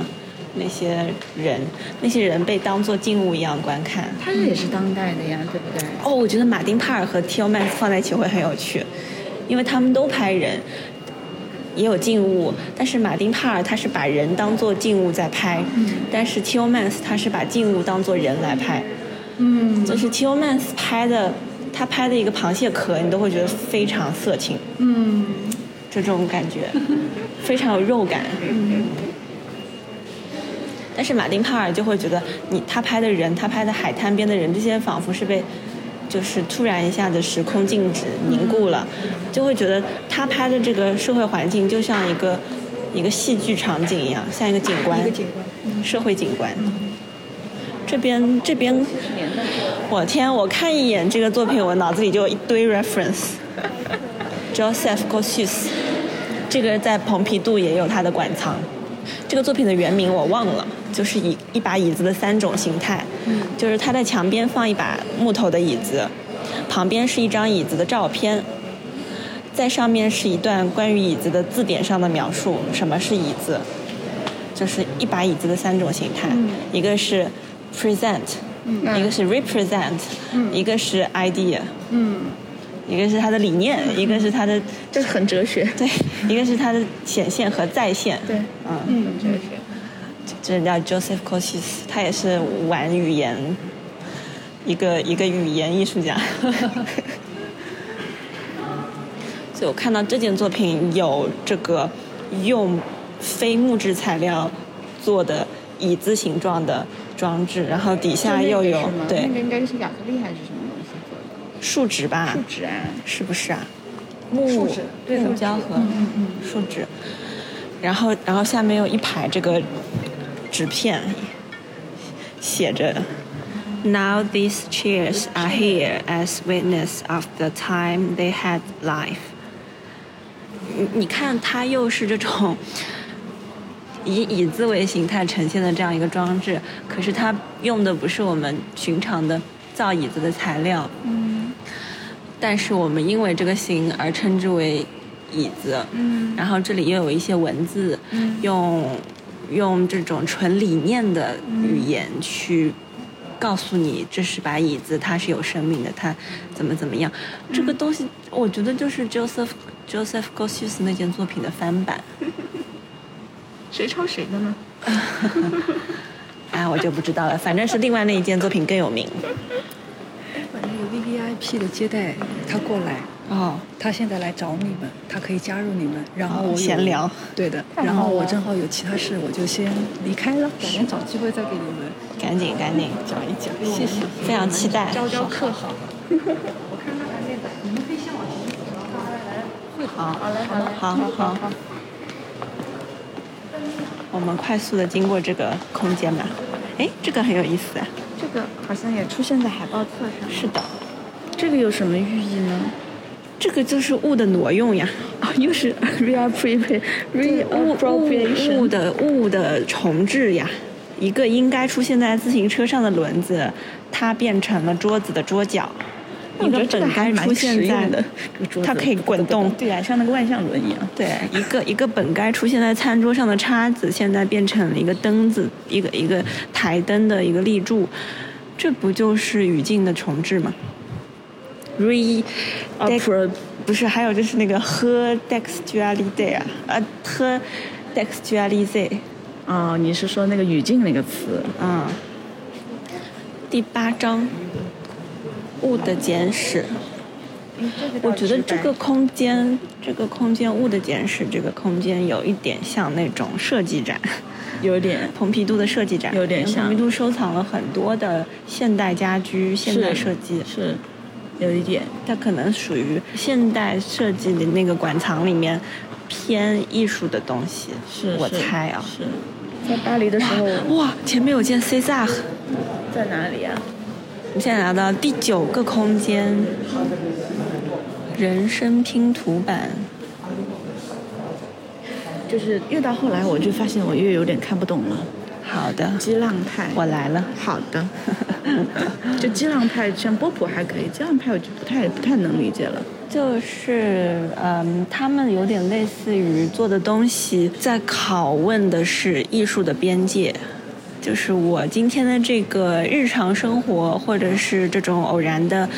[SPEAKER 1] 那些人，那些人被当做静物一样观看。
[SPEAKER 4] 它也是当代的呀，对不对？
[SPEAKER 1] 哦，我觉得马丁帕尔和 Tio Max 放在一起会很有趣，因为他们都拍人，也有静物，但是马丁帕尔他是把人当做静物在拍，但是 Tio Max 他是把静物当做人来拍。
[SPEAKER 4] 嗯
[SPEAKER 1] 就是 Tio Max 拍的，他拍的一个螃蟹壳，你都会觉得非常色情，
[SPEAKER 4] 嗯，
[SPEAKER 1] 就这种感觉， 非常有肉感。但是马丁帕尔就会觉得你他拍的人，他拍的海滩边的人，这些仿佛是被，就是突然一下子时空静止凝固了，
[SPEAKER 3] 嗯
[SPEAKER 1] 就会觉得他拍的这个社会环境就像一个一个戏剧场景一样，像一个景观，
[SPEAKER 3] 一个景观嗯
[SPEAKER 1] 社会景观。这边这边，我天！啊我看一眼这个作品，我脑子里就有一堆 reference。Joseph g o s s u 这个在蓬皮杜也有他的馆藏。这个作品的原名我忘了，就是一一把椅子的三种形态，就是他在墙边放一把木头的椅子，旁边是一张椅子的照片，在上面是一段关于椅子的字典上的描述，什么是椅子，就是一把椅子的三种形态，一个是 present，、一个是 represent，、一个是 idea，一个是他的理念，一个是他的
[SPEAKER 4] 这很哲学。
[SPEAKER 1] 对，一个是他的显现和再现，
[SPEAKER 4] 对，
[SPEAKER 1] 嗯，
[SPEAKER 4] 很哲学。
[SPEAKER 1] 这人叫 Joseph k o s i s 他也是玩语言，一个一个语言艺术家。 所以我看到这件作品有这个用非木质材料做的椅子形状的装置，然后底下又有对
[SPEAKER 4] 那个应该是亚克力还是什么东西做的？
[SPEAKER 1] 树脂吧，
[SPEAKER 4] 树脂啊，
[SPEAKER 1] 是不是啊？木
[SPEAKER 3] 树脂对
[SPEAKER 1] 木
[SPEAKER 3] 树脂
[SPEAKER 1] 胶合，树脂。然后，然后下面有一排这个纸片，写着：“Now these chairs are here as witness of the time they had life。”你你看，它又是这种以椅子为形态呈现的这样一个装置，可是它用的不是我们寻常的造椅子的材料，但是我们因为这个形而称之为椅子。嗯，然后这里又有一些文字，用用这种纯理念的语言去告诉你，这是把椅子，它是有生命的，它怎么怎么样。这个东西，我觉得就是 Joseph Joseph g o s s u s 那件作品的翻版。
[SPEAKER 4] 谁抄谁的呢？
[SPEAKER 1] 哎，我就不知道了，反正是另外那一件作品更有名。
[SPEAKER 3] 反正有 V V I P 的接待，他过来，
[SPEAKER 1] 哦，
[SPEAKER 3] 他现在来找你们，他可以加入你们，然后我有
[SPEAKER 1] 闲聊，
[SPEAKER 3] 对的，
[SPEAKER 4] 好了
[SPEAKER 3] 然后我正好有其他事，我就先离开了，改天找机会再给你们
[SPEAKER 1] 赶紧赶紧，
[SPEAKER 3] 讲一讲，谢谢。
[SPEAKER 1] 非常期待。
[SPEAKER 4] 课好了。
[SPEAKER 1] 好，好嘞，好嘞，好好好。我们快速的经过这个空间吧。哎，这个很有意思啊。
[SPEAKER 4] 这个好像也出现在海报册上。
[SPEAKER 1] 是的，
[SPEAKER 4] 这个有什么寓意呢？
[SPEAKER 1] 这个就是物的挪用呀，
[SPEAKER 4] 哦，又是 real prepare
[SPEAKER 1] 物
[SPEAKER 4] reappropriation
[SPEAKER 1] 物物的物的重置呀。一个应该出现在自行车上的轮子，它变成了桌子的桌角。一
[SPEAKER 2] 我觉
[SPEAKER 1] 个
[SPEAKER 2] 得这个
[SPEAKER 1] 本
[SPEAKER 2] 还
[SPEAKER 1] 该
[SPEAKER 2] 蛮
[SPEAKER 1] 出
[SPEAKER 2] 实
[SPEAKER 1] 现在
[SPEAKER 2] 用 的，这个桌子
[SPEAKER 1] 它可以滚动
[SPEAKER 2] 对
[SPEAKER 4] 啊
[SPEAKER 2] 呀、像那个万向轮一样。
[SPEAKER 1] 对，一个一个本该出现在餐桌上的叉子，现在变成了一个灯子，一个一个台灯的一个立柱，这不就是语境的重置吗？re
[SPEAKER 2] Appro-
[SPEAKER 1] 不是，还有就是那个 her dextuality 啊，呃，her dextuality，
[SPEAKER 2] 啊、你是说那个语境那个词？
[SPEAKER 1] 嗯，第八章，物的简史。我觉得这个空间，这个空间物的简史，这个空间有一点像那种设计展，
[SPEAKER 2] 有点
[SPEAKER 1] 蓬皮杜的设计展，
[SPEAKER 2] 有点像
[SPEAKER 1] 蓬皮杜收藏了很多的现代家居、现代设计，
[SPEAKER 2] 是有一点，
[SPEAKER 1] 它可能属于现代设计的那个馆藏里面偏艺术的东西，
[SPEAKER 2] 是
[SPEAKER 1] 我
[SPEAKER 2] 是
[SPEAKER 1] 猜啊。
[SPEAKER 2] 是
[SPEAKER 4] 在巴黎的时候
[SPEAKER 1] 哇，前面有件 C s a r
[SPEAKER 2] 在哪里啊？
[SPEAKER 1] 我们现在来到第九个空间，人生拼图版。
[SPEAKER 2] 就是越到后来，我就发现我越有点看不懂了。
[SPEAKER 1] 好的，
[SPEAKER 2] 激浪派，
[SPEAKER 1] 我来了。
[SPEAKER 2] 好 的，就激浪派，像波普还可以，激浪派我就不太不太能理解了。
[SPEAKER 1] 就是嗯，他们有点类似于做的东西在拷问的是艺术的边界。就是我今天的这个日常生活，或者是这种偶然的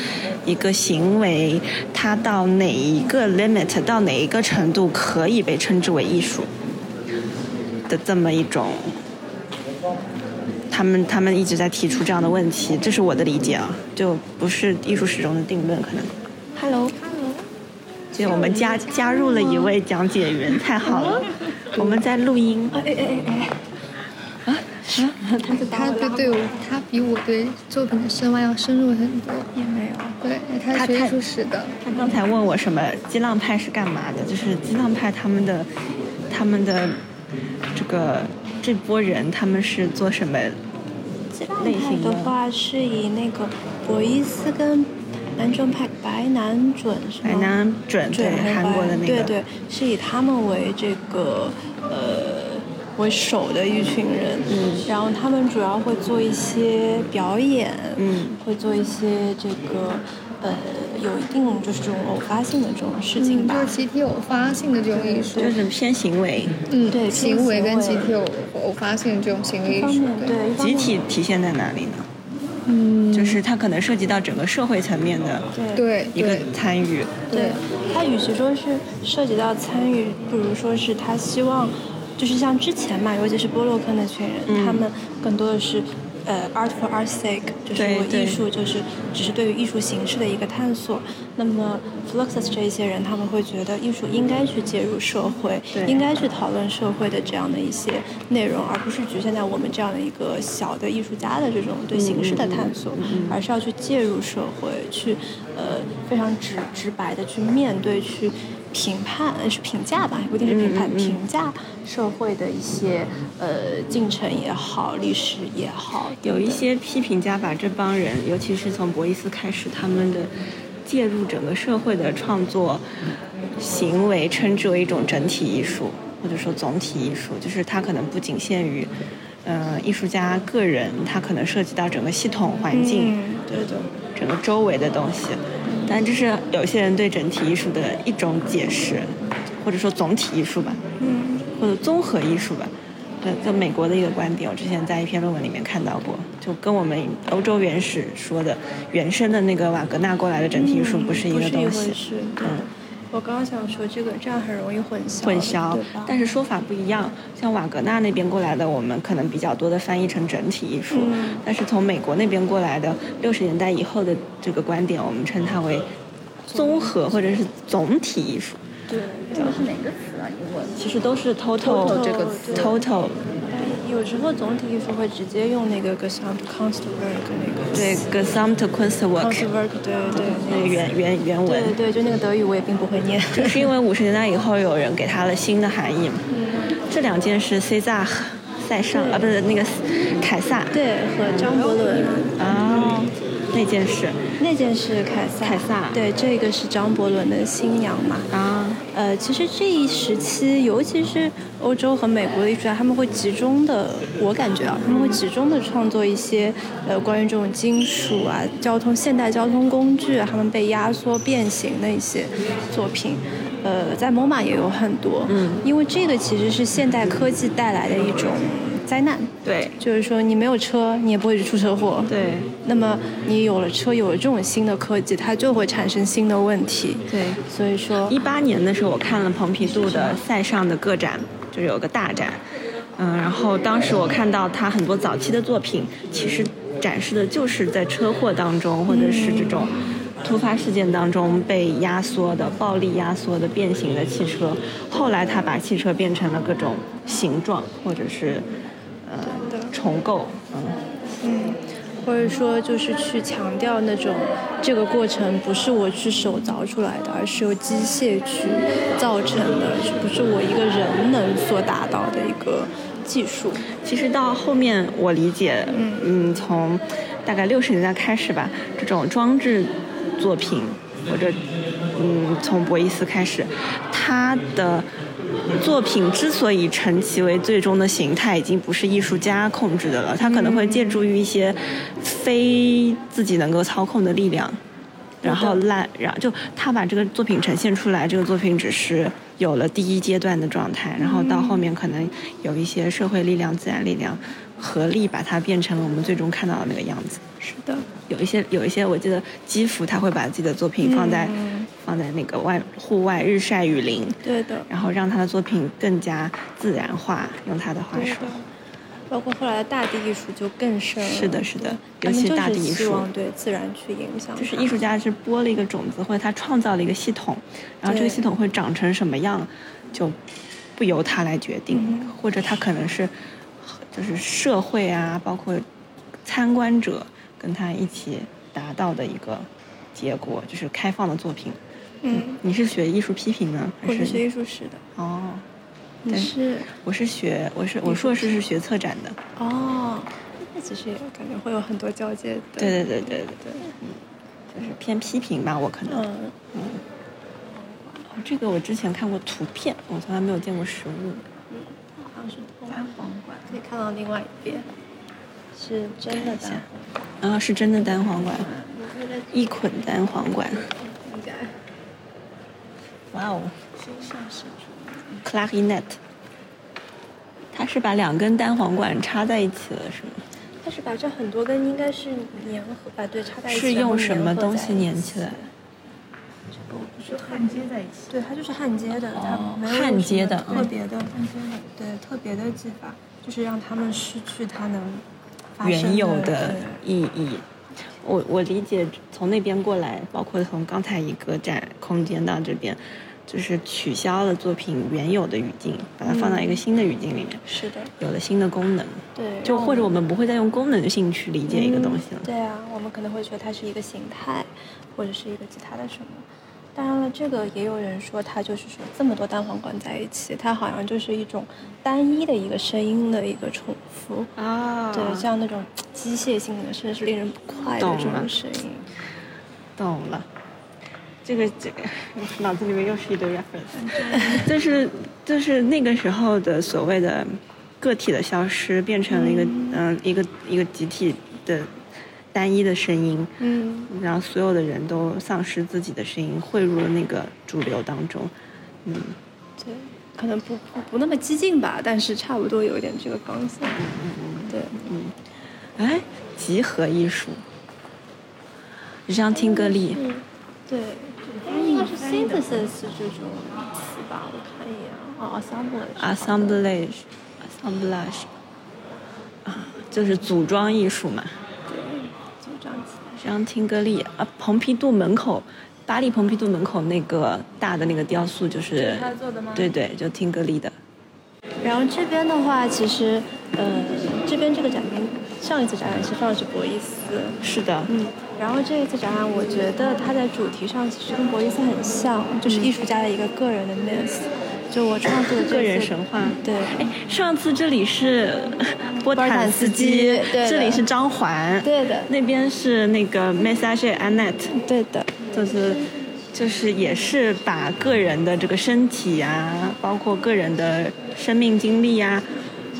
[SPEAKER 1] 一个行为，它到哪一个 limit，到哪一个程度可以被称之为艺术的这么一种，他们他们一直在提出这样的问题，这是我的理解啊，就不是艺术史中的定论可能。
[SPEAKER 4] Hello，
[SPEAKER 1] 就我们加加入了一位讲解员，太好了，我们在录音。
[SPEAKER 5] 他对对我，他比我对作品的深挖要深入很多。
[SPEAKER 4] 也没有。
[SPEAKER 5] 对，他
[SPEAKER 1] 他
[SPEAKER 5] 是学
[SPEAKER 1] 太
[SPEAKER 5] 艺术史的。
[SPEAKER 1] 他刚才问我什么激浪派是干嘛的，就是激浪派他们的他们的这个这波人他们是做什么
[SPEAKER 6] 激浪
[SPEAKER 1] 类型
[SPEAKER 6] 派
[SPEAKER 1] 的
[SPEAKER 6] 的话是以那个博伊斯跟南准派白南准是吗？
[SPEAKER 1] 白南准对
[SPEAKER 6] 准和
[SPEAKER 1] 韩国的那个
[SPEAKER 6] 对对，是以他们为这个呃为首的一群人，嗯，然后他们主要会做一些表演，
[SPEAKER 1] 嗯，
[SPEAKER 6] 会做一些这个呃有一定就是这种偶发性的这种事
[SPEAKER 5] 嗯，
[SPEAKER 6] 情吧
[SPEAKER 5] 就，是集体偶发性的这种艺术
[SPEAKER 1] 就，是偏行为，
[SPEAKER 5] 嗯，
[SPEAKER 6] 对
[SPEAKER 5] 行为跟
[SPEAKER 6] 偏
[SPEAKER 5] 集
[SPEAKER 6] 行为
[SPEAKER 5] 体偶偶发性的这种行为
[SPEAKER 1] 嗯
[SPEAKER 6] 一
[SPEAKER 5] 艺
[SPEAKER 6] 方
[SPEAKER 5] 术
[SPEAKER 6] 面，对，一方
[SPEAKER 1] 集
[SPEAKER 6] 面
[SPEAKER 1] 体体现在哪里呢？
[SPEAKER 5] 嗯，
[SPEAKER 1] 就是它可能涉及到整个社会层面的
[SPEAKER 6] 对
[SPEAKER 5] 对
[SPEAKER 1] 一个
[SPEAKER 5] 对
[SPEAKER 1] 参与，
[SPEAKER 6] 对，他与其说是涉及到参与，不如说是他希望，就是像之前嘛，尤其是波洛克那群人，
[SPEAKER 1] 嗯
[SPEAKER 6] 他们更多的是。呃，art for art's sake，就是
[SPEAKER 1] 对
[SPEAKER 6] 我
[SPEAKER 1] 对
[SPEAKER 6] 艺术就是只是对于艺术形式的一个探索。那么 Fluxus 这一些人，他们会觉得艺术应该去介入社会
[SPEAKER 1] 对，
[SPEAKER 6] 应该去讨论社会的这样的一些内容，而不是局限在我们这样的一个小的艺术家的这种对形
[SPEAKER 1] 嗯
[SPEAKER 6] 式的探索，而是要去介入社会，去呃非常直直白的去面对，去评判呃是评价吧，也不一定是
[SPEAKER 1] 嗯
[SPEAKER 6] 评判，评价社会的一些呃进程也好，历史也好，
[SPEAKER 1] 有一些批评家把这帮人，尤其是从博伊斯开始，他们的介入整个社会的创作行为，称之为一种整体艺术，或者说总体艺术，就是它可能不仅限于，呃，艺术家个人，它可能涉及到整个系统、环境，
[SPEAKER 6] 嗯
[SPEAKER 1] 对对，整个周围的东西。但这是有些人对整体艺术的一种解释，或者说总体艺术吧。或者综合艺术吧。对，跟美国的一个观点，我之前在一篇论文里面看到过，就跟我们欧洲原始说的原生的那个瓦格纳过来的整体艺术
[SPEAKER 6] 嗯
[SPEAKER 1] 不是一个
[SPEAKER 6] 回
[SPEAKER 1] 东西，
[SPEAKER 6] 事。
[SPEAKER 1] 嗯
[SPEAKER 6] 对我刚刚想说这个，这样很容易混淆，
[SPEAKER 1] 混
[SPEAKER 4] 啊
[SPEAKER 1] 淆
[SPEAKER 6] 对吧，
[SPEAKER 1] 但是说法不一样。像瓦格纳那边过来的，我们可能比较多的翻译成整体艺术，
[SPEAKER 6] 嗯
[SPEAKER 1] 但是从美国那边过来的六十年代以后的这个观点，我们称它为综合或者是总体艺术。
[SPEAKER 6] 对，
[SPEAKER 4] 这个是哪个词啊？英文？
[SPEAKER 1] 其实都是
[SPEAKER 4] total
[SPEAKER 1] total
[SPEAKER 4] 这个词
[SPEAKER 1] total
[SPEAKER 6] 有时候总体艺术会直接用那个 Gesamt Kunstwerk 那个
[SPEAKER 1] 对 Gesamt
[SPEAKER 4] 嗯
[SPEAKER 1] Kunstwerk
[SPEAKER 6] Kunstwerk 对对
[SPEAKER 1] 那个原原原文。
[SPEAKER 6] 对对，就那个德语我也并不会念。
[SPEAKER 1] 就是因为五十年代以后有人给它了新的含义。
[SPEAKER 4] 嗯
[SPEAKER 1] 这两件是 Cesar 塞尚啊，不是那个凯撒
[SPEAKER 6] 对，和张伯伦
[SPEAKER 1] 啊，那件事
[SPEAKER 6] 那件是凯撒，
[SPEAKER 1] 凯撒
[SPEAKER 6] 对，这个是张伯伦的新娘嘛。
[SPEAKER 1] 啊，
[SPEAKER 6] 呃，其实这一时期，尤其是欧洲和美国的艺术家，他们会集中的，我感觉啊，他们会集中的创作一些呃关于这种金属啊、交通、现代交通工具、啊，他们被压缩变形的一些作品。呃，在 MoMA 也有很多，嗯，因为这个其实是现代科技带来的一种灾难，
[SPEAKER 1] 对
[SPEAKER 6] 就是说你没有车，你也不会出车祸，
[SPEAKER 1] 对
[SPEAKER 6] 那么你有了车，有了这种新的科技，它就会产生新的问题。
[SPEAKER 1] 对。
[SPEAKER 6] 所以说
[SPEAKER 1] 一，八年的时候，我看了蓬皮杜的塞尚的个展，就是有个大展，嗯，然后当时我看到他很多早期的作品，其实展示的就是在车祸当中，或者是这种突发事件当中被压缩的、暴力压缩的、变形的汽车。后来他把汽车变成了各种形状，或者是呃重构，嗯，
[SPEAKER 6] 或者说就是去强调那种这个过程不是我去手凿出来的，而是由机械去造成的，是不是我一个人能所达到的一个技术？
[SPEAKER 1] 其实到后面我理解，嗯，从大概六十年代开始吧，这种装置作品或者嗯，从博伊斯开始，他的作品之所以成其为最终的形态，已经不是艺术家控制的了，他可能会借助于一些非自己能够操控的力量。然后烂，然后就他把这个作品呈现出来，这个作品只是有了第一阶段的状态，然后到后面可能有一些社会力量、自然力量合力把它变成了我们最终看到的那个样子。
[SPEAKER 6] 是的，
[SPEAKER 1] 有一些有一些，我记得基辅他会把自己的作品放在、放在那个外户外日晒雨淋，
[SPEAKER 6] 对的。
[SPEAKER 1] 然后让他的作品更加自然化，用他的话
[SPEAKER 6] 对
[SPEAKER 1] 说
[SPEAKER 6] 的。包括后来的大地艺术就更深了。
[SPEAKER 1] 是的是的
[SPEAKER 6] 对
[SPEAKER 1] 尤其
[SPEAKER 6] 他们
[SPEAKER 1] 大地
[SPEAKER 6] 就是
[SPEAKER 1] 艺
[SPEAKER 6] 希
[SPEAKER 1] 术
[SPEAKER 6] 望对自然去影响它，
[SPEAKER 1] 就是艺术家是播了一个种子，或者他创造了一个系统，然后这个
[SPEAKER 6] 对
[SPEAKER 1] 系统会长成什么样，就不由他来决定，
[SPEAKER 6] 嗯
[SPEAKER 1] 或者他可能是就是社会啊，包括参观者跟他一起达到的一个结果，就是开放的作品。
[SPEAKER 6] 嗯，
[SPEAKER 1] 你是学艺术批评呢，还
[SPEAKER 6] 我是
[SPEAKER 1] 是
[SPEAKER 6] 学艺术史的，
[SPEAKER 1] 哦？
[SPEAKER 6] 你
[SPEAKER 1] 对
[SPEAKER 6] 是
[SPEAKER 1] 我是学我是我硕士是学策展的，
[SPEAKER 6] 哦，那其实也感觉会有很多交界的，
[SPEAKER 1] 对对对对
[SPEAKER 6] 对，
[SPEAKER 1] 就是偏批评吧，我可能。
[SPEAKER 6] 嗯，
[SPEAKER 1] 哦这个我之前看过图片，我从来没有见过实物。
[SPEAKER 6] 好像是东安皇冠，可以看到另外一边，是真的
[SPEAKER 1] 看一下
[SPEAKER 6] 单
[SPEAKER 1] 啊，是真的单簧管，一捆单簧管，
[SPEAKER 6] 应该
[SPEAKER 1] 哇哦，clarinet，它是把两根单簧管插在一起了，是吗？
[SPEAKER 6] 它是把这很多根应该是粘合，把对插在一起，
[SPEAKER 1] 是
[SPEAKER 6] 然后
[SPEAKER 1] 用什么
[SPEAKER 6] 粘合
[SPEAKER 1] 东
[SPEAKER 6] 在
[SPEAKER 1] 西
[SPEAKER 6] 一
[SPEAKER 1] 粘起来？
[SPEAKER 6] 对，它就是焊接的，它
[SPEAKER 1] 哦
[SPEAKER 6] 没有
[SPEAKER 1] 焊
[SPEAKER 6] 什
[SPEAKER 1] 接
[SPEAKER 6] 么
[SPEAKER 1] 的
[SPEAKER 6] 特
[SPEAKER 1] 嗯
[SPEAKER 6] 别的，对特别的技法，就是让他们失去它能发
[SPEAKER 1] 原
[SPEAKER 6] 生
[SPEAKER 1] 有
[SPEAKER 6] 的
[SPEAKER 1] 的意义。我我理解，从那边过来，包括从刚才一个展空间到这边，就是取消了作品原有的语境，把它放到一个新的语境里面，
[SPEAKER 6] 是的，
[SPEAKER 1] 有了新的功能。
[SPEAKER 6] 嗯对，
[SPEAKER 1] 就
[SPEAKER 6] 让
[SPEAKER 1] 或者我
[SPEAKER 6] 们
[SPEAKER 1] 们不会再用功能性去理解一个
[SPEAKER 6] 嗯
[SPEAKER 1] 东西了。
[SPEAKER 6] 对啊，我们可能会觉得它是一个形态，或者是一个其他的什么。当然了，这个也有人说它就是说这么多单簧管在一起，它好像就是一种单一的一个声音的一个重复。
[SPEAKER 1] 啊
[SPEAKER 6] 对，像那种机械性的，甚至是令人不快的
[SPEAKER 1] 懂
[SPEAKER 6] 这
[SPEAKER 1] 了
[SPEAKER 6] 种声音。
[SPEAKER 1] 懂了。这个这个， 脑子里面又是一堆 reference，就是就是那个时候的所谓的个体的消失，变成了一个嗯、呃一个一个集体的单一的声音，
[SPEAKER 6] 嗯，
[SPEAKER 1] 然后所有的人都丧失自己的声音，汇入了那个主流当中。嗯，
[SPEAKER 6] 对，可能不不不那么激进吧，但是差不多有一点这个方向。
[SPEAKER 1] 嗯
[SPEAKER 6] 对，
[SPEAKER 1] 哎，集合艺术，让听歌力，
[SPEAKER 6] 对，应该是 synthesis 这种词吧，我看一眼。哦，ensemble 是
[SPEAKER 1] 啊
[SPEAKER 6] 吧
[SPEAKER 1] assemblage，assemblage，啊，就是组装艺术嘛。
[SPEAKER 6] 对，就这样起来。
[SPEAKER 1] 让听歌利啊，蓬皮杜门口，巴黎蓬皮杜门口那个大的那个雕塑就是他做的吗？对对，就听歌利的。
[SPEAKER 6] 然后这边的话，其实，呃，这边这个展厅，上一次展览是放的是博伊斯，
[SPEAKER 1] 是的，
[SPEAKER 6] 嗯，然后这一次展览，我觉得它在主题上其实跟博伊斯很像，就是艺术家的一个个人的 miss，就我创作的这次
[SPEAKER 1] 个人神话。
[SPEAKER 6] 对，
[SPEAKER 1] 哎，上次这里是波坦斯基
[SPEAKER 6] 波坦斯基，对的
[SPEAKER 1] 这里是张环，
[SPEAKER 6] 对的
[SPEAKER 1] 那边是那个 Message Annette，
[SPEAKER 6] 对的，
[SPEAKER 1] 就是就是也是把个人的这个身体啊，包括个人的生命经历啊，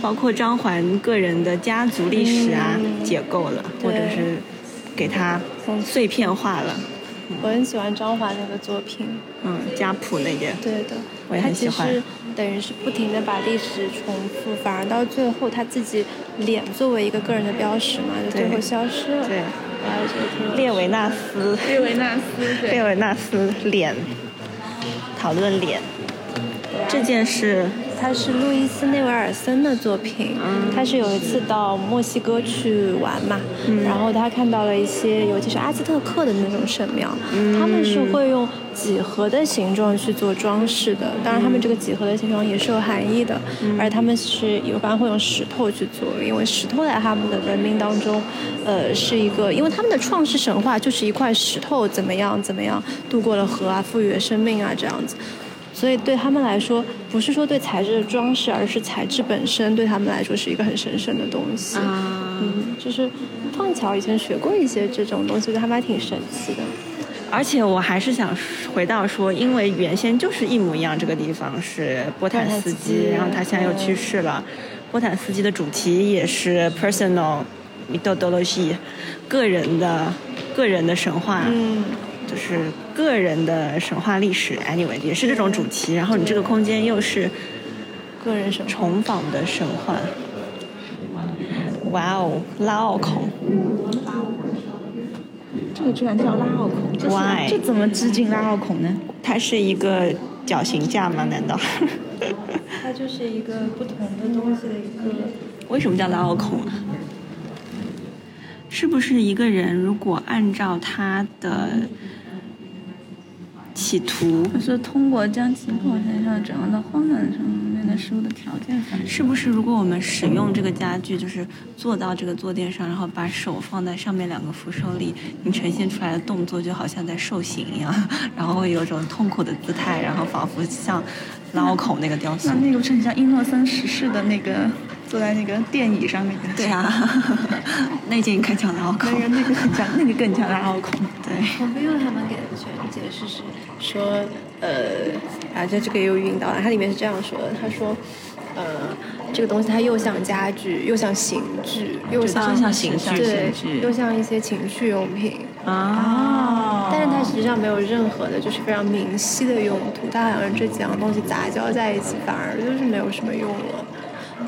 [SPEAKER 1] 包括张环个人的家族历史啊，
[SPEAKER 2] 嗯
[SPEAKER 1] 解构了，或者
[SPEAKER 6] 对
[SPEAKER 1] 是给它碎片化了，
[SPEAKER 6] 我很喜欢张华那个作品，
[SPEAKER 1] 嗯，家谱那边。
[SPEAKER 6] 对的，
[SPEAKER 1] 我也
[SPEAKER 6] 他
[SPEAKER 1] 很喜
[SPEAKER 6] 其
[SPEAKER 1] 欢
[SPEAKER 6] 实等于是不停的把历史重复，反而到最后他自己脸作为一个个人的标识嘛，就最
[SPEAKER 1] 对
[SPEAKER 6] 后消失了。
[SPEAKER 1] 对，
[SPEAKER 6] 我还是觉得挺有
[SPEAKER 1] 列维纳斯，
[SPEAKER 4] 列维纳斯 对
[SPEAKER 1] 列维纳斯脸，讨论脸，这件事
[SPEAKER 6] 他是路易斯内维尔森的作品，他是有一次到墨西哥去玩嘛，然后他看到了一些，尤其是阿兹特克的那种神庙，他们是会用几何的形状去做装饰的，当然他们这个几何的形状也是有含义的，而他们是一般会用石头去做，因为石头在他们的文明当中，呃，是一个，因为他们的创世神话就是一块石头怎么样怎么样渡过了河啊，赋予了生命啊这样子。所以对他们来说，不是说对材质的装饰，而是材质本身对他们来说是一个很神圣的东西。
[SPEAKER 1] 啊，
[SPEAKER 6] 嗯，就是碰巧以前学过一些这种东西，对他们还挺神奇的。
[SPEAKER 1] 而且我还是想回到说，因为原先就是一模一样，这个地方是波坦斯基，然后他现在又去世了。波坦斯基的主题也是 personal mythology，个人的个人的神话，
[SPEAKER 6] 嗯，
[SPEAKER 1] 就是个人的神话历史，anyway 也是这种主题，然后你这个空间又是
[SPEAKER 6] 个人生活。
[SPEAKER 1] 重访的神话。哇哦，拉奥孔
[SPEAKER 2] 这个居然叫拉奥孔，这是
[SPEAKER 1] ，why？
[SPEAKER 2] 这怎么致敬拉奥孔呢？
[SPEAKER 1] 它是一个绞刑架吗？难道？
[SPEAKER 6] 它就是一个不同的东西的一个。
[SPEAKER 1] 为什么叫拉奥孔啊？是不是一个人如果按照他的企图，
[SPEAKER 2] 他说通过将其构成上整样的荒诞上面的事物的条件反
[SPEAKER 1] 是不是如果我们使用这个家具，就是坐到这个坐垫上，然后把手放在上面两个扶手里，你呈现出来的动作就好像在受刑一样， 然后会有一种痛苦的姿态，然后仿佛像拉奥孔那个雕塑
[SPEAKER 2] 那。那个不是很像英诺森十世的那个坐在那个电椅上那个？
[SPEAKER 1] 对啊， 那件应该叫拉奥孔
[SPEAKER 2] 那。个那个很像，那个更像拉奥孔。
[SPEAKER 1] 对。
[SPEAKER 6] 我们用他们给的全解释是说，呃，啊，这这个也有引导，它里面是这样说的，他说，呃，这个东西它又像家具，又像刑具，又像
[SPEAKER 1] 像刑具
[SPEAKER 6] 对
[SPEAKER 2] 刑具，
[SPEAKER 6] 又像一些情趣用品，
[SPEAKER 1] 啊，
[SPEAKER 6] 但是它实际上没有任何的，就是非常明晰的用途，它好像这几样东西杂交在一起，反而就是没有什么用了。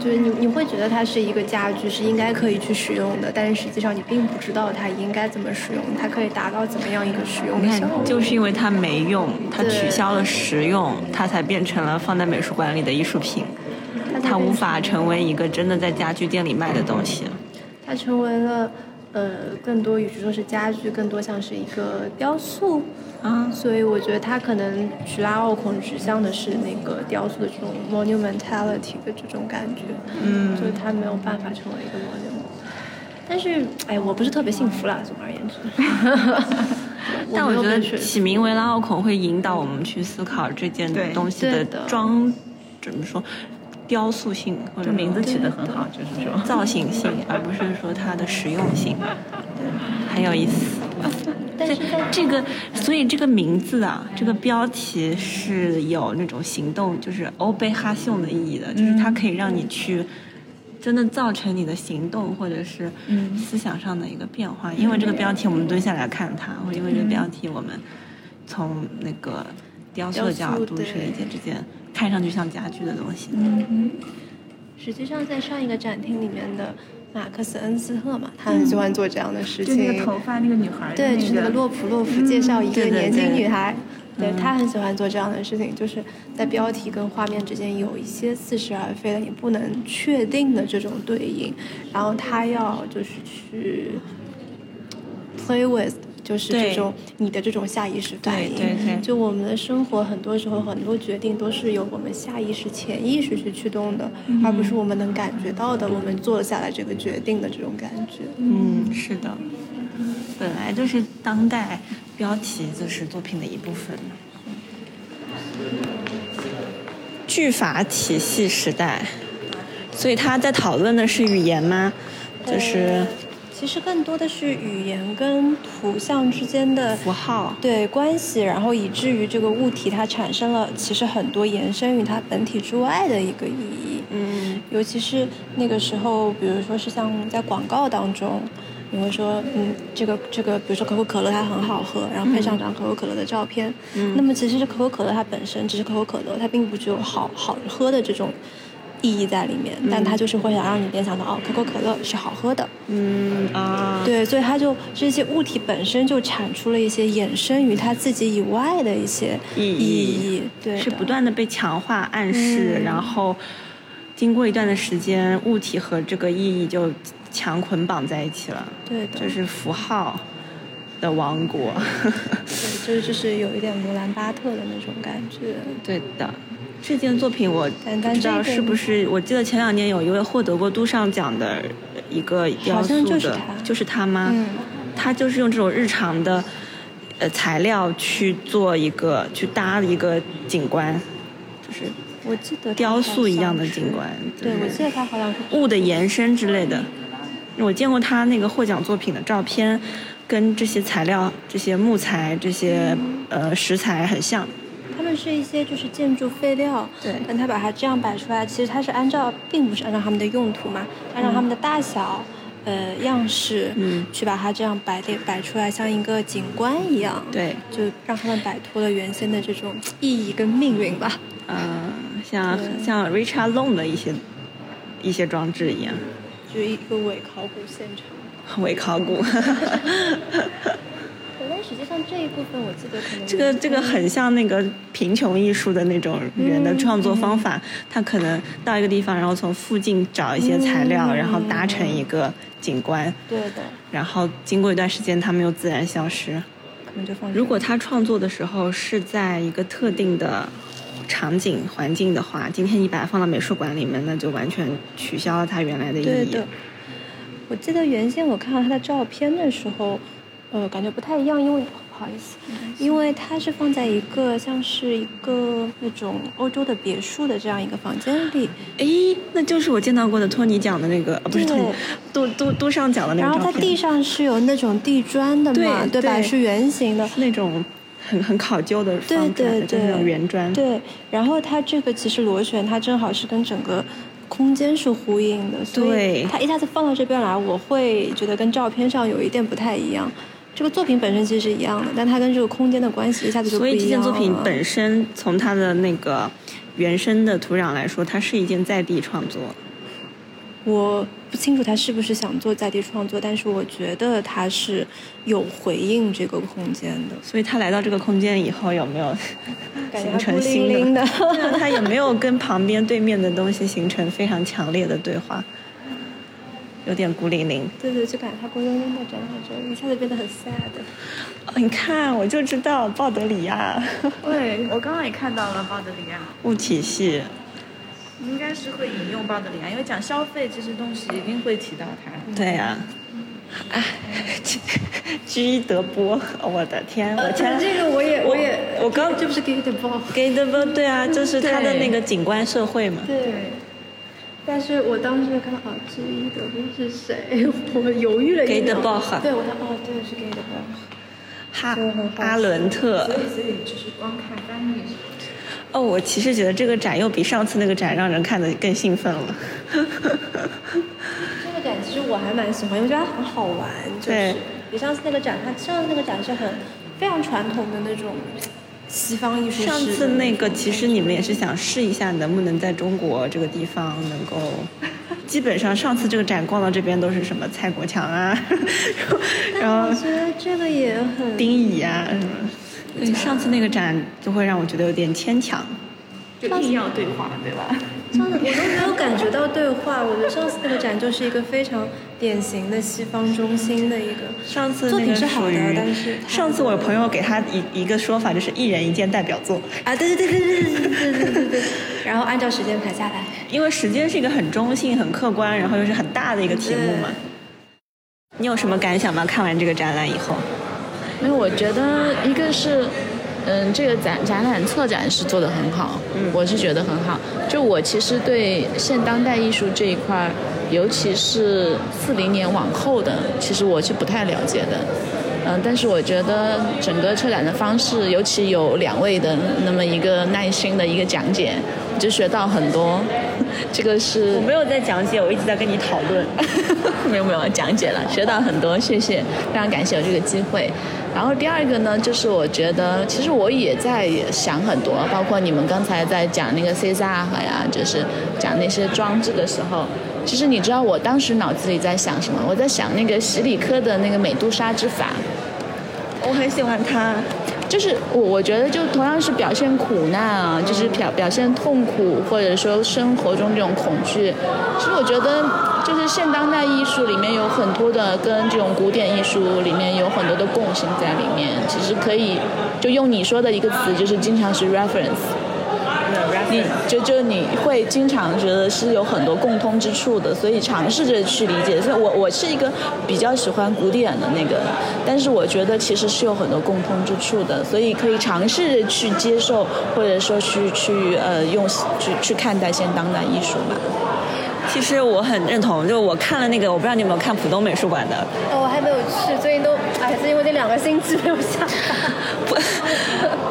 [SPEAKER 6] 就是你你会觉得它是一个家具，是应该可以去使用的，但是实际上你并不知道它应该怎么使用，它可以达到怎么样一个使用
[SPEAKER 1] 你
[SPEAKER 6] 的效
[SPEAKER 1] 看
[SPEAKER 6] 果，。
[SPEAKER 1] 就是因为它没用，它
[SPEAKER 6] 对
[SPEAKER 1] 取消了实用，它才变成了放在美术馆里的艺术品，
[SPEAKER 6] 才
[SPEAKER 1] 它无
[SPEAKER 6] 变
[SPEAKER 1] 法成为一个真的在家具店里卖的东西。
[SPEAKER 6] 它成为了呃更多，与其说是家具，更多像是一个雕塑。
[SPEAKER 1] 啊，
[SPEAKER 6] 所以我觉得它可能去拉奥孔指向的是那个雕塑的这种 monumentality 的这种感觉，嗯，就是它没有办法成为一个 monument。但是，哎，我不是特别幸福啦，总而言之。
[SPEAKER 1] 但我
[SPEAKER 6] 没有
[SPEAKER 1] 觉得
[SPEAKER 6] 被说服
[SPEAKER 1] 起名为拉奥孔会引导我们去思考这件
[SPEAKER 2] 对
[SPEAKER 1] 东西
[SPEAKER 6] 对
[SPEAKER 1] 的
[SPEAKER 6] 的
[SPEAKER 1] 装怎么说雕塑性或者
[SPEAKER 2] 这名字取得很好，就是说。
[SPEAKER 1] 造型性，而不是说它的实用性，很有意思。
[SPEAKER 6] 但是在
[SPEAKER 1] 这个，所以这个名字啊，这个标题是有那种行动，就是欧贝哈秀的意义的，就是
[SPEAKER 6] 嗯
[SPEAKER 1] 它可以让你去真的造成你的行动或者是
[SPEAKER 6] 嗯
[SPEAKER 1] 思想上的一个变化。因为这个标题，我们蹲下来看它，或者因为这
[SPEAKER 6] 嗯
[SPEAKER 1] 个标题，我们从那个雕塑的角
[SPEAKER 6] 雕塑
[SPEAKER 1] 度
[SPEAKER 6] 对嗯
[SPEAKER 1] 去理解这件看上去像家具的东西。
[SPEAKER 6] 实际上，在上一个展厅里面的马克思恩斯赫嘛，他很喜欢做这样的事
[SPEAKER 2] 就
[SPEAKER 6] 情。
[SPEAKER 2] 那个头发那个女孩儿，
[SPEAKER 6] 对，就是那
[SPEAKER 2] 那
[SPEAKER 6] 个洛普洛普介绍一个
[SPEAKER 1] 嗯对对
[SPEAKER 6] 年轻
[SPEAKER 1] 对嗯
[SPEAKER 6] 女孩，对她很喜欢做这样的事情，就是在标题跟画面之间有一些似是而非的，你不能确定的这种对应，然后她要就是去 play with。就是
[SPEAKER 1] 对
[SPEAKER 6] 这种你的这种下意识反应，
[SPEAKER 1] 对对对
[SPEAKER 6] 就我们的生活很多时候很多决定都是由我们下意识、潜意识去驱动的，
[SPEAKER 1] 嗯
[SPEAKER 6] 而不是我们能感觉到的，我们做了下来这个决定的这种感觉。
[SPEAKER 1] 嗯，是的，本来就是当代标题就是作品的一部分。句法体系时代，所以他在讨论的是语言吗？就是
[SPEAKER 6] 其实更多的是语言跟图像之间的
[SPEAKER 1] 符号。
[SPEAKER 6] 对关系，然后以至于这个物体它产生了其实很多延伸于它本体之外的一个意义。
[SPEAKER 1] 嗯，
[SPEAKER 6] 尤其是那个时候，比如说是像在广告当中，你会说，嗯，这个这个，比如说可口可乐它很好喝，然后配上张可口可乐的照片。嗯，那么其实是可口可乐它本身只是可口可乐，它并不具有好好喝的这种意义在里面，但它就是会想让你联想到哦，可口可乐是好喝的。
[SPEAKER 1] 嗯啊，
[SPEAKER 6] 对，所以它就这些物体本身就产出了一些衍生于它自己以外的一些
[SPEAKER 1] 意义
[SPEAKER 6] 义，对，
[SPEAKER 1] 是不。断的被强化暗示，
[SPEAKER 6] 嗯
[SPEAKER 1] 然后经过一段的时间，物体和这个意义就强捆绑在一起了，
[SPEAKER 6] 对的，
[SPEAKER 1] 这是符号的王国。
[SPEAKER 6] 对，就是就是有一点罗兰巴特的那种感觉。
[SPEAKER 1] 对的，这件作品我
[SPEAKER 6] 但
[SPEAKER 1] 不
[SPEAKER 6] 但
[SPEAKER 1] 知
[SPEAKER 6] 这
[SPEAKER 1] 道
[SPEAKER 6] 个
[SPEAKER 1] 是不是，我记得前两年有一位获得过杜尚奖的一个雕
[SPEAKER 6] 好
[SPEAKER 1] 塑的，
[SPEAKER 6] 像就是他
[SPEAKER 1] 就是他吗？
[SPEAKER 6] 嗯，
[SPEAKER 1] 他就是用这种日常的呃材料去做一个去搭一个景观，就是
[SPEAKER 6] 我记得它
[SPEAKER 1] 雕塑一样的
[SPEAKER 6] 好像是
[SPEAKER 1] 景观，
[SPEAKER 6] 对，我记得它好像是
[SPEAKER 1] 物的延伸之类的。我见过他那个获奖作品的照片，跟这些材料、这些木材、这些呃食材很像。
[SPEAKER 6] 他们是一些就是建筑废料，
[SPEAKER 1] 对
[SPEAKER 6] 但他把它这样摆出来，其实它是按照，并不是按照他们的用途嘛，按照他们的大小，呃样式，
[SPEAKER 1] 嗯
[SPEAKER 6] 去把它这样摆列摆出来，像一个景观一样，，
[SPEAKER 1] 对，
[SPEAKER 6] 就让他们摆脱了原先的这种意义跟命运吧。
[SPEAKER 1] 嗯，像像 Richard Long 的一些一些装置一样，
[SPEAKER 6] 就一个伪考古现场。
[SPEAKER 1] 伪考古。
[SPEAKER 6] 对但实际上这一部分我记得可能
[SPEAKER 1] 这个
[SPEAKER 6] 也
[SPEAKER 1] 这个很像那个贫穷艺术的那种人的创作方
[SPEAKER 6] 嗯
[SPEAKER 1] 法，他可能到一个地方，然后从附近找一些材料，
[SPEAKER 6] 嗯
[SPEAKER 1] 然后搭成一个景观，
[SPEAKER 6] 对的，
[SPEAKER 1] 然后经过一段时间，他们又自然消失。
[SPEAKER 6] 可能就放
[SPEAKER 1] 如果他创作的时候是在一个特定的场景环境的话，今天你把它放到美术馆里面，那就完全取消了它原来的意义。
[SPEAKER 6] 对的。我记得原先我看到他的照片的时候，呃，感觉不太一样，因为不好意思，
[SPEAKER 1] 嗯
[SPEAKER 6] 因为它是放在一个像是一个呃那种欧洲的别墅的这样一个房间里，
[SPEAKER 1] 诶，那就是我见到过的托尼奖的那个，啊、不是托尼
[SPEAKER 6] 对，
[SPEAKER 1] 都都都上奖的那
[SPEAKER 6] 然
[SPEAKER 1] 个
[SPEAKER 6] 后
[SPEAKER 1] 照片。
[SPEAKER 6] 它地上是有那种地砖的嘛，
[SPEAKER 1] 对
[SPEAKER 6] 吧？
[SPEAKER 1] 对
[SPEAKER 6] 是圆形的，
[SPEAKER 1] 是那种很很考究的
[SPEAKER 6] 对
[SPEAKER 1] 方
[SPEAKER 6] 对
[SPEAKER 1] 砖，就是那种
[SPEAKER 6] 对
[SPEAKER 1] 圆砖。
[SPEAKER 6] 对，然后它这个其实螺旋，它正好是跟整个空间是呼应的，所以
[SPEAKER 1] 对
[SPEAKER 6] 它一下子放到这边来，我会觉得跟照片上有一点不太一样。这个作品本身其实是一样的，但它跟这个空间的关系一下子就不
[SPEAKER 1] 所
[SPEAKER 6] 一样
[SPEAKER 1] 以
[SPEAKER 6] 了。
[SPEAKER 1] 这件作品本身从它的那个原生的土壤来说，它是一件在地创作。
[SPEAKER 6] 我不清楚他是不是想做在地创作，但是我觉得他是有回应这个空间的，
[SPEAKER 1] 所以他来到这个空间以后，有没有
[SPEAKER 6] 感觉
[SPEAKER 1] 形
[SPEAKER 6] 还孤
[SPEAKER 1] 成
[SPEAKER 6] 零
[SPEAKER 1] 新
[SPEAKER 6] 零的。
[SPEAKER 1] 对啊，他有没有跟旁边对面的东西形成非常强烈的对话？有点孤零零。
[SPEAKER 6] 对对，就感觉他孤零零的站在这里，一下子变得很 sad。
[SPEAKER 1] 哦你看，我就知道鲍德里亚
[SPEAKER 7] 对，我刚刚也看到了鲍德里亚，
[SPEAKER 1] 物体系。
[SPEAKER 7] 应该是会引用鲍德里啊亚，因为讲消费这些东西一定会提到它。
[SPEAKER 1] 对呀、啊，居 居德波，我的天，我
[SPEAKER 7] 呃
[SPEAKER 1] 前
[SPEAKER 8] 这个我也
[SPEAKER 1] 我
[SPEAKER 8] 我也
[SPEAKER 1] 我刚
[SPEAKER 8] 这不是 g a t e b a l
[SPEAKER 1] 给德波，对啊，就是他的那个景观社会嘛。
[SPEAKER 8] 对。但是我当时看到哦，之一的不是 谁，我犹豫了一
[SPEAKER 1] Gay
[SPEAKER 8] 秒。
[SPEAKER 1] 的 Bach
[SPEAKER 8] 对，我想哦，对，是 gay 的 ball。
[SPEAKER 1] 哈阿伦特，
[SPEAKER 2] 所以就是光看翻译是
[SPEAKER 1] 哦，我其实觉得这个展又比上次那个展让人看得更兴奋了。
[SPEAKER 6] 这个展其实我还蛮喜欢，因为我觉得它很好玩，就是
[SPEAKER 1] 对
[SPEAKER 6] 比上次那个展，它上次那个展是很非常传统的那种西方艺术式的
[SPEAKER 1] 上
[SPEAKER 6] 种。
[SPEAKER 1] 次那个其实你们也是想试一下能不能在中国这个地方能够，基本上上次这个展逛到这边都是什么蔡国强啊， 然
[SPEAKER 6] 但
[SPEAKER 1] 后
[SPEAKER 6] 我觉得这个也很
[SPEAKER 1] 丁乙啊什么。对，上次那个展就会让我觉得有点牵强。
[SPEAKER 2] 就硬要对话，对吧？
[SPEAKER 6] 上次我都没有感觉到对话，我觉得上次那个展就是一个非常典型的西方中心的一个。
[SPEAKER 1] 上次
[SPEAKER 6] 作
[SPEAKER 1] 那
[SPEAKER 6] 品
[SPEAKER 1] 个
[SPEAKER 6] 是好
[SPEAKER 1] 属
[SPEAKER 6] 的
[SPEAKER 1] 于
[SPEAKER 6] 但是它
[SPEAKER 1] 上次我朋友给他一一个说法，就是一人一件代表作，
[SPEAKER 6] 啊，对对对对对对对对对对， 然后按照时间排下来，
[SPEAKER 1] 因为时间是一个很中性、很客观，然后又是很大的一个题目嘛。你有什么感想吗？看完这个展览以后，
[SPEAKER 2] 因为我觉得一个是，嗯，这个展展览策展是做得很好，
[SPEAKER 1] 嗯
[SPEAKER 2] 我是觉得很好。就我其实对现当代艺术这一块儿，尤其是四零年往后的，其实我是不太了解的。嗯，但是我觉得整个策展的方式，尤其有两位的那么一个耐心的一个讲解，我就学到很多。 这个是
[SPEAKER 1] 我没有在讲解，我一直在跟你讨论。
[SPEAKER 2] 没有没有讲解了，学到很多，谢谢，非常感谢有这个机会。然后第二个呢，就是我觉得其实我也在想很多，包括你们刚才在讲那个 C 萨和呀，就是讲那些装置的时候，其实你知道我当时脑子里在想什么？我在想那个洗里科的那个美杜莎之法，
[SPEAKER 1] 我很喜欢他，
[SPEAKER 2] 就是我我觉得就同样是表现苦难啊，就是表表现痛苦，或者说生活中这种恐惧。其实我觉得，就是现当代艺术里面有很多的跟这种古典艺术里面有很多的共性在里面。其实可以就用你说的一个词，就是经常是 reference。你就就你会经常觉得是有很多共通之处的，所以尝试着去理解。所以我我是一个比较喜欢古典的那个，但是我觉得其实是有很多共通之处的，所以可以尝试着去接受，或者说去去呃用去去看待现当代艺术吧。
[SPEAKER 1] 其实我很认同，就我看了那个，我不知道你有没有看浦东美术馆的，
[SPEAKER 8] 哦，我还没有去，最近都哎，最近我这两个星期没有下。
[SPEAKER 1] 不，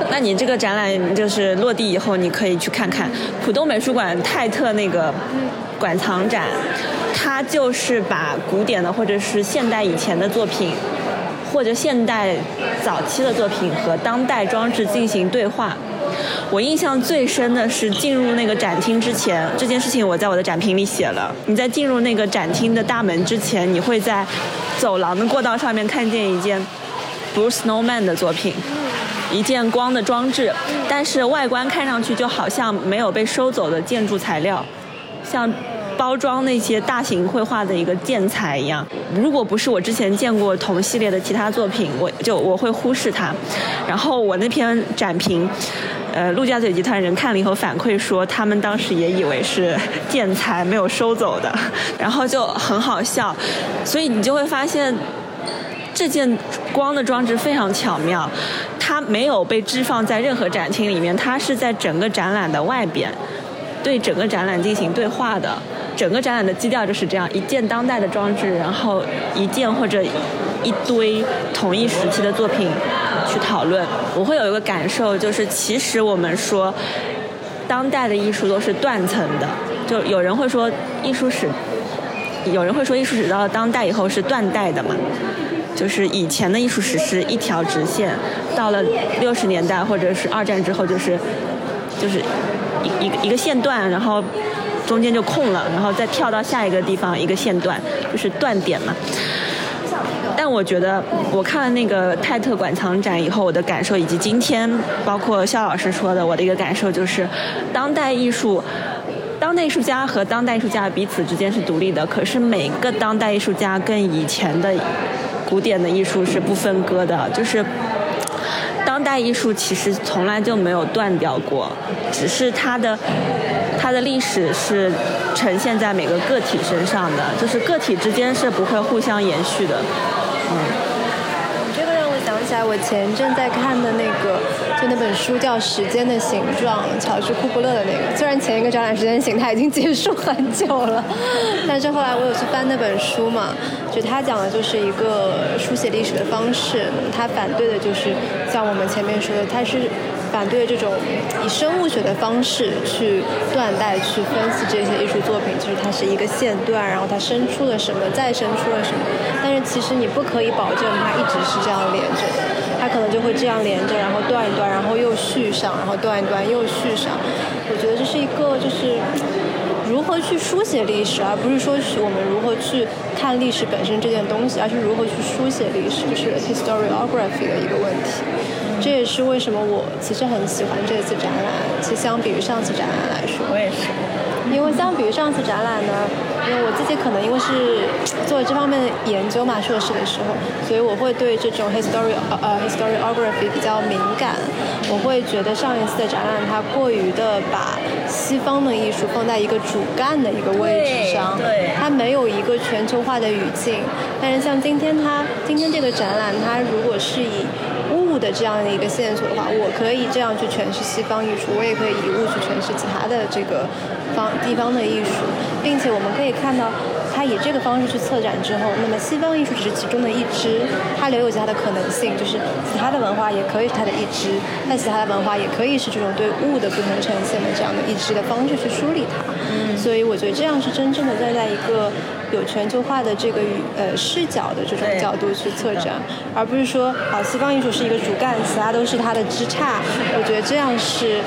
[SPEAKER 1] 那你这个展览就是落地以后，你可以去看看浦东美术馆泰特那个馆藏展。他就是把古典的或者是现代以前的作品，或者现代早期的作品和当代装置进行对话。我印象最深的是进入那个展厅之前，这件事情我在我的展评里写了。你在进入那个展厅的大门之前，你会在走廊的过道上面看见一件 Bruce Snowman 的作品，一件光的装置，但是外观看上去就好像没有被收走的建筑材料，像。包装那些大型绘画的一个建材一样，如果不是我之前见过同系列的其他作品，我就我会忽视它。然后我那篇展评，呃，陆家嘴集团人看了以后反馈说，他们当时也以为是建材没有收走的，然后就很好笑。所以你就会发现，这件光的装置非常巧妙，它没有被置放在任何展厅里面，它是在整个展览的外边。对整个展览进行对话的，整个展览的基调就是这样：一件当代的装置，然后一件或者一堆同一时期的作品去讨论。我会有一个感受，就是其实我们说当代的艺术都是断层的，就有人会说艺术史，有人会说艺术史到了当代以后是断代的嘛。就是以前的艺术史是一条直线，到了六十年代或者是二战之后，就是就是。一一个一个线段，然后中间就空了，然后再跳到下一个地方一个线段，就是断点嘛。但我觉得我看了那个泰特馆藏展以后，我的感受以及今天包括肖老师说的，我的一个感受就是，当代艺术，当代艺术家和当代艺术家彼此之间是独立的，可是每个当代艺术家跟以前的古典的艺术是不分割的，就是。当代艺术其实从来就没有断掉过，只是它的它的历史是呈现在每个个体身上的，就是个体之间是不会互相延续的。嗯，
[SPEAKER 6] 这个让 我想起来，我前一阵在看的那个，就那本书叫《时间的形状》，乔治库布勒的那个。虽然前一个展览《时间形态》已经结束很久了，但是后来我有去翻那本书嘛，就他讲的就是一个书写历史的方式，他反对的就是。像我们前面说的，他是反对这种以生物学的方式去断代、去分析这些艺术作品，就是它是一个线段，然后它生出了什么，再生出了什么。但是其实你不可以保证它一直是这样连着的，它可能就会这样连着，然后断一断，然后又续上，然后断一段又续上。我觉得这是一个就是如何去书写历史，而不是说我们如何去看历史本身这件东西，而是如何去书写历史，就是 historiography 的一个问题。这也是为什么我其实很喜欢这次展览。其实相比于上次展览来说，
[SPEAKER 2] 我也是。
[SPEAKER 6] 因为相比于上次展览呢，因为我自己可能因为是做这方面的研究嘛，硕士的时候，所以我会对这种 history 呃 historiography 比较敏感。我会觉得上一次的展览它过于的把西方的艺术放在一个主干的一个位置上，它没有一个全球化的语境。但是像今天它今天这个展览，它如果是以物的这样的一个线索的话，我可以这样去诠释西方艺术，我也可以以物去诠释其他的这个方地方的艺术，并且我们可以看到，它以这个方式去策展之后，那么西方艺术只是其中的一支，它留有其他的可能性，就是其他的文化也可以是它的一支，但其他的文化也可以是这种对物的不同呈现的这样的一支的方式去梳理它。嗯，所以我觉得这样是真正的站在一个。有全球化的这个语呃视角的这种角度去策展，而不是说啊西方艺术是一个主干，其他都是它的枝杈。我觉得这样是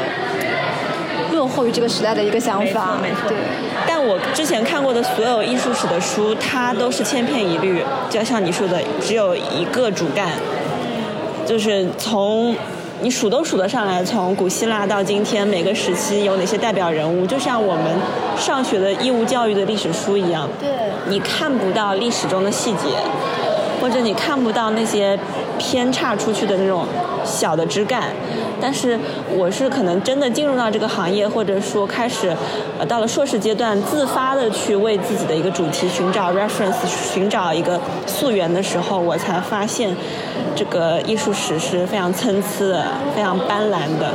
[SPEAKER 6] 呃落后于这个时代的一个想法。
[SPEAKER 1] 没错，没错。
[SPEAKER 6] 对。
[SPEAKER 1] 但我之前看过的所有艺术史的书，它都是千篇一律，就像你说的，只有一个主干，就是从。你数都数得上来，从古希腊到今天，每个时期有哪些代表人物，就像我们上学的义务教育的历史书一样。
[SPEAKER 6] 对，
[SPEAKER 1] 你看不到历史中的细节，或者你看不到那些偏差出去的那种小的枝干。但是我是可能真的进入到这个行业，或者说开始呃到了硕士阶段，自发的去为自己的一个主题寻找 reference，寻找一个溯源的时候，我才发现。这个艺术史是非常参差的，非常斑斓的。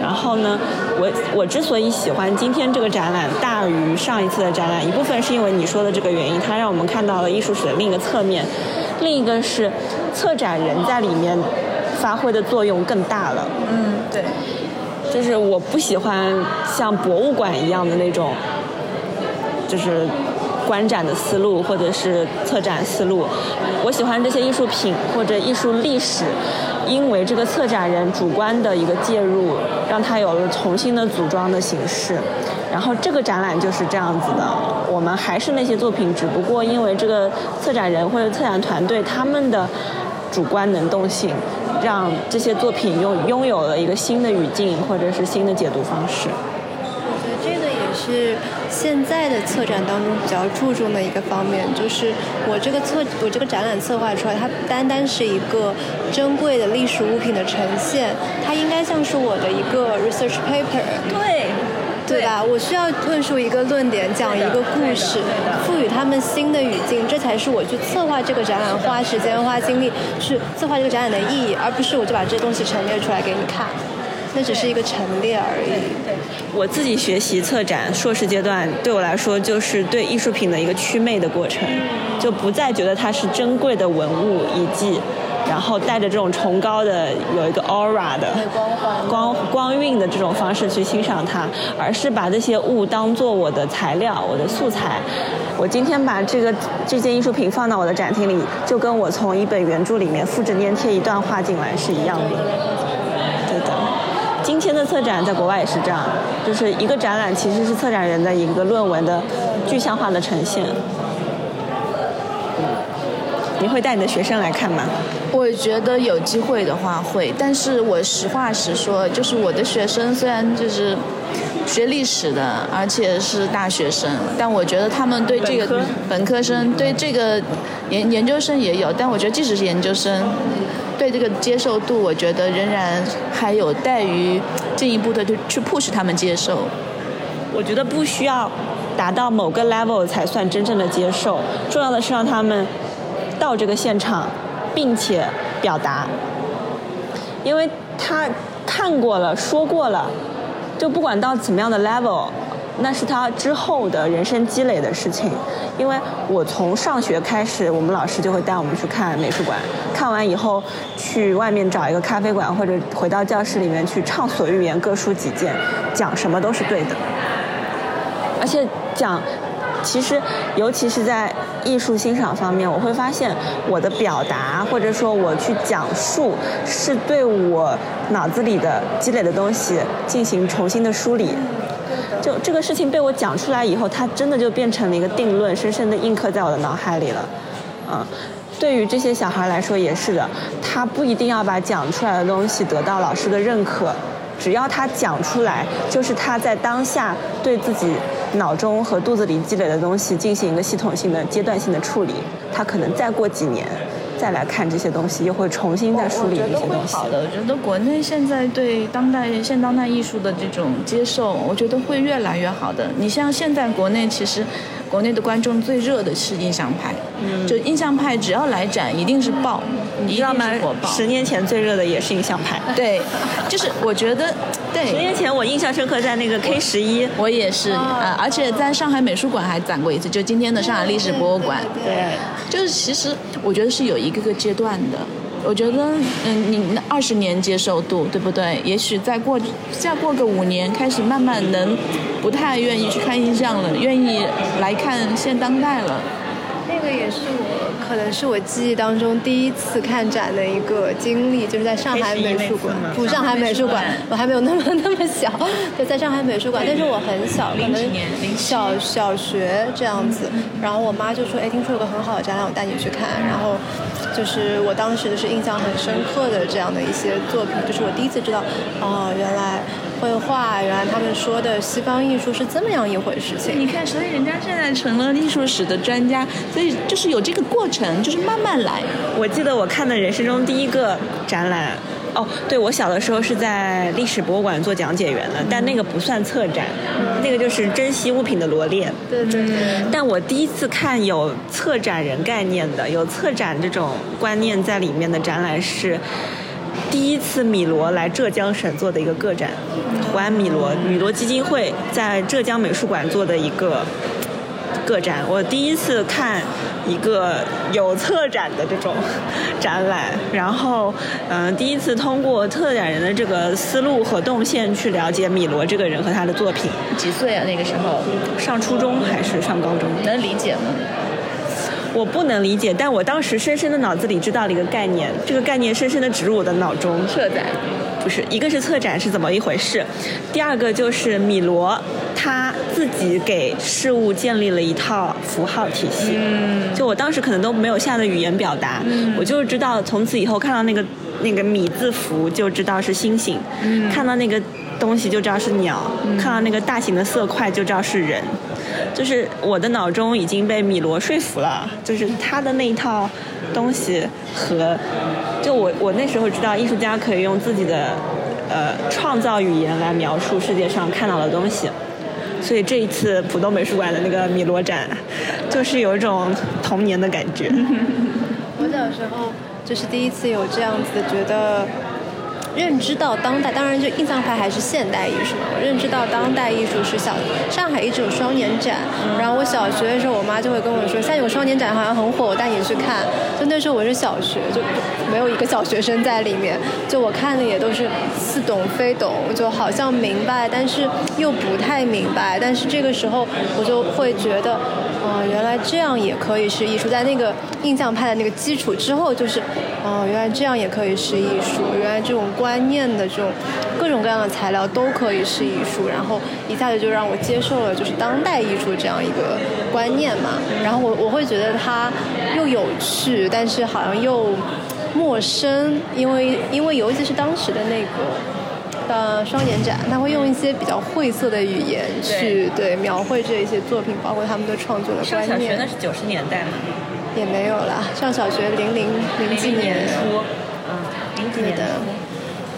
[SPEAKER 1] 然后呢，我我之所以喜欢今天这个展览大于上一次的展览，一部分是因为你说的这个原因，它让我们看到了艺术史的另一个侧面；另一个是策展人在里面发挥的作用更大了。
[SPEAKER 2] 嗯，对。
[SPEAKER 1] 就是我不喜欢像博物馆一样的那种，就是观展的思路或者是策展思路。我喜欢这些艺术品或者艺术历史，因为这个策展人主观的一个介入，让它有了重新的组装的形式。然后这个展览就是这样子的，我们还是那些作品，只不过因为这个策展人或者策展团队他们的主观能动性，让这些作品拥拥有了一个新的语境或者是新的解读方式。
[SPEAKER 6] 我觉得这个也是现在的策展当中比较注重的一个方面，就是我这个策我这个展览策划出来，它不单单是一个珍贵的历史物品的呈现，它应该像是我的一个 research paper。
[SPEAKER 1] 对。
[SPEAKER 6] 对吧？我需要论述一个论点，讲一个故事，赋予他们新的语境，这才是我去策划这个展览花时间、花精力去策划这个展览的意义，而不是我就把这些东西陈列出来给你看，那只是一个陈列而已。
[SPEAKER 1] 我自己学习策展，硕士阶段对我来说就是对艺术品的一个祛魅的过程，就不再觉得它是珍贵的文物遗迹，然后带着这种崇高的有一个 aura 的光光晕的这种方式去欣赏它，而是把这些物当做我的材料、我的素材。我今天把这个这件艺术品放到我的展厅里，就跟我从一本原著里面复制粘贴一段话进来是一样的。对的。今天的策展在国外也是这样，就是一个展览其实是策展人的一个论文的具象化的呈现。你会带你的学生来看吗？
[SPEAKER 2] 我觉得有机会的话会，但是我实话实说，就是我的学生虽然就是学历史的，而且是大学生，但我觉得他们对这个
[SPEAKER 1] 本科
[SPEAKER 2] 本科生对这个研研究生也有，但我觉得即使是研究生，对这个接受度，我觉得仍然还有待于进一步的去去 push 他们接受。
[SPEAKER 1] 我觉得不需要达到某个 level 才算真正的接受，重要的是让他们到这个现场，并且表达，因为他看过了，说过了，就不管到怎么样的 level。那是他之后的人生积累的事情，因为我从上学开始，我们老师就会带我们去看美术馆，看完以后去外面找一个咖啡馆，或者回到教室里面去畅所欲言，各抒己见，讲什么都是对的。而且讲，其实尤其是在艺术欣赏方面，我会发现我的表达或者说我去讲述，是对我脑子里的积累的东西进行重新的梳理。就这个事情被我讲出来以后，它真的就变成了一个定论，深深的印刻在我的脑海里了。嗯，对于这些小孩来说也是的，他不一定要把讲出来的东西得到老师的认可，只要他讲出来，就是他在当下对自己脑中和肚子里积累的东西进行一个系统性的、阶段性的处理。他可能再过几年再来看这些东西，又会重新再梳理这
[SPEAKER 2] 我觉得
[SPEAKER 1] 些
[SPEAKER 2] 会
[SPEAKER 1] 东西。
[SPEAKER 2] 好的，我觉得国内现在对当代现当代艺术的这种接受，我觉得会越来越好的。你像现在国内，其实国内的观众最热的是印象派，就印象派只要来展一定是爆，
[SPEAKER 1] 嗯你
[SPEAKER 2] 一
[SPEAKER 1] 知道
[SPEAKER 2] 定
[SPEAKER 1] 吗
[SPEAKER 2] 是火？爆。
[SPEAKER 1] 十年前最热的也是印象派。
[SPEAKER 2] 对，就是我觉得
[SPEAKER 1] 十
[SPEAKER 2] 对。
[SPEAKER 1] 年前我印象深刻，在那个 K 十一，
[SPEAKER 2] 我也是啊，而且在上海美术馆还展过一次，就今天的上海历史博物馆。
[SPEAKER 1] 对，
[SPEAKER 2] 就是其实我觉得是有一个个阶段的。我觉得，嗯，你二十年接受度，对不对？也许再过再过个五年，开始慢慢能不太愿意去看印象了，愿意来看现当代了。
[SPEAKER 6] 那个也是我，可能是我记忆当中第一次看展的一个经历，就是在上海美术馆
[SPEAKER 1] 那次吗，
[SPEAKER 6] 不，上海美术馆，我还没有那么那么小，对，在上海美术馆，但是我很小，可能小小学这样子，然后我妈就说，哎，听说有个很好的展览，我带你去看，然后就是我当时就是印象很深刻的这样的一些作品，就是我第一次知道，哦，原来绘画，原来他们说的西方艺术是这么样一回事情。
[SPEAKER 2] 你看，所以人家现在成了艺术史的专家，所以就是有这个过程，就是慢慢来。
[SPEAKER 1] 我记得我看的人生中第一个展览，哦，对我小的时候是在历史博物馆做讲解员的，但那个不算策展，那个就是珍惜物品的罗列。
[SPEAKER 6] 对对对。
[SPEAKER 1] 但我第一次看有策展人概念的，有策展这种观念在里面的展览是。第一次米罗来浙江省做的一个个展，玩米罗米罗基金会在浙江美术馆做的一个个展。我第一次看一个有策展的这种 展览，然后嗯、呃第一次通过策展人的这个思路和动线去了解米罗这个人和他的作品。
[SPEAKER 2] 几岁啊？那个时候
[SPEAKER 1] 上初中还是上高中？
[SPEAKER 2] 能理解吗？
[SPEAKER 1] 我不能理解，但我当时深深的脑子里知道了一个概念，这个概念深深的植入我的脑中。
[SPEAKER 2] 策展，
[SPEAKER 1] 不是，一个是策展是怎么一回事，第二个就是米罗他自己给事物建立了一套符号体系。嗯，就我当时可能都没有下的语言表达，我就是知道从此以后看到那个那个米字符就知道是星星，看到那个东西就知道是鸟，看到那个大型的色块就知道是人。就是我的脑中已经被米罗说服了，就是他的那一套东西和，就我我那时候知道艺术家可以用自己的呃创造语言来描述世界上看到的东西，所以这一次浦东美术馆的那个米罗展，就是有一种童年的感觉。
[SPEAKER 6] 我小时候就是第一次有这样子的觉得。认知到当代，当然就印象派还是现代艺术嘛。我认知到当代艺术是小上海一直有双年展，然后我小学的时候，我妈就会跟我说，现在有双年展好啊像很火，我带你去看。就那时候我是小学，就没有一个小学生在里面，就我看的也都是似懂非懂，就好像明白，但是又不太明白。但是这个时候我就会觉得，哦、原来这样也可以是艺术，在那个印象派的那个基础之后，就是，哦、原来这样也可以是艺术，原来这种观念的这种各种各样的材料都可以是艺术，然后一下子就让我接受了就是当代艺术这样一个观念嘛，然后我我会觉得它又有趣，但是好像又陌生，因为因为尤其是当时的那个。呃，双年展，他会用一些比较晦涩的语言去对描绘这一些作品，包括他们的创作的观念。
[SPEAKER 1] 是九十年代嘛，
[SPEAKER 6] 也没有啦，上小学零零零几年，
[SPEAKER 1] 嗯，零
[SPEAKER 6] 对的，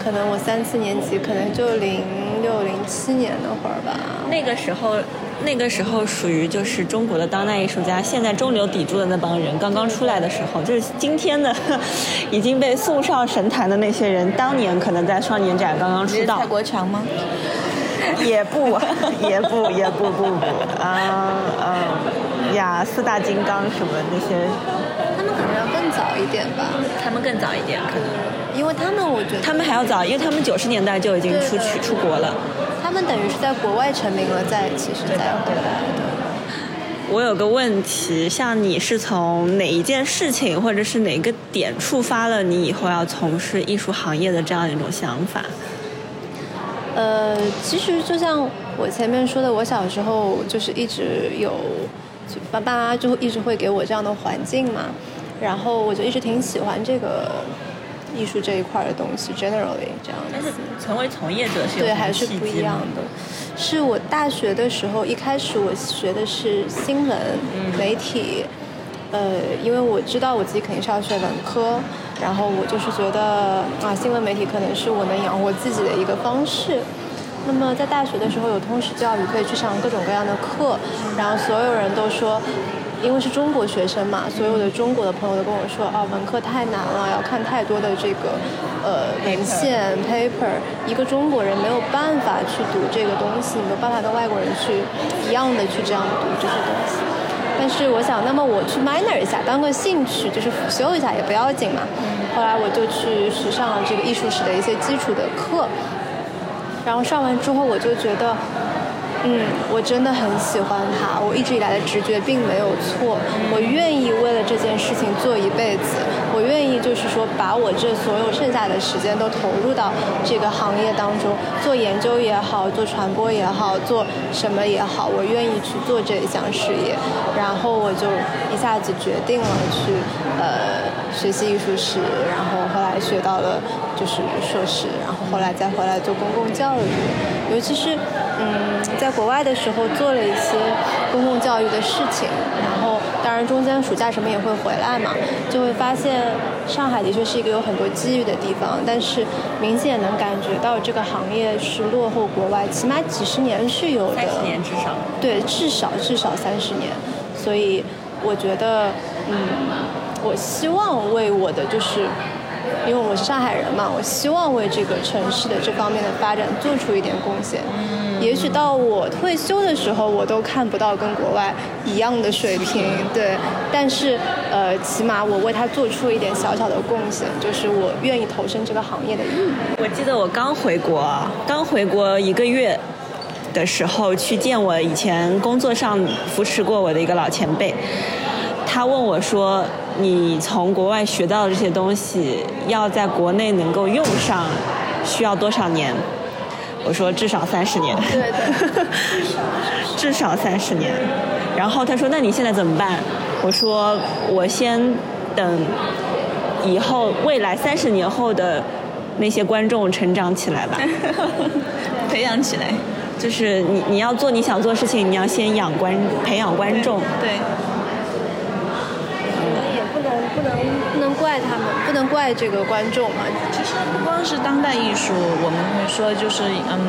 [SPEAKER 6] 可能我三四年级，可能就零六零七年那会儿吧。
[SPEAKER 1] 那个时候，那个时候属于就是中国的当代艺术家，现在中流砥柱的那帮人刚刚出来的时候，就是今天的已经被送上神坛的那些人，当年可能在少年展刚刚出道
[SPEAKER 2] 蔡，国强吗？
[SPEAKER 1] 也不也不也不不不啊啊呀，四大金刚什么那些，
[SPEAKER 6] 他们可能要更早一点吧，
[SPEAKER 1] 他们更早一点，可能
[SPEAKER 6] 因为他们我觉得
[SPEAKER 1] 他们还要早，因为他们九十年代就已经出
[SPEAKER 6] 对
[SPEAKER 1] 去
[SPEAKER 6] 的
[SPEAKER 1] 出国了。
[SPEAKER 6] 他们等于是在国外成名了，再其实再回来的。
[SPEAKER 1] 我有个问题，像你是从哪一件事情，或者是哪个点触发了你以后要从事艺术行业的这样一种想法？
[SPEAKER 6] 呃，其实就像我前面说的，我小时候就是一直有，就爸爸妈就一直会给我这样的环境嘛，然后我就一直挺喜欢这个艺术这一块儿的东西，generally 这样子。
[SPEAKER 1] 成为从业者是
[SPEAKER 6] 对，还是不一样的。是我大学的时候，一开始我学的是新闻、媒体，呃，因为我知道我自己肯定是要学文科，然后我就是觉得啊，新闻媒体可能是我能养活自己的一个方式。那么在大学的时候有通识教育，可以去上各种各样的课，然后所有人都说。因为是中国学生嘛，所有的中国的朋友都跟我说，啊，文科太难了，要看太多的这个，呃，文献 paper。一个中国人没有办法去读这个东西，没有办法跟外国人去一样的去这样读这些东西。但是我想，那么我去 minor 一下，当个兴趣，就是辅修一下也不要紧嘛。后来我就去去上了这个艺术史的一些基础的课，然后上完之后，我就觉得，嗯，我真的很喜欢它。我一直以来的直觉并没有错，我愿意为了这件事情做一辈子，我愿意就是说把我这所有剩下的时间都投入到这个行业当中，做研究也好，做传播也好，做什么也好，我愿意去做这一项事业。然后我就一下子决定了去呃学习艺术史，然后后来学到了就是硕士，然后后来再回来做公共教育，尤其是嗯在国外的时候做了一些公共教育的事情，然后当然中间暑假什么也会回来嘛，就会发现上海的确是一个有很多机遇的地方，但是明显能感觉到这个行业是落后国外，起码几十年是有的，
[SPEAKER 1] 至少。
[SPEAKER 6] 对，至少至少三十年，所以我觉得，嗯，我希望为我的就是因为我是上海人嘛，我希望为这个城市的这方面的发展做出一点贡献。也许到我退休的时候，我都看不到跟国外一样的水平，对。但是，呃，起码我为它做出一点小小的贡献，就是我愿意投身这个行业的意义。
[SPEAKER 1] 我记得我刚回国，刚回国一个月的时候，去见我以前工作上扶持过我的一个老前辈，他问我说：“你从国外学到的这些东西，要在国内能够用上，需要多少年？”我说至少三十年，
[SPEAKER 6] 对对，
[SPEAKER 1] 至少三十年。然后他说：“那你现在怎么办？”我说：“我先等以后未来三十年后的那些观众成长起来吧。
[SPEAKER 2] 培养起来，
[SPEAKER 1] 就是你你要做你想做的事情，你要先养观培养观众。
[SPEAKER 2] 对，
[SPEAKER 6] 也不能不能不能怪他们，不能怪这个观众嘛。
[SPEAKER 2] 其实不光是当代艺术，我们会说就是嗯，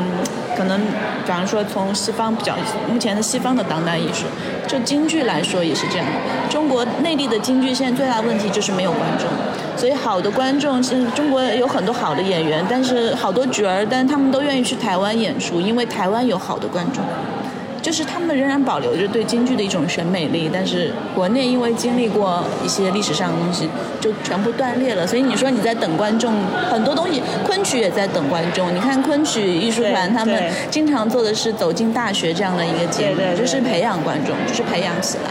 [SPEAKER 2] 可能比方说从西方比较目前的西方的当代艺术，就京剧来说也是这样。中国内地的京剧现在最大的问题就是没有观众，所以好的观众，其实中国有很多好的演员，但是好多角儿，但是他们都愿意去台湾演出，因为台湾有好的观众。就是他们仍然保留着对京剧的一种审美力，但是国内因为经历过一些历史上的东西，就全部断裂了。所以你说你在等观众，很多东西，昆曲也在等观众。你看昆曲艺术团
[SPEAKER 1] 对
[SPEAKER 2] 他们
[SPEAKER 1] 对
[SPEAKER 2] 经常做的是走进大学这样的一个节目，
[SPEAKER 1] 对对对
[SPEAKER 2] 就是培养观众，就是培养起来。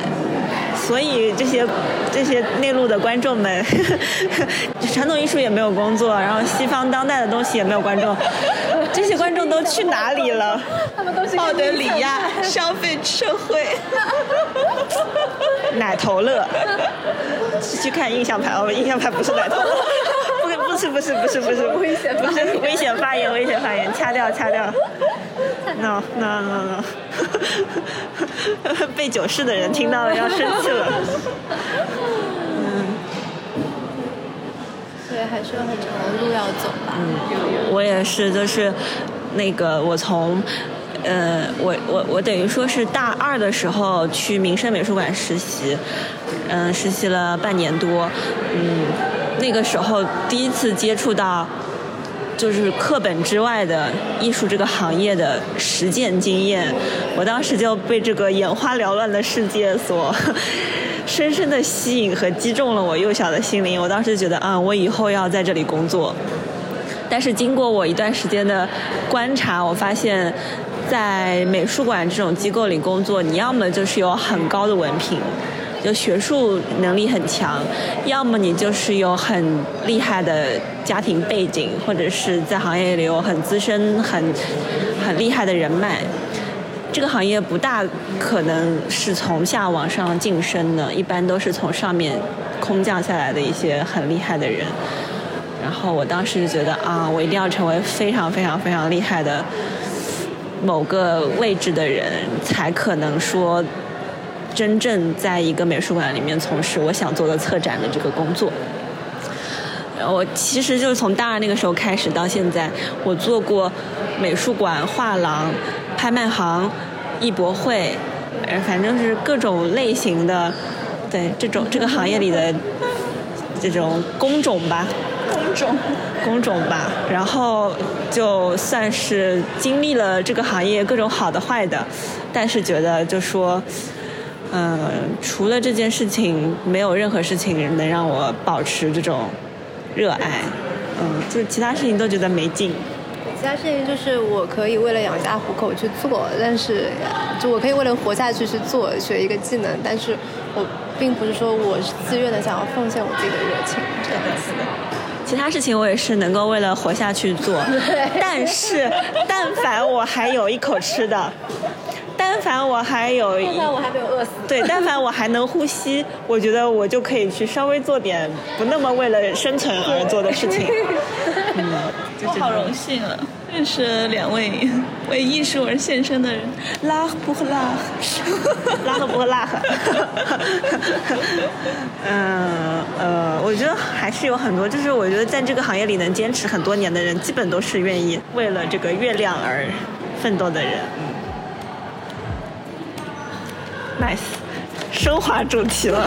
[SPEAKER 1] 所以这些这些内陆的观众们， 传统艺术也没有工作，然后西方当代的东西也没有观众，这些观众都去哪里了？
[SPEAKER 5] 他们都是
[SPEAKER 2] 奥德里亚消费社会，
[SPEAKER 1] 奶头乐，去看印象派哦，印象派不是奶 头乐，不是不是不是不是不是
[SPEAKER 5] 危险发
[SPEAKER 1] 不是危险发言，危险发言，掐掉掐掉，no no no no，被九世的人听到了要生气了。
[SPEAKER 6] 对，还是有很长的路要走吧。
[SPEAKER 1] 我也是，就是那个我从。呃，我我我等于说是大二的时候去民生美术馆实习，嗯、实习了半年多，嗯，那个时候第一次接触到就是课本之外的艺术这个行业的实践经验，我当时就被这个眼花缭乱的世界所 深深的吸引和击中了我幼小的心灵。我当时觉得啊、我以后要在这里工作。但是经过我一段时间的观察，我发现，在美术馆这种机构里工作，你要么就是有很高的文凭，就学术能力很强；要么你就是有很厉害的家庭背景，或者是在行业里有很资深、很很厉害的人脉。这个行业不大可能是从下往上晋升的，一般都是从上面空降下来的一些很厉害的人。然后我当时就觉得啊，我一定要成为非常非常非常厉害的某个位置的人，才可能说真正在一个美术馆里面从事我想做的策展的这个工作。然后我其实就是从大二那个时候开始到现在，我做过美术馆、画廊、拍卖行、艺博会，呃，反正是各种类型的，对这种这个行业里的这种工种吧，
[SPEAKER 2] 工种
[SPEAKER 1] 工种吧，然后就算是经历了这个行业各种好的坏的，但是觉得就说，嗯、除了这件事情，没有任何事情能让我保持这种热爱，嗯，就是其他事情都觉得没劲。
[SPEAKER 6] 其他事情就是我可以为了养家糊口去做，但是就我可以为了活下去去做，学一个技能，但是我并不是说我是自愿的想要奉献我自己的热情这样子。
[SPEAKER 1] 其他事情我也是能够为了活下去做，但是但凡我还有一口吃的，但凡我还有一
[SPEAKER 6] 但我还没有饿死。
[SPEAKER 1] 对，但凡我还能呼吸，我觉得我就可以去稍微做点不那么为了生存而做的事情。 嗯
[SPEAKER 2] 我好荣幸啊，认识两位为艺术而献身的人，拉不拉？
[SPEAKER 1] 拉和不拉 和，嗯呃，我觉得还是有很多，就是我觉得在这个行业里能坚持很多年的人，基本都是愿意为了这个月亮而奋斗的人。嗯 nice，升华 主题了。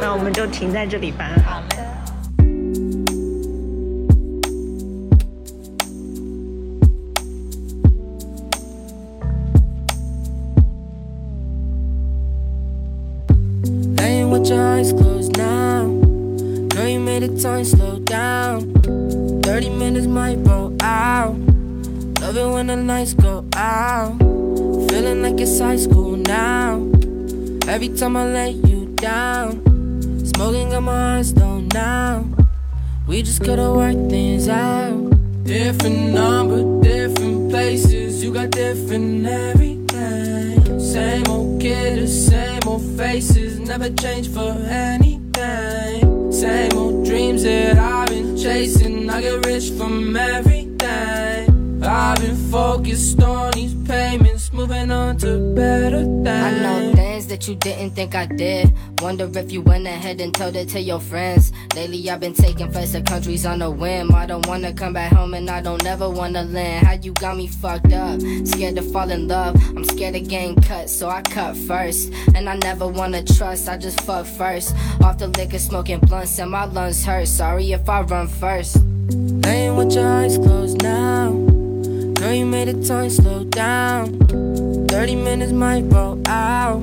[SPEAKER 1] 那我们就停在这里吧。好嘞。
[SPEAKER 9] need a time, slow down. 30 minutes might roll out. Love it when the lights go out. Feeling like it's high school now. Every time I let you down. Smoking got my eyes stoned now. We just could've worked things out. Different number, different places. You got different everything. Same old kid, the same old faces. Never change for anything. Same old dreams that I've been chasing. I get rich from everything. I've been focused on these payments, moving on to better things.
[SPEAKER 10] I know things that you didn't think I did. Wonder if you went ahead and told it to your friends. Lately, I've been taking flights to countries on a whim. I don't wanna come back home and I don't ever wanna land. How you got me fucked up? Scared to fall in love. I'm scared of getting cut, so I cut first. And I never wanna trust, I just fuck first. Off the liquor, smoking blunts, and my lungs hurt. Sorry if I run first.
[SPEAKER 9] Laying with your eyes closed now. Girl, you made a time, slow down. 30 minutes might roll out.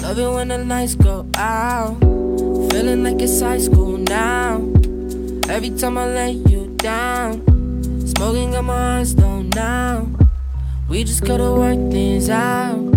[SPEAKER 9] Love it when the lights go out. Feeling like it's high school now. Every time I let you down. Smoking got my eyes stoned now. We just could've worked things out.